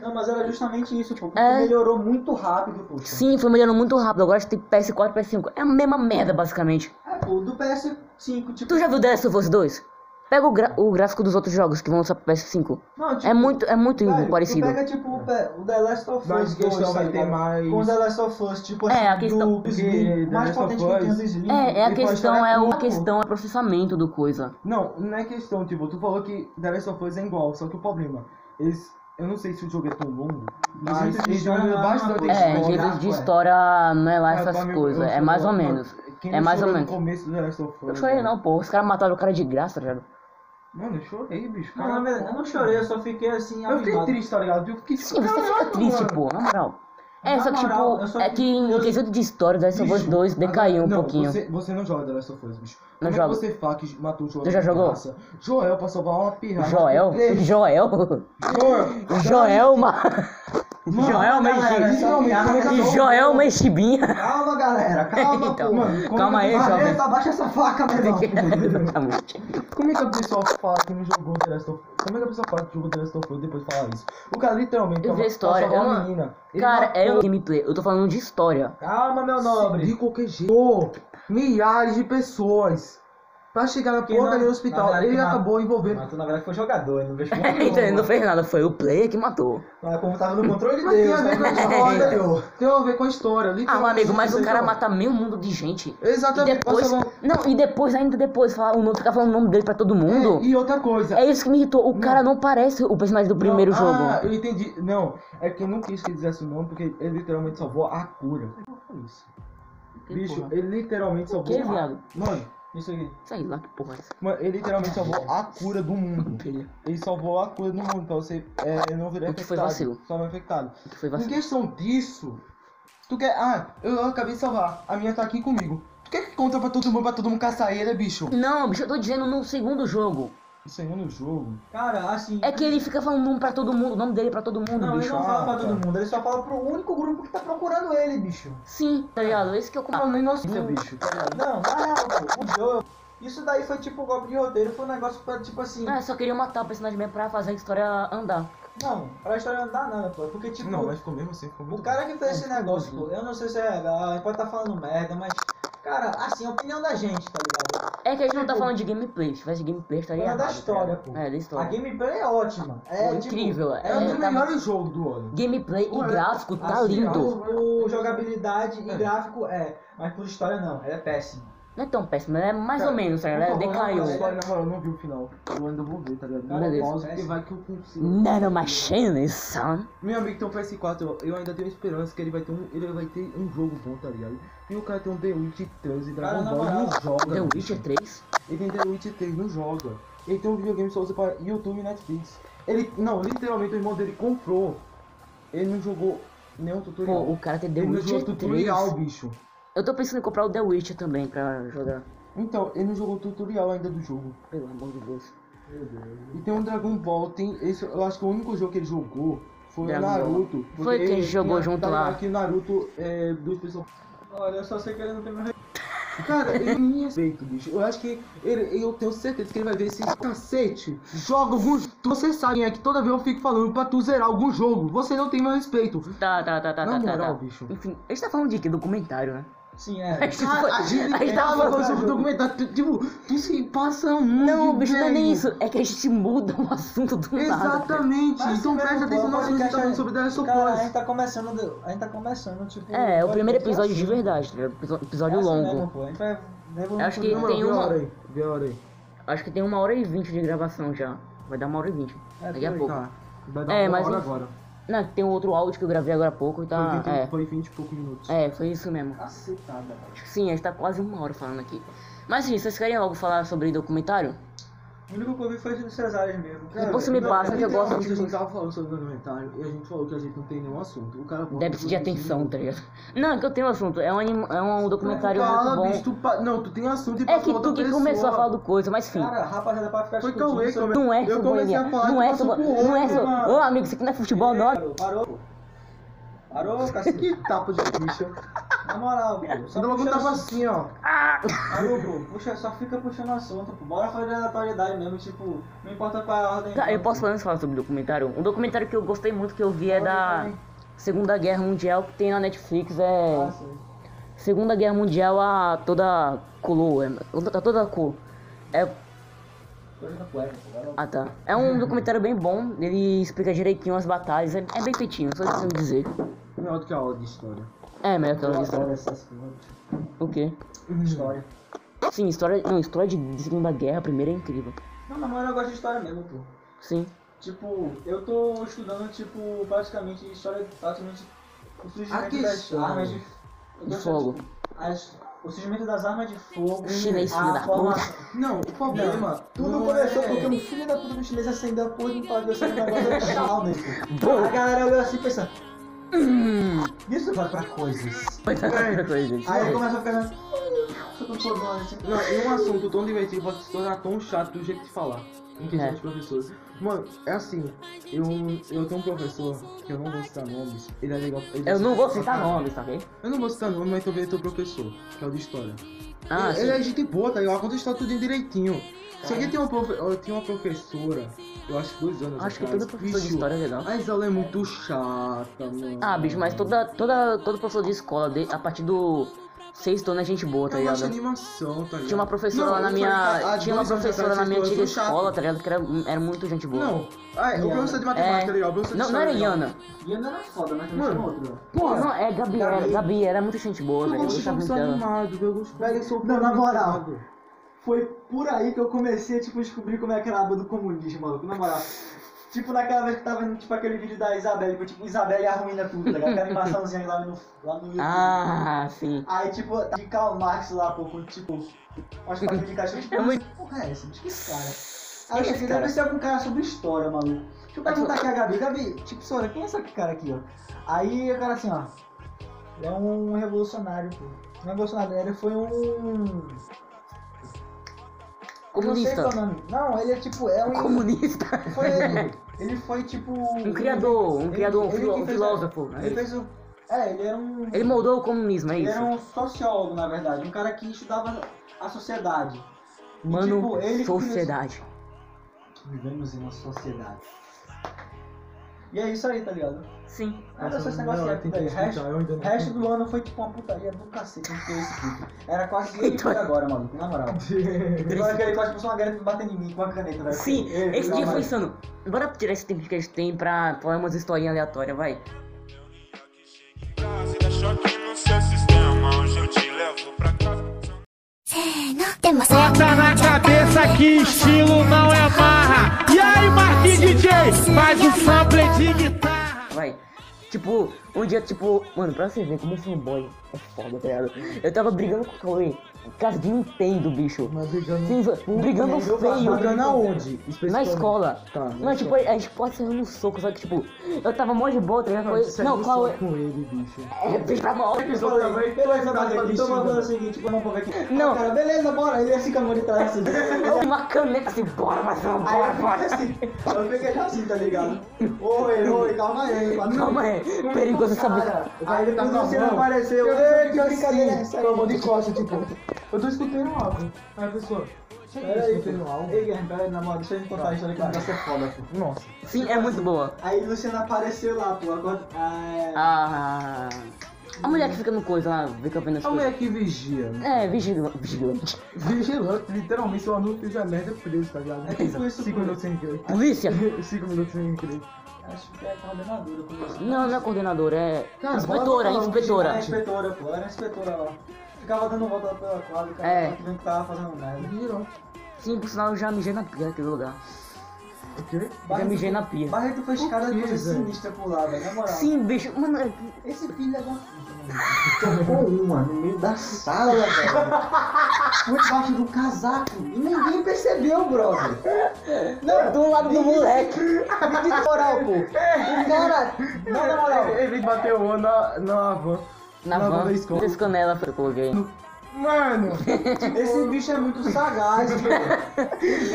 Speaker 1: Não, mas era justamente isso, pô. Porque
Speaker 3: É.
Speaker 1: melhorou muito rápido, poxa.
Speaker 3: Sim, foi melhorando muito rápido, agora tem PS4 PS5. É a mesma merda, basicamente.
Speaker 1: É, pô, do PS5, tipo...
Speaker 3: Tu já viu The Last of Us 2? Pega o, gra- o gráfico dos outros jogos que vão lançar pro PS5.
Speaker 1: Não, tipo,
Speaker 3: É muito, é muito
Speaker 1: velho, tu
Speaker 3: parecido.
Speaker 1: pega tipo o Pe- o The Last of
Speaker 2: Mas tá
Speaker 1: Us 2,
Speaker 2: questão vai
Speaker 1: sabe,
Speaker 2: ter
Speaker 1: cara?
Speaker 2: mais-
Speaker 1: Com o The Last of Us, tipo
Speaker 3: É,
Speaker 1: assim,
Speaker 3: a questão-
Speaker 1: do Slim,
Speaker 2: The
Speaker 1: mais
Speaker 2: Last of
Speaker 1: potente que tem
Speaker 2: Us-
Speaker 1: do Slim.
Speaker 3: É, é a
Speaker 2: E pode
Speaker 3: questão
Speaker 2: estar
Speaker 3: é o,
Speaker 2: tudo.
Speaker 3: a questão é o processamento do coisa.
Speaker 2: Não, não é questão, tipo, tu falou que The Last of Us é igual, só que o problema, eles. Eu não sei se o jogo é tão longo, mas
Speaker 1: Mas
Speaker 2: eles
Speaker 1: já
Speaker 2: jogam
Speaker 1: é uma
Speaker 2: bastante
Speaker 1: coisa.
Speaker 3: É,
Speaker 1: Esse
Speaker 3: em
Speaker 2: história.
Speaker 3: níveis de
Speaker 1: gráfico, é.
Speaker 3: história não é lá
Speaker 2: Ah,
Speaker 3: essas
Speaker 2: pra mim,
Speaker 3: coisas.
Speaker 2: eu
Speaker 3: É
Speaker 2: choro,
Speaker 3: mais ou
Speaker 2: mano.
Speaker 3: menos.
Speaker 2: Quem
Speaker 3: É
Speaker 2: não
Speaker 3: mais ou
Speaker 2: chorou no
Speaker 3: menos.
Speaker 2: começo do The Last of Us,
Speaker 3: Eu chorei
Speaker 2: mano?
Speaker 3: não, pô. Os caras mataram o cara de graça, tá ligado?
Speaker 2: Mano, eu chorei, bicho.
Speaker 1: Não, na verdade, eu não chorei, eu só fiquei assim,
Speaker 2: Eu fiquei
Speaker 1: abismado.
Speaker 2: triste, tá ligado? Eu fiquei
Speaker 3: Sim, você fica
Speaker 1: é
Speaker 3: triste, pô, na moral. É,
Speaker 1: Na
Speaker 3: só que
Speaker 1: moral, eu
Speaker 3: tipo,
Speaker 1: só
Speaker 3: é
Speaker 1: fico-
Speaker 3: que em
Speaker 1: eu-
Speaker 3: quesito de história, né, Last of Us
Speaker 2: Bicho,
Speaker 3: 2 decaiu um
Speaker 2: não,
Speaker 3: pouquinho.
Speaker 2: Você, você não joga The Last of Us, bicho.
Speaker 3: Não
Speaker 2: Como
Speaker 3: jogo.
Speaker 2: É que você fala que matou o Joel.
Speaker 3: Tu já
Speaker 2: de
Speaker 3: jogou?
Speaker 2: graça? Joel pra salvar uma pirra.
Speaker 3: Joel? *laughs* Joel? Joelma? Joelma
Speaker 1: Calma, galera, tá
Speaker 3: e
Speaker 1: só- calma,
Speaker 3: Gibi- Joelma e Chibinha.
Speaker 1: Calma,
Speaker 3: *laughs*
Speaker 1: galera, calma,
Speaker 3: Então,
Speaker 1: pô.
Speaker 3: calma aí,
Speaker 1: Valeu,
Speaker 3: jovem.
Speaker 1: tá, Abaixa essa faca, meu irmão.
Speaker 2: Como é que a pessoa fala que não jogou The Last of Us? Como é que a pessoa fala que jogou The Last of Us e depois fala isso? O cara literalmente...
Speaker 3: Eu vi a história,
Speaker 2: Pra salvar
Speaker 3: eu
Speaker 2: uma
Speaker 3: não-
Speaker 2: menina. ele
Speaker 3: *laughs* Cara,
Speaker 2: matou
Speaker 3: é um gameplay. Eu tô falando de história.
Speaker 1: Calma, meu nobre.
Speaker 2: De qualquer jeito. Milhares de pessoas. Pra chegar na
Speaker 1: Que
Speaker 2: porta
Speaker 1: não-
Speaker 2: do
Speaker 1: na
Speaker 2: hospital.
Speaker 1: verdade,
Speaker 2: Ele
Speaker 1: que na-
Speaker 2: acabou envolvendo...
Speaker 1: Mas tu, na verdade, foi jogador, ele não vejo
Speaker 3: *laughs* Então ele não fez nada, foi o player que matou.
Speaker 2: é
Speaker 1: Mas como tava no controle
Speaker 2: Mas tem
Speaker 1: dele,
Speaker 2: a ver com a *laughs* história, meu. né? Tem a ver com a história.
Speaker 1: Então,
Speaker 3: Ah, meu
Speaker 2: literalmente,
Speaker 3: amigo, mas
Speaker 2: isso
Speaker 3: o
Speaker 2: aí,
Speaker 1: tá
Speaker 3: cara
Speaker 2: ó.
Speaker 3: mata meio mundo de gente.
Speaker 2: *laughs*
Speaker 3: E
Speaker 2: Exatamente.
Speaker 3: depois.
Speaker 2: passa a mão-
Speaker 1: um-
Speaker 3: Não, e depois, ainda depois, falar o nome, ficar falando o nome dele pra todo mundo.
Speaker 2: É, e outra coisa.
Speaker 3: É isso que me irritou. O cara não parece o personagem do primeiro
Speaker 2: Não,
Speaker 3: jogo.
Speaker 2: Ah, eu entendi. Não, é que eu não quis que dissesse o nome porque ele literalmente salvou a cura. Bicho, ele literalmente salvou
Speaker 3: que,
Speaker 2: a...
Speaker 3: viado?
Speaker 2: Mano, isso aqui.
Speaker 3: Sei lá que porra é essa.
Speaker 2: Mano, ele literalmente salvou a cura do mundo. Ele salvou a cura do mundo pra você é, não virar
Speaker 3: O que foi
Speaker 2: infectado.
Speaker 3: vacilo.
Speaker 2: Só não infectado.
Speaker 3: Que foi
Speaker 2: Em
Speaker 3: vacilo.
Speaker 2: questão disso, tu quer. Ah, eu, eu acabei de salvar. A minha tá aqui comigo. Tu quer que conta pra todo mundo, pra todo mundo caçar ele, bicho?
Speaker 3: Não, bicho, eu tô dizendo no segundo jogo.
Speaker 2: Isso aí é no jogo.
Speaker 1: Cara, assim.
Speaker 3: É que ele fica falando o nome pra todo mundo, o nome dele pra todo mundo,
Speaker 1: Não, ele
Speaker 3: bicho.
Speaker 1: não fala pra todo
Speaker 2: ah, cara.
Speaker 1: mundo, ele só fala pro único grupo que tá procurando ele, bicho.
Speaker 3: Sim, tá ligado? Esse que eu
Speaker 2: Não,
Speaker 3: comparo.
Speaker 2: nem nossa, bicho. tá ligado?
Speaker 1: Não, na real, pô, o Joel. Isso daí foi tipo golpe de roteiro, foi um negócio pra, tipo assim.
Speaker 3: Ah, eu só queria matar o personagem mesmo pra fazer a história andar.
Speaker 1: Não, pra história não dá nada, pô. Porque, tipo,
Speaker 2: Não, mas ficou mesmo assim, ficou
Speaker 1: o
Speaker 2: muito
Speaker 1: cara que fez esse negócio, pô, eu não sei se é legal, ele pode tá falando merda, mas. Cara, assim, a opinião da gente, tá ligado?
Speaker 3: É que a gente não tá falando de gameplay. Se tivesse gameplay, estaria
Speaker 1: Falando Tipo, é da
Speaker 3: errado. tá
Speaker 1: história,
Speaker 3: ligado?
Speaker 1: pô.
Speaker 3: É, da
Speaker 1: A
Speaker 3: história.
Speaker 1: gameplay é ótima. É,
Speaker 3: Pô,
Speaker 1: tipo,
Speaker 3: incrível, é.
Speaker 2: É um dos
Speaker 3: tá-
Speaker 2: melhores jogos do ano.
Speaker 3: Gameplay e
Speaker 1: Ué,
Speaker 3: gráfico tá
Speaker 1: assim,
Speaker 3: lindo.
Speaker 1: Por, por jogabilidade e
Speaker 2: É.
Speaker 1: gráfico é, mas por história não, ela é péssima.
Speaker 3: Não é tão péssimo, é mais
Speaker 2: Cara,
Speaker 3: ou menos, tá
Speaker 2: Por
Speaker 3: ligado?
Speaker 2: favor,
Speaker 3: Decaiu.
Speaker 2: não, não, não, Eu não vi o final. Eu ainda vou ver, tá ligado? Não
Speaker 3: Beleza.
Speaker 2: pausa, porque vai que eu consigo.
Speaker 3: Nanomachines, son.
Speaker 2: Meu amigo tem um PS4, eu, eu ainda tenho esperança que ele vai ter um, ele vai ter um jogo bom, tá ligado? E o cara tem um The Witch 3 e
Speaker 1: Cara,
Speaker 2: Dragon
Speaker 1: na
Speaker 2: Ball e não
Speaker 1: moral,
Speaker 2: joga.
Speaker 3: The
Speaker 2: bicho.
Speaker 3: Witcher 3?
Speaker 2: Ele tem The Witch 3, não joga. Ele tem um videogame só usa para YouTube e Netflix. Ele, não, literalmente o irmão dele comprou. Ele não jogou nenhum
Speaker 3: Pô,
Speaker 2: tutorial.
Speaker 3: o cara tem The
Speaker 2: ele não jogou
Speaker 3: Witcher 3.
Speaker 2: tutorial, bicho.
Speaker 3: Eu tô pensando em comprar o The Witcher também pra jogar.
Speaker 2: Então, ele não jogou tutorial ainda do jogo.
Speaker 3: Pelo amor de Deus.
Speaker 2: E tem um Dragon Ball, tem esse, eu acho que o único jogo que ele jogou foi
Speaker 3: Dragon
Speaker 2: o
Speaker 3: Ball.
Speaker 2: Naruto. porque
Speaker 3: Foi quem
Speaker 2: ele
Speaker 3: jogou
Speaker 2: tinha-
Speaker 3: junto
Speaker 2: tá
Speaker 3: lá.
Speaker 2: ligado Que Naruto é duas pessoas.
Speaker 1: Olha, eu só sei que ele não tem meu
Speaker 2: *laughs* Cara, ele me respeita, bicho. Eu acho que ele, eu tenho certeza que ele vai ver esse cacete. Joga alguns. Você sabe é que toda vez eu fico falando pra tu zerar algum jogo. Você não tem meu respeito.
Speaker 3: Tá, tá, tá, tá,
Speaker 2: Na
Speaker 3: tá, tá,
Speaker 2: moral,
Speaker 3: tá. *laughs*
Speaker 2: bicho.
Speaker 3: Enfim, a gente tá falando de quê? Documentário, né?
Speaker 1: Sim, é.
Speaker 3: A gente,
Speaker 2: Ah, A, a gente
Speaker 3: a gente tava
Speaker 2: tá falando
Speaker 3: tá falando.
Speaker 2: sobre documentário. tu- Tipo, tu se passa um mundo.
Speaker 3: Não, bicho, não é nem
Speaker 2: velho.
Speaker 3: isso. É que a gente muda o assunto do nada. cara.
Speaker 2: Exatamente. então presta atenção no que a gente tá falando sobre The Last of
Speaker 1: Cara, a
Speaker 2: Us.
Speaker 1: gente tá começando, do- a gente tá começando, tipo...
Speaker 3: É, é o
Speaker 1: pode
Speaker 3: primeiro
Speaker 1: ter
Speaker 3: episódio de
Speaker 2: assim.
Speaker 1: assunto.
Speaker 3: verdade, tá ligado? Episo-
Speaker 1: É
Speaker 3: episódio
Speaker 1: assim mesmo,
Speaker 3: longo.
Speaker 1: pô, a gente vai devolver
Speaker 3: Acho que
Speaker 1: tudo.
Speaker 3: tem
Speaker 2: Vê a hora
Speaker 3: uma.
Speaker 2: aí, vê a hora aí.
Speaker 3: Acho que tem uma hora e vinte de gravação já. Vai dar uma hora e vinte. Daqui a
Speaker 1: por aí,
Speaker 3: pouco.
Speaker 2: Tá. Vai dar
Speaker 3: É,
Speaker 2: uma
Speaker 3: mas
Speaker 2: hora
Speaker 3: em-
Speaker 2: agora.
Speaker 3: Não, tem um outro áudio que eu gravei agora há pouco e tá.
Speaker 2: foi, 20,
Speaker 3: É,
Speaker 2: foi 20 e poucos minutos.
Speaker 3: é, foi isso mesmo.
Speaker 2: Tá Cacetada.
Speaker 3: Sim, a gente tá quase uma hora falando aqui. Mas sim, vocês querem algo falar sobre documentário?
Speaker 1: O único que eu vi foi do Cesário mesmo.
Speaker 2: Cara,
Speaker 3: Depois você me
Speaker 2: não,
Speaker 3: passa que eu gosto
Speaker 2: literalmente
Speaker 3: de-
Speaker 2: A gente tava falando sobre o documentário e a gente falou que a gente não tem nenhum assunto. O cara volta
Speaker 3: Deve de
Speaker 2: pro-
Speaker 3: atenção, tá ligado? Não, é que eu tenho um assunto. É um, anima- é um documentário
Speaker 2: Fala, tá, bicho,
Speaker 3: muito bom.
Speaker 2: tu pa- Não, tu tem assunto e
Speaker 3: É
Speaker 2: passa
Speaker 3: que
Speaker 2: outra
Speaker 3: tu que
Speaker 2: pessoa.
Speaker 3: começou a falar do coisa, mas enfim.
Speaker 1: Cara, rapaziada, pra ficar
Speaker 2: Foi
Speaker 1: discutindo
Speaker 2: Cauê que
Speaker 1: sobre-
Speaker 2: começou.
Speaker 3: Não é
Speaker 2: eu
Speaker 3: sobre
Speaker 2: comecei a
Speaker 3: boemia.
Speaker 2: falar,
Speaker 3: Não é
Speaker 2: tu passou
Speaker 3: sobre.
Speaker 2: pro outro,
Speaker 3: Não é sobre.
Speaker 1: mano.
Speaker 3: Ô, amigo, isso aqui não é futebol, não.
Speaker 1: Parou, parou. Parou, cacete.
Speaker 2: Que tapa de bicha.
Speaker 1: Na moral, pô. Só
Speaker 2: Você deu logo um
Speaker 1: puxa
Speaker 2: tapa
Speaker 1: assunto.
Speaker 2: assim, ó.
Speaker 1: Parou, pô. Puxa, só fica puxando assunto, pô. Bora fazer aleatoriedade mesmo, tipo... Não importa qual é a ordem.
Speaker 3: Tá, eu
Speaker 1: não,
Speaker 3: posso
Speaker 1: pô.
Speaker 3: pelo menos falar sobre documentário? Um documentário que eu gostei muito que eu vi é da Segunda Guerra Mundial que tem na Netflix. É.
Speaker 1: Ah, sim.
Speaker 3: Segunda Guerra Mundial a toda color. É, a toda cor. É.
Speaker 1: Coisa da cueca, tá ligado?
Speaker 3: Ah tá. É um documentário bem bom, ele explica direitinho as batalhas, é, é bem feitinho, só isso que eu tenho a dizer.
Speaker 1: Melhor do que a aula de história.
Speaker 3: É melhor que
Speaker 1: Eu
Speaker 3: ela
Speaker 1: adoro essas coisas.
Speaker 3: O quê?
Speaker 1: Uhum. História.
Speaker 3: Sim, história. Não, história de de Segunda Guerra, a primeira é incrível.
Speaker 1: Não, na moral eu gosto de história mesmo, pô.
Speaker 3: Sim.
Speaker 1: Tipo, eu tô estudando, tipo, basicamente história, basicamente, o
Speaker 2: Ah, que
Speaker 1: surgimento das
Speaker 2: história.
Speaker 1: armas de,
Speaker 3: De fogo.
Speaker 1: *laughs* As, o surgimento das armas de fogo.
Speaker 3: Chinês,
Speaker 1: a
Speaker 3: filho da
Speaker 1: formação-
Speaker 2: Não, o problema.
Speaker 1: Tudo
Speaker 2: não
Speaker 1: começou
Speaker 2: é-
Speaker 1: porque um filho da puta do chinês acendeu a porra de um pavio assim, um negócio de
Speaker 3: *laughs*
Speaker 1: Chalmers, pô.
Speaker 3: Bom.
Speaker 1: A galera olhou assim e pensa. Hum, isso vai pra coisas.
Speaker 2: É.
Speaker 3: Vai dar outra coisa, gente.
Speaker 1: Aí começa a ficar. "Hum, Isso não foi bom, assim.
Speaker 2: Não, e um assunto tão divertido pode se tornar tão chato do jeito de falar. Infelizmente,
Speaker 3: É.
Speaker 2: professor. Mano, é assim, eu, eu tenho um professor que eu não vou citar nomes, ele é legal. ele-
Speaker 3: Eu não vou citar nomes, tá ok?
Speaker 2: Eu não vou citar nome, mas talvez teu professor, que é o de história.
Speaker 3: Ah,
Speaker 2: ele, ele
Speaker 3: sim. É.
Speaker 2: é gente boa, tá ligado? Conta a história tudo direitinho. Só que tem uma, profe- eu tinha uma professora, eu acho que dois anos.
Speaker 3: Acho que
Speaker 2: atrás,
Speaker 3: toda professora de
Speaker 2: bicho,
Speaker 3: história é legal.
Speaker 2: Mas ela é muito chata, mano.
Speaker 3: Ah, bicho, mas toda, toda, todo professor de escola, de- a partir do sexto ano é gente boa, tá
Speaker 2: Eu gosto de
Speaker 3: ligado?
Speaker 2: animação, tá ligado?
Speaker 3: Tinha uma professora lá na
Speaker 2: eu falei, tá,
Speaker 3: minha.
Speaker 2: há
Speaker 3: Tinha uma
Speaker 2: dois anos
Speaker 3: professora na
Speaker 2: atrás,
Speaker 3: minha
Speaker 2: eu sou
Speaker 3: antiga
Speaker 2: chato.
Speaker 3: escola, tá ligado? Que era, era muito gente boa.
Speaker 2: Não, ah, é, o professor de matemática, tá
Speaker 3: é...
Speaker 2: ligado? O professor de
Speaker 3: Não, não era
Speaker 2: história, tá ligado?
Speaker 3: Iana.
Speaker 1: E ainda era foda, mas também
Speaker 2: Mano.
Speaker 1: tinha outro.
Speaker 3: Pô, não, é Gabi, era,
Speaker 2: Gabi.
Speaker 3: Gabi era muito gente boa, velho. Eu
Speaker 2: gosto de
Speaker 3: gostava muito
Speaker 2: jogos
Speaker 3: dela.
Speaker 2: animados, eu gosto
Speaker 1: Velho, eu sou Não, na
Speaker 3: tá
Speaker 1: moral. Foi por aí que eu comecei a tipo, descobrir como é que era a aba do comunismo, maluco, na moral. Tipo, naquela vez que tava vendo tipo, aquele vídeo da Isabelle, que tipo, Isabelle arruina tudo, tá ligado? Aquela animaçãozinha lá no, lá no YouTube.
Speaker 3: Ah, sim.
Speaker 1: Aí, tipo, tá de Karl Marx lá, pô, com, tipo, umas patas de cachorro, tipo,
Speaker 3: É muito-
Speaker 1: que porra é essa? Diz que esse cara. Aí eu cheguei, deve ser algum cara sobre história, maluco. Deixa eu perguntar aqui a Gabi. Gabi, tipo, senhora, quem é esse cara aqui, ó? Aí o cara assim, ó. Ele é um revolucionário, pô. Não é revolucionário, ele foi um.
Speaker 3: Comunista.
Speaker 1: Não, sei qual é o nome. não, ele é tipo, é um.
Speaker 3: Comunista.
Speaker 1: *laughs*
Speaker 3: *laughs*
Speaker 1: Foi ele. Ele foi tipo.
Speaker 3: Um criador, um
Speaker 1: Ele-
Speaker 3: criador, um,
Speaker 1: ele
Speaker 3: filó-
Speaker 1: que
Speaker 3: um
Speaker 1: fez-
Speaker 3: filósofo.
Speaker 1: Ele fez o. É, ele era um.
Speaker 3: Ele moldou o comunismo, é
Speaker 1: Ele
Speaker 3: isso.
Speaker 1: era um sociólogo, na verdade. Um cara que estudava a sociedade. E,
Speaker 3: Mano,
Speaker 1: tipo, ele criou-
Speaker 3: sociedade.
Speaker 1: Vivemos em uma sociedade. E é isso aí, tá ligado?
Speaker 3: Sim.
Speaker 1: Era só esse negócio aqui daí. O resto, o resto do ano foi tipo uma putaria do cacete, não tem esse tipo. Era quase
Speaker 3: *laughs*
Speaker 1: que
Speaker 3: Então-
Speaker 1: então... agora, maluco, na moral. Igual aquele quase que uma galera batendo em mim com uma caneta, velho.
Speaker 3: Sim,
Speaker 1: Ei,
Speaker 3: esse
Speaker 1: Tá assim, é, não,
Speaker 3: dia foi
Speaker 1: mas-
Speaker 3: insano. Bora tirar esse tempo que a gente tem pra falar umas historinhas aleatórias, vai.
Speaker 4: Bota na cabeça que estilo não é marra. E aí, Marquinhos DJ, faz o sample de guitarra.
Speaker 3: Vai. Tipo, um dia, tipo, mano, pra você ver como esse fanboy é foda, tá ligado? Eu tava brigando com o Cauê, por causa de Nintendo, bicho. Mas brigando. brigando feio.
Speaker 2: Jogando aonde?
Speaker 3: Na escola.
Speaker 2: Tá, na
Speaker 3: não, tipo, a gente pode sair no soco, só que, tipo, eu tava mó de boa, tá ligado? Cauê-
Speaker 2: é
Speaker 3: Não, Cauê.
Speaker 2: com ele, bicho.
Speaker 3: É, bicho, tá mó.
Speaker 1: Eu falei, beleza, Matheus, então vamos fazer o seguinte, vamos conversar aqui.
Speaker 3: Não.
Speaker 1: Aí, Cara, beleza, bora. Ele assim com a mão de trás assim.
Speaker 3: Uma caneta assim, bora, Marcelo,
Speaker 1: Aí
Speaker 3: bora,
Speaker 1: eu
Speaker 3: bora.
Speaker 1: fiquei assim, eu fiquei assim, tá ligado? Oi, oi, calma aí, mano.
Speaker 3: Calma aí, é perigoso essa
Speaker 1: Cara,
Speaker 3: boca.
Speaker 1: aí depois
Speaker 2: Tá
Speaker 1: você
Speaker 2: bom.
Speaker 1: apareceu.
Speaker 2: Eu
Speaker 1: Ei, que
Speaker 2: fiquei
Speaker 1: brincadeira é
Speaker 2: assim,
Speaker 1: essa aí?
Speaker 2: com a mão de costa, tipo. Eu tô escutando algo. Aí a pessoa. "Será que eu tô
Speaker 1: Peraí,
Speaker 2: escutando algo.
Speaker 1: Ei, Guilherme, peraí, na moral, deixa eu te contar a história que o negócio é foda, pô.
Speaker 2: Nossa.
Speaker 3: Sim, é muito boa.
Speaker 1: Aí Luciano apareceu lá, pô. Agora, ah,
Speaker 3: Ah. A mulher que fica no coisa lá, fica vendo as
Speaker 2: A
Speaker 3: coisas.
Speaker 2: mulher que vigia.
Speaker 3: É, vigila- vigilante.
Speaker 2: Vigilante, literalmente, se eu não fizer merda, é preso, tá ligado?
Speaker 1: É tipo isso,
Speaker 2: 5
Speaker 1: pô.
Speaker 2: minutos sem emprego.
Speaker 3: Polícia?
Speaker 2: 5 minutos sem emprego.
Speaker 1: acho que é coordenadora. pô.
Speaker 3: Não, não é coordenadora, é.
Speaker 2: Cara,
Speaker 3: Inspetora,
Speaker 2: bota lá um
Speaker 3: inspetora.
Speaker 1: Era é inspetora, pô. Era inspetora lá. Ficava dando volta pela quadra, cara.
Speaker 3: É.
Speaker 1: Vendo que tava fazendo merda.
Speaker 2: Vigilante.
Speaker 3: Sim, por sinal eu já mijei na pia naquele lugar.
Speaker 2: O quê?
Speaker 3: Eu já mijei na pia.
Speaker 1: Barreto foi escada
Speaker 2: Por
Speaker 1: de
Speaker 2: quê,
Speaker 1: coisa
Speaker 2: velho?
Speaker 1: sinistra por lá, velho. Na
Speaker 2: Ah.
Speaker 1: moral.
Speaker 3: Sim, bicho, mano, é que-
Speaker 1: Esse filho é da puta, mano. Tocou uma no meio da sala, velho. Por debaixo do casaco. E ninguém percebeu, brother. Não,
Speaker 3: do lado do
Speaker 1: *laughs*
Speaker 3: moleque.
Speaker 1: de moral, pô. O cara. Não, na moral.
Speaker 2: Ele bateu o na, na van.
Speaker 3: Na
Speaker 2: Na
Speaker 3: van,
Speaker 2: van da escola.
Speaker 3: três canelas que eu coloquei.
Speaker 2: Mano!
Speaker 1: Esse bicho é muito sagaz,
Speaker 2: *laughs*
Speaker 1: velho.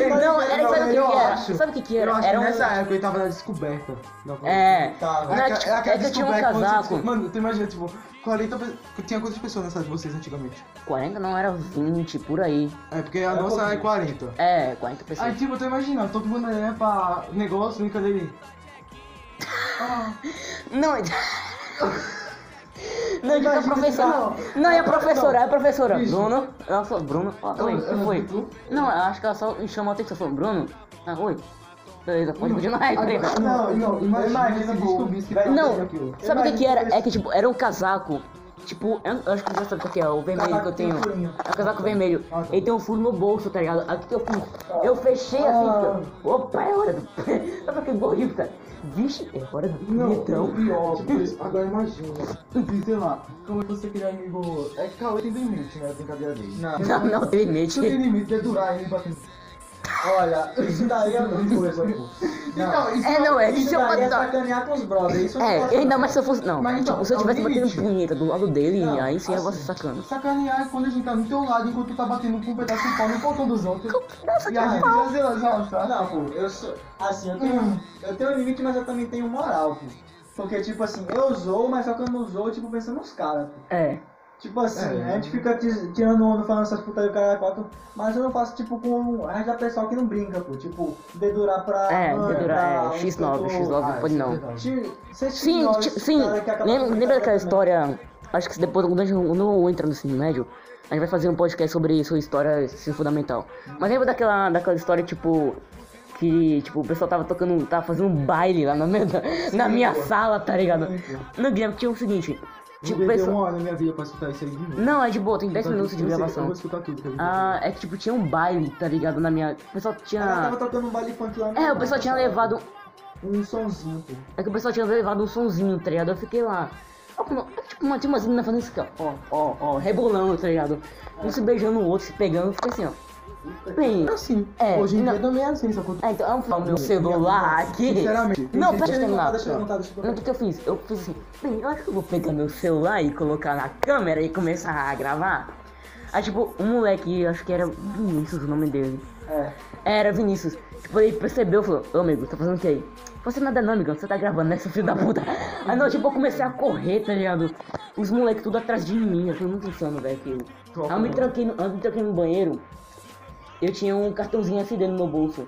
Speaker 3: Não, era sabe o que
Speaker 2: eu
Speaker 3: que era?
Speaker 2: acho.
Speaker 3: Sabe o que que
Speaker 2: Eu
Speaker 3: era?
Speaker 2: acho
Speaker 3: Era
Speaker 2: que nessa
Speaker 3: um.
Speaker 2: época ele tava na descoberta. Não,
Speaker 3: É.
Speaker 1: Tá,
Speaker 3: Não, é que- é que eu tinha um
Speaker 2: descoberta, quando você
Speaker 3: casaco.
Speaker 2: descobre- Mano, tu imagina, tipo, 40 pessoas. Tinha quantas pessoas nessa de vocês antigamente?
Speaker 3: 40 não era 20, por aí.
Speaker 2: É, porque a nossa é 40.
Speaker 3: É, 40
Speaker 2: Aí,
Speaker 3: pessoas.
Speaker 2: tipo, tu imagina, todo mundo é pra negócio, brincadeira.
Speaker 3: Não, é. Não, diga
Speaker 1: Imagina
Speaker 3: professor.
Speaker 1: que
Speaker 3: Não, é a professora, é a professora.
Speaker 1: Bicho.
Speaker 3: Bruno, ela falou, Bruno, ó, oi,
Speaker 1: ela
Speaker 3: que foi?
Speaker 1: gritou?
Speaker 3: Não, eu acho que ela só me chamou a atenção, falou, Bruno, ah, oi. Beleza, pode continuar aí, beleza.
Speaker 1: Não, não, é imagina
Speaker 2: Imagina
Speaker 1: se
Speaker 2: se
Speaker 1: descobrisse que vai
Speaker 3: Não,
Speaker 1: aquilo.
Speaker 3: sabe o que que
Speaker 1: Imagina
Speaker 3: era?
Speaker 1: se
Speaker 3: É que, tipo, era um casaco. Tipo, eu eu acho que você sabe o que é, o vermelho que
Speaker 1: Casaco
Speaker 3: eu
Speaker 1: tem
Speaker 3: tenho.
Speaker 1: furinho.
Speaker 3: É o casaco vermelho. Ele tem um furo no bolso, tá ligado? Aqui que eu fiz. Eu fechei assim,
Speaker 1: Ah.
Speaker 3: fica. Opa, é hora do. *laughs* Sabe aquele gordinho, cara? Vixe, é hora do
Speaker 2: Não,
Speaker 3: punhetão.
Speaker 2: o pior, porque agora imagina. que, Sei lá, como você queria amigo. É que Cauê tem limite, né? Brincadeira dele. Não.
Speaker 1: um *laughs*
Speaker 3: Não, não, tem
Speaker 2: Se
Speaker 3: limite.
Speaker 2: tem limite, é durar ele batendo.
Speaker 1: Olha, isso daí é outra coisa, pô.
Speaker 2: Então, isso
Speaker 3: É, não, é isso
Speaker 1: Isso
Speaker 3: é
Speaker 1: daí é
Speaker 3: uma.
Speaker 1: sacanear com os brothers. Isso não
Speaker 3: É,
Speaker 1: pode
Speaker 3: e ainda mais se eu fosse. Não,
Speaker 2: Mas então,
Speaker 3: tipo, se eu
Speaker 2: é um
Speaker 3: tivesse batendo
Speaker 2: limite.
Speaker 3: punheta do lado dele,
Speaker 1: Não,
Speaker 3: aí sim eu vou
Speaker 1: assim.
Speaker 3: sacando.
Speaker 2: Sacanear é quando a gente tá no teu lado enquanto tu tá batendo com um pedaço de pau no portão dos outros.
Speaker 3: Nossa,
Speaker 2: E a gente já zela, já,
Speaker 1: Ah,
Speaker 2: sabe?
Speaker 1: Não, pô, eu sou. Assim, eu
Speaker 2: Hum.
Speaker 1: tenho, eu tenho um limite, mas eu também tenho moral, pô. Porque, tipo assim, eu zoo, mas só que eu não zoo, tipo, pensando nos caras, pô.
Speaker 3: É.
Speaker 1: Tipo assim,
Speaker 2: É.
Speaker 1: a gente fica tis- tirando onda, falando essas putas do cara quatro, mas eu não faço, tipo, com a gente da pessoal que não brinca, pô. Tipo, dedurar pra.
Speaker 3: É,
Speaker 1: banda, pra
Speaker 3: dedurar
Speaker 1: um
Speaker 3: é X9,
Speaker 1: cantor.
Speaker 2: Ah,
Speaker 3: X9
Speaker 2: é
Speaker 3: pode não.
Speaker 2: Tipo,
Speaker 1: Ti- cê
Speaker 3: Sim,
Speaker 1: ignora
Speaker 3: ti-
Speaker 1: esse
Speaker 3: sim.
Speaker 1: cara que é acaba
Speaker 3: Lembra,
Speaker 1: com-
Speaker 3: lembra daquela história? Acho que depois, quando a gente quando eu entrar no ensino médio, a gente vai fazer um podcast sobre sua história ensino fundamental. Mas lembra daquela, daquela história, tipo. Que, tipo, o pessoal tava tocando, tava fazendo um baile lá na minha, na minha sala, tá ligado? No Guilherme tinha o seguinte. Tipo,
Speaker 2: Vou perder
Speaker 3: pessoal-
Speaker 2: uma hora na minha vida pra escutar isso aí de novo.
Speaker 3: Não, é de boa, tem 10 minutos de
Speaker 2: Eu sei, Eu
Speaker 3: gravação.
Speaker 2: vou escutar tudo. que a gente
Speaker 3: Ah, é que tipo, tinha um baile, tá ligado? Na minha. O pessoal
Speaker 2: É, Ah,
Speaker 1: Ela
Speaker 3: tinha.
Speaker 1: tava tocando um baile funk lá no-
Speaker 2: né?
Speaker 3: É, o pessoal tinha levado.
Speaker 1: Um sonzinho, pô.
Speaker 3: É que o pessoal tinha levado um sonzinho, tá ligado? Eu fiquei lá. Ó, como- é que, tipo, uma, tinha umas meninas fazendo isso aqui, ó. Ó, ó, ó, rebolando, tá ligado? Um se beijando o outro, se pegando, fica assim, ó. Bem.
Speaker 2: Assim,
Speaker 3: É,
Speaker 2: hoje em
Speaker 3: não-
Speaker 2: dia também é assim, só que
Speaker 3: É, então, vamos falar meu celular aqui.
Speaker 2: Sinceramente, tem
Speaker 3: Não, pera, deixa eu
Speaker 1: Deixa eu
Speaker 3: terminar.
Speaker 1: perguntar, deixa eu perguntar, deixa eu
Speaker 3: Não,
Speaker 1: perguntar.
Speaker 3: o que, que eu fiz? Eu fiz assim, bem, eu acho que eu vou pegar meu celular e colocar na câmera e começar a gravar. Aí, tipo, um moleque, eu acho que era Vinícius o nome dele. É. Era Vinícius. Tipo, ele percebeu e falou, ô amigo, tá fazendo o que aí? Você nada não, amigo, você tá gravando, né, seu filho da puta? *laughs* Aí, não, tipo, eu comecei a correr, tá ligado? Os moleques tudo atrás de mim, eu fui muito insano, velho, aquilo. Aí eu me tranquei no, eu me tranquei no banheiro, eu tinha um cartãozinho SD no meu bolso.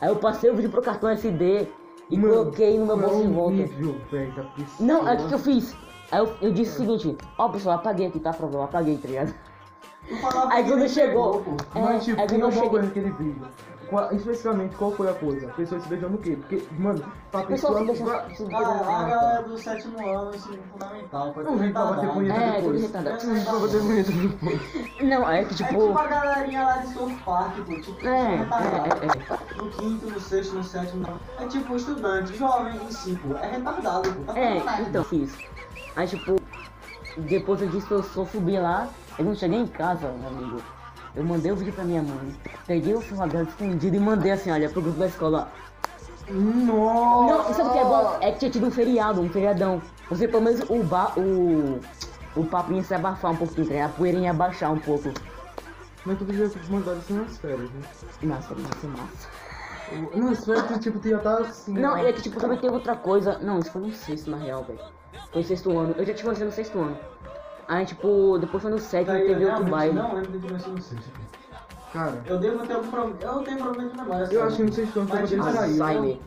Speaker 3: Aí eu passei o vídeo pro cartão SD e coloquei no meu bolso de volta. Não, é o que que eu fiz? Aí eu, eu disse o seguinte, ó pessoal, apaguei aqui, tá problema, apaguei, tá ligado? Aí quando chegou, é,
Speaker 2: Mas, tipo,
Speaker 3: aí quando
Speaker 2: tem
Speaker 3: eu
Speaker 2: alguma coisa
Speaker 3: cheguei,
Speaker 2: naquele vídeo. Qual- especificamente, qual foi a coisa? A pessoa se beijando o quê? Porque, mano, a
Speaker 3: pessoal
Speaker 2: pessoa...
Speaker 3: se beijando- se beijando
Speaker 1: Ah, a
Speaker 3: na cara.
Speaker 1: galera do sétimo ano, ensino fundamental. pode
Speaker 2: Não vem pra bater
Speaker 1: retardar.
Speaker 2: punheta
Speaker 3: É, tudo
Speaker 2: depois.
Speaker 3: retardado.
Speaker 2: Não vem pra bater punheta depois.
Speaker 3: Não, é que
Speaker 1: É
Speaker 3: tipo,
Speaker 1: tipo a galerinha lá de South Park, pô. Tipo,
Speaker 3: é, é, é, é.
Speaker 1: No quinto, no sexto, no sétimo. É tipo estudante, jovem em si, pô. É retardado, pô. Tá
Speaker 3: É,
Speaker 1: falando merda.
Speaker 3: então fiz. Aí tipo, depois eu disse que eu só subi lá, eu não cheguei em casa, meu amigo. Eu mandei o vídeo pra minha mãe, peguei o celular dela escondido e mandei assim, olha, pro grupo da escola. ó.
Speaker 2: Nossa!
Speaker 3: Não, sabe o que é bom? É que tinha tido um feriado, um feriadão. Você pelo menos o ba o. O papo ia se abafar um pouquinho, tá ligado? a poeira ia abaixar um pouco.
Speaker 2: Mas tu podia ter mandado isso nas férias, né?
Speaker 3: Nossa, nossa, nossa.
Speaker 2: Nas férias, tu, tipo, tu já tá assim...
Speaker 3: Não,
Speaker 2: né?
Speaker 3: é que tipo, também tem outra coisa. Não, isso foi no sexto, na real, velho. Foi no sexto ano. Eu já te conheci no sexto ano. Aí, tipo, depois foi no sétimo,
Speaker 1: Daí eu
Speaker 3: teve outro
Speaker 1: realmente
Speaker 3: baile.
Speaker 1: Tá né? Não lembro de mexer no sexto.
Speaker 3: é-
Speaker 2: Cara,
Speaker 1: assim. Eu devo ter algum problema. Eu não tenho problema de memória.
Speaker 2: eu
Speaker 1: sabe?
Speaker 2: acho que não sei se tu vai
Speaker 1: Mas,
Speaker 2: poder
Speaker 1: tipo,
Speaker 2: sair.
Speaker 3: Alzheimer.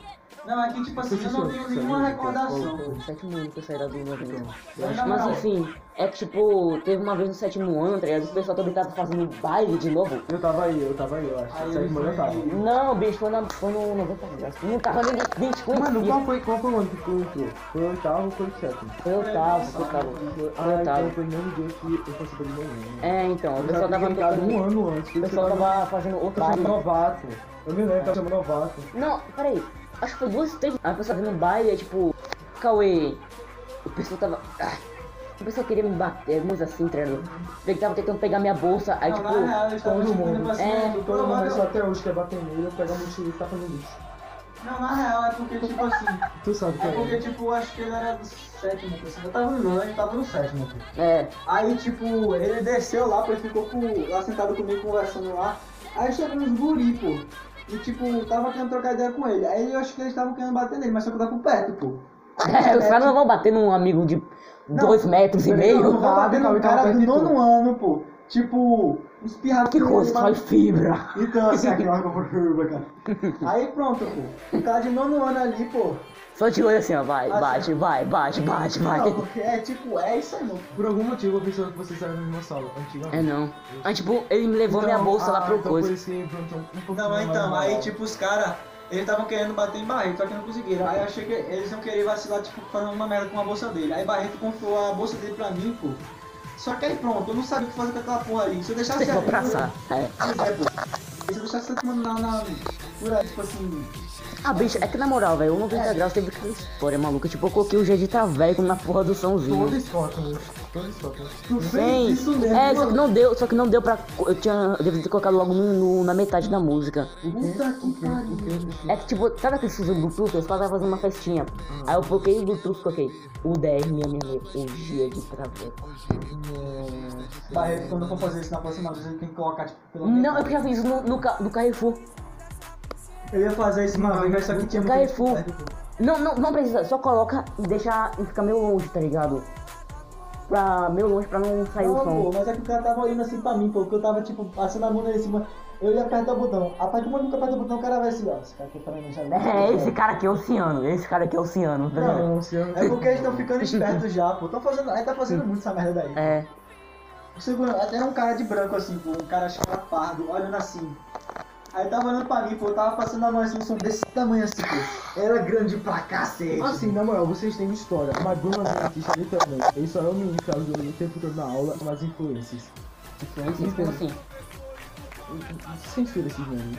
Speaker 1: Não, é que tipo assim, eu não tenho
Speaker 2: é
Speaker 1: nenhuma recordação.
Speaker 3: Foi no sétimo ano que eu saí da dúvida.
Speaker 1: Mas, na
Speaker 3: Mas
Speaker 1: moral,
Speaker 3: enfim, é que tipo, teve uma vez no sétimo ano, tá ligado? O pessoal também tava fazendo baile de novo.
Speaker 2: Eu tava aí, eu tava aí, eu acho.
Speaker 1: Aí
Speaker 2: Isso aí,
Speaker 1: eu
Speaker 2: mano, eu
Speaker 1: fui-
Speaker 2: tava.
Speaker 3: Não, bicho, foi, na, foi no 90 graus. Não tava nem nem te
Speaker 2: Mano,
Speaker 3: conhecia.
Speaker 2: qual foi, qual foi o ano que tu entrou? Foi o oitavo ou foi o sétimo?
Speaker 3: Foi oitavo, foi oitavo. Foi
Speaker 2: Ah, então
Speaker 3: oitavo.
Speaker 2: foi no mesmo dia que eu passei pelo meu ano.
Speaker 3: É, então, o
Speaker 2: Eu já
Speaker 3: pessoal tava
Speaker 2: tinha entrado um
Speaker 3: tocando-
Speaker 2: ano antes.
Speaker 3: O pessoal tava fazendo outro
Speaker 2: Tá,
Speaker 3: baile.
Speaker 2: novato. Eu me lembro, tava chamando novato.
Speaker 3: Não, peraí. Acho que foi duas, três. A pessoa vindo no baile é tipo. Cauê. O pessoal tava. Ah, o pessoal queria me bater, mas assim, treino. Ele tava tentando pegar minha bolsa, aí
Speaker 1: não,
Speaker 3: tipo.
Speaker 1: na real, eles estavam
Speaker 2: todo mundo.
Speaker 1: tipo, assim,
Speaker 3: É,
Speaker 1: tipo,
Speaker 2: Todo mundo
Speaker 1: provável-
Speaker 2: isso até hoje, que é bater nele, pegar o mochila e tá fazendo isso.
Speaker 1: Não, na real, é porque tipo assim.
Speaker 2: Tu sabe *laughs* que
Speaker 1: É porque,
Speaker 2: é.
Speaker 1: tipo, eu acho que ele era do sétimo, assim. Eu tava no nono, ele tava no sétimo. pô.
Speaker 3: É, *laughs*
Speaker 1: Aí, tipo, ele desceu lá, pô, ele ficou com- lá sentado comigo conversando lá. Aí chegou uns guri, pô. E, tipo, tava querendo trocar ideia com ele. Aí eu acho que eles estavam querendo bater nele, mas só que eu tava por perto, pô.
Speaker 3: É, os caras não vão bater num amigo de dois metros e
Speaker 1: Não,
Speaker 3: meio.
Speaker 1: não vou bater
Speaker 2: Calma,
Speaker 1: no
Speaker 2: calma,
Speaker 1: cara do
Speaker 2: calma,
Speaker 1: nono ano, pô. Tipo, Uns pirrapinhos.
Speaker 3: Que constrói
Speaker 1: mas-
Speaker 3: fibra.
Speaker 2: *laughs*
Speaker 1: Então, assim, aquele órgão por fibra, cara. Aí pronto, pô. O cara de nono ano ali, pô.
Speaker 3: Só de olho assim, ó. Vai,
Speaker 1: Ah,
Speaker 3: bate, vai, bate,
Speaker 2: Tá
Speaker 3: bate, vai.
Speaker 1: Não, porque é tipo, é isso aí, mano.
Speaker 2: Por algum motivo eu pensava que vocês eram na mesma sala, antigamente.
Speaker 3: É não. Ah, tipo, ele me levou minha
Speaker 2: Então,
Speaker 3: bolsa lá
Speaker 2: ah,
Speaker 3: pro
Speaker 2: então
Speaker 3: coisa.
Speaker 2: por isso que pronto, um pouquinho
Speaker 1: Não,
Speaker 2: mais
Speaker 1: então,
Speaker 2: amarelo.
Speaker 1: aí tipo os caras, eles estavam querendo bater em Barreto, só que não conseguiram. Aí eu achei que eles iam querer vacilar, tipo, fazendo uma merda com a bolsa dele. Aí Barreto comprou a bolsa dele pra mim, pô. Só que aí pronto, eu não sabia o que fazer com aquela porra ali. Se eu deixasse
Speaker 3: *laughs* Você
Speaker 1: ali,
Speaker 3: for praçar. É.
Speaker 1: Pois é, pô. Se eu deixasse essa mano lá na. Por aí, tipo assim.
Speaker 3: Ah, bicho, é que na moral, velho, o 90 graus teve aquela história maluca. Tipo, eu coloquei o Jedi Traveco na porra do Sãozinho.
Speaker 2: Todos tocam,
Speaker 3: né?
Speaker 2: todos tocam.
Speaker 3: Vem. É, só que não deu, só que não deu pra. Eu tinha. Eu devia ter colocado logo no- no- na metade da música.
Speaker 1: Puta que pariu.
Speaker 3: É que tipo, sabe aquele fuzil Bluetooth? Eu tava fazendo uma festinha. Aí eu coloquei o Bluetooth, coloquei o 10 minha minha minha, o dia de traveco.
Speaker 1: Barreto, quando eu for fazer isso na próxima vez, ele tem que colocar, tipo, pelo menos.
Speaker 3: Não, é que eu já fiz isso no, no, ca- no Carrefour.
Speaker 1: Eu ia fazer isso uma vez, mas só que é tinha muita gente
Speaker 3: Carrefour.
Speaker 1: perto.
Speaker 3: Não, não, não precisa, só coloca e deixa e fica meio longe, tá ligado? Pra meio longe pra não sair o
Speaker 1: Não,
Speaker 3: som.
Speaker 1: pô, mas é que o cara tava olhando assim pra mim, pô, porque eu tava, tipo, passando a mão nele em cima. Eu ia apertar o botão. A partir do momento que eu aperto o botão, o cara vai assim, ó. Esse cara aqui tá me mexendo.
Speaker 3: *laughs* É, esse cara aqui é oceano, esse cara aqui é oceano, tá ligado?
Speaker 2: Então,
Speaker 1: Não,
Speaker 2: assim,
Speaker 1: é porque eles estão ficando espertos já, pô. Tão fazendo, aí tá fazendo muito essa merda daí.
Speaker 3: É.
Speaker 1: Segura- Até um cara de branco assim, pô, um cara acho que era pardo, olhando assim. Aí tava olhando pra mim, pô, eu tava passando a mão assim, um som desse tamanho assim, pô. Era grande pra cacete.
Speaker 2: Assim, na moral, vocês têm história, mas Bruno é artista literalmente. Ele só é o menino que ajudou o tempo todo na aula, mas influências. Influências?
Speaker 3: Então, assim,
Speaker 2: Sem filho esses nomes.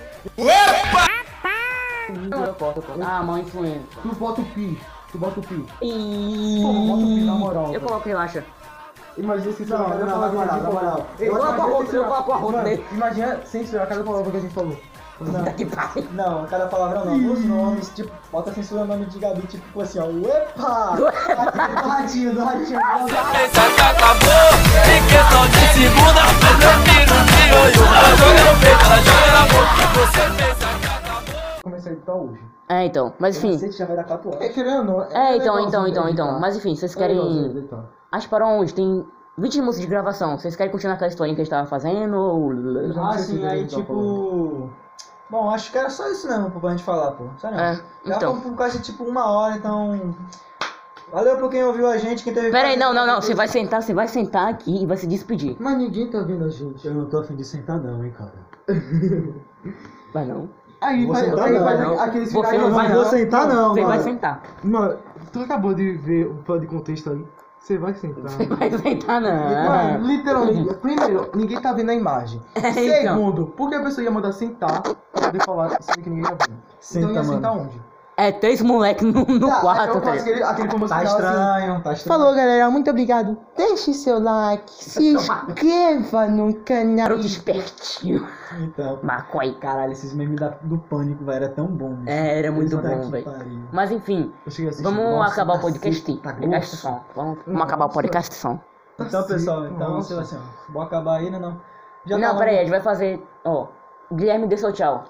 Speaker 3: ah, mal influência.
Speaker 2: Tu bota o pi, tu bota o pi.
Speaker 3: E...
Speaker 2: Pô, bota o pi na moral.
Speaker 3: um Eu coloco, relaxa.
Speaker 2: Imagina se
Speaker 1: Não,
Speaker 2: cada
Speaker 1: não,
Speaker 2: palavra
Speaker 1: não,
Speaker 2: que a
Speaker 1: não,
Speaker 2: gente
Speaker 1: não,
Speaker 2: falou.
Speaker 1: não.
Speaker 2: Eu
Speaker 3: coloco a
Speaker 2: imagino
Speaker 3: roupa, eu
Speaker 2: censurar-
Speaker 3: coloco a roupa
Speaker 2: Mano,
Speaker 3: nele.
Speaker 2: Imagina censurar cada palavra que a gente falou.
Speaker 3: Puta que pariu.
Speaker 1: Não, cada palavrão não. Os nomes, tipo, bota censura o nome de Gabi, tipo assim, ó. Epa!
Speaker 3: *laughs*
Speaker 1: Aqui do radinho, do radinho.
Speaker 2: Começar a editar hoje.
Speaker 3: É, então, mas enfim.
Speaker 1: Você já vai dar 4 horas.
Speaker 2: É querendo ou não.
Speaker 3: É, então,
Speaker 2: legalzinho
Speaker 3: então,
Speaker 2: de
Speaker 3: então,
Speaker 2: editar.
Speaker 3: então. Mas enfim, vocês
Speaker 2: É legalzinho
Speaker 3: querem.
Speaker 2: de editar.
Speaker 3: Acho para onde? Tem 20 minutos de gravação. Vocês querem continuar aquela historinha que a gente tava fazendo? Ou... então
Speaker 1: Ah, sim, aí tipo. Bom, acho que era só isso mesmo pô, pra gente falar, pô. Só não.
Speaker 3: É,
Speaker 1: Já
Speaker 3: então.
Speaker 1: fomos por quase tipo uma hora, então. Valeu por quem ouviu a gente, quem teve. Então,
Speaker 3: Pera aí, não, não, não. Você vai sentar, você vai sentar aqui e vai se despedir.
Speaker 2: Mas ninguém tá vendo a gente.
Speaker 1: Eu não tô afim de sentar, não, hein, cara.
Speaker 3: Vai não.
Speaker 2: Aí
Speaker 1: Vou
Speaker 2: vai,
Speaker 1: sentar,
Speaker 2: aí
Speaker 1: não,
Speaker 2: Tá vai
Speaker 3: não.
Speaker 2: aqueles
Speaker 3: Você
Speaker 2: finais-
Speaker 3: não vai
Speaker 1: vou
Speaker 3: não.
Speaker 1: sentar, não,
Speaker 3: Você vai
Speaker 1: mano.
Speaker 3: sentar.
Speaker 2: Mano, tu acabou de ver o plano de contexto aí. Você vai sentar.
Speaker 3: Você vai sentar,
Speaker 2: *laughs* Mano,
Speaker 3: não.
Speaker 2: literalmente,
Speaker 3: *laughs*
Speaker 2: primeiro, ninguém tá vendo a imagem.
Speaker 3: então.
Speaker 2: Segundo, por que a pessoa ia mandar sentar pra poder falar sendo que ninguém tá vendo?
Speaker 1: Senta,
Speaker 2: então ia
Speaker 1: mano.
Speaker 2: sentar onde?
Speaker 3: É três moleque no, no
Speaker 2: Tá,
Speaker 3: quarto,
Speaker 2: eu
Speaker 3: tá
Speaker 2: faço
Speaker 3: ligado?
Speaker 2: aquele, aquele famoso
Speaker 1: Tá
Speaker 2: sinal assim,
Speaker 1: estranho, tá estranho.
Speaker 8: Falou, galera. Muito obrigado. Deixe seu like, se inscreva no canal.
Speaker 3: Garoto espertinho.
Speaker 1: Então,
Speaker 3: Macoi.
Speaker 1: caralho, esses memes da- do pânico, velho, era tão bom, bicho.
Speaker 3: É, era muito
Speaker 1: Puta
Speaker 3: bom,
Speaker 1: que
Speaker 3: velho.
Speaker 1: pariu.
Speaker 3: Mas enfim,
Speaker 2: Eu cheguei a assistir.
Speaker 3: vamos
Speaker 2: Nossa,
Speaker 3: acabar o
Speaker 2: tá
Speaker 3: podcast.
Speaker 2: assim, tá
Speaker 3: Podcast
Speaker 2: grosso. Hum,
Speaker 3: som. Vamos, vamos acabar o podcast som.
Speaker 1: Então, pessoal, então,
Speaker 2: Nossa.
Speaker 1: você vai assim, ó. Vou acabar aí, né, não? Já
Speaker 3: Não,
Speaker 1: tá
Speaker 3: pera aí, a gente vai fazer. Ó, Guilherme, dê seu tchau.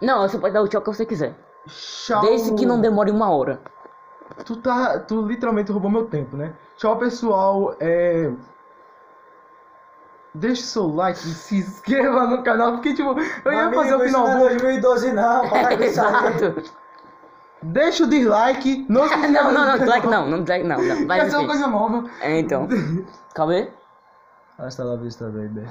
Speaker 3: Não, você pode dar o tchau que você quiser.
Speaker 2: Tchau.
Speaker 3: Desde que não demore uma hora.
Speaker 2: Tu tá. Tu literalmente roubou meu tempo, né? Tchau, pessoal. É. Deixe seu like, se inscreva no canal, porque tipo, eu ia fazer o
Speaker 1: Amigo, isso
Speaker 2: final
Speaker 1: não é
Speaker 2: bom.
Speaker 1: 2012 não, para com
Speaker 3: *laughs*
Speaker 1: isso aí.
Speaker 3: Exato.
Speaker 2: Deixa o dislike, não se inscreva
Speaker 3: Não,
Speaker 2: no
Speaker 3: não, não,
Speaker 2: canal.
Speaker 3: dislike não, não, dislike não, não. Vai,
Speaker 2: Essa é uma
Speaker 3: enfim.
Speaker 2: coisa nova.
Speaker 3: É, então. Calma aí.
Speaker 12: Hasta la vista, baby.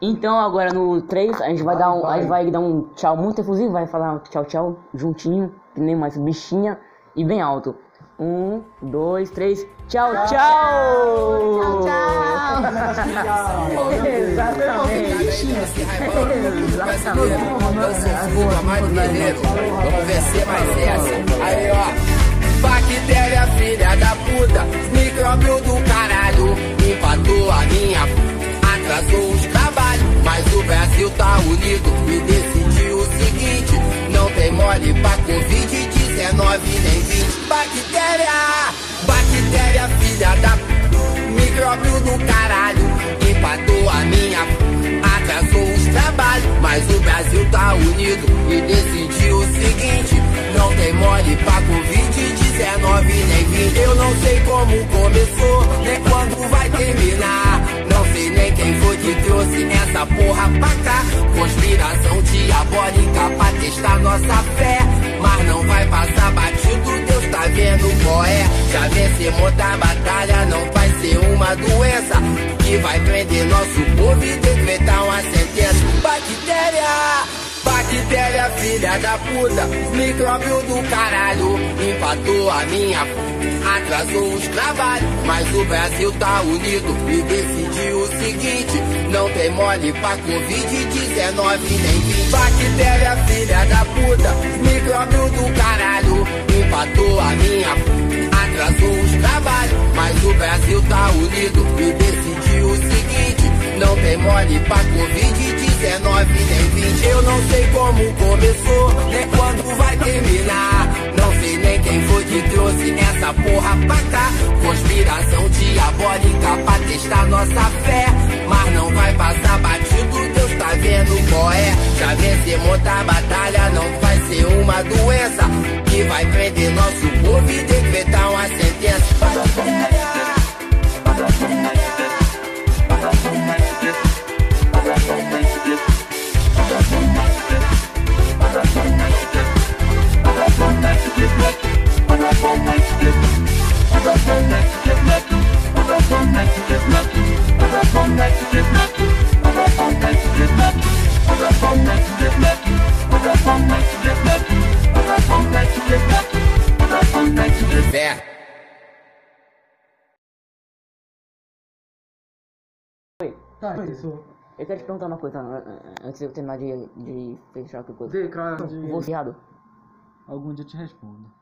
Speaker 3: Então agora no 3 a gente vai dar um. A gente vai dar um tchau muito efusivo, vai falar um tchau, tchau, juntinho, que nem mais bichinha e bem alto. Um, dois, três, tchau, tchau! Tchau, tchau! Exatamente! Exatamente!
Speaker 4: Vamos vencer mais essa. assim. Aí, ó. Bactéria, filha da puta. Micróbio do caralho. Empatou a minha. Atrasou os trabalhos. Mas o Brasil tá unido. E decidiu o seguinte: não tem mole pra Covid-19 nem 20. Bactéria! Bactéria, filha da puta. Micróbio do caralho. Empatou a minha. Atrasou os trabalhos, um mas o Brasil tá unido e decidiu o seguinte: não tem mole pra Covid-19 nem 20. Eu não sei como começou, nem quando vai terminar. Não sei nem quem foi que
Speaker 10: que trouxe essa porra pra cá. Conspiração diabólica pra testar nossa fé. Mas não vai passar batido, Deus tá vendo qual é. Já vencemos da batalha, não vai ser uma doença. Que vai prender nosso povo e decretar uma sentença. Bactéria! Bactéria, filha da puta, micróbio do caralho, empatou a minha atrasou os trabalhos. Mas o Brasil tá unido e decidiu o seguinte: não tem mole pra Covid-19 nem 20. Bactéria, filha da puta, micróbio do caralho, empatou a minha atrasou os trabalhos. Mas o Brasil tá unido e decidiu o seguinte: não tem mole pra Covid-19 nem 20. Eu não sei como começou, nem quando vai terminar. Não sei nem quem foi que trouxe essa porra pra cá. Conspiração diabólica pra testar nossa fé. Mas não vai passar batido, Deus tá vendo qual é. Já vencemos da batalha, não vai ser uma doença. Que vai prender nosso povo e decretar uma sentença. Bactéria, bactéria. Fé.
Speaker 2: Tá, isso.
Speaker 3: Eu quero te perguntar uma coisa ah, ah, antes de eu terminar de, de fechar aqui coisa.
Speaker 2: Vê, cara.
Speaker 3: Você, é viado,
Speaker 1: Algum dia eu te respondo.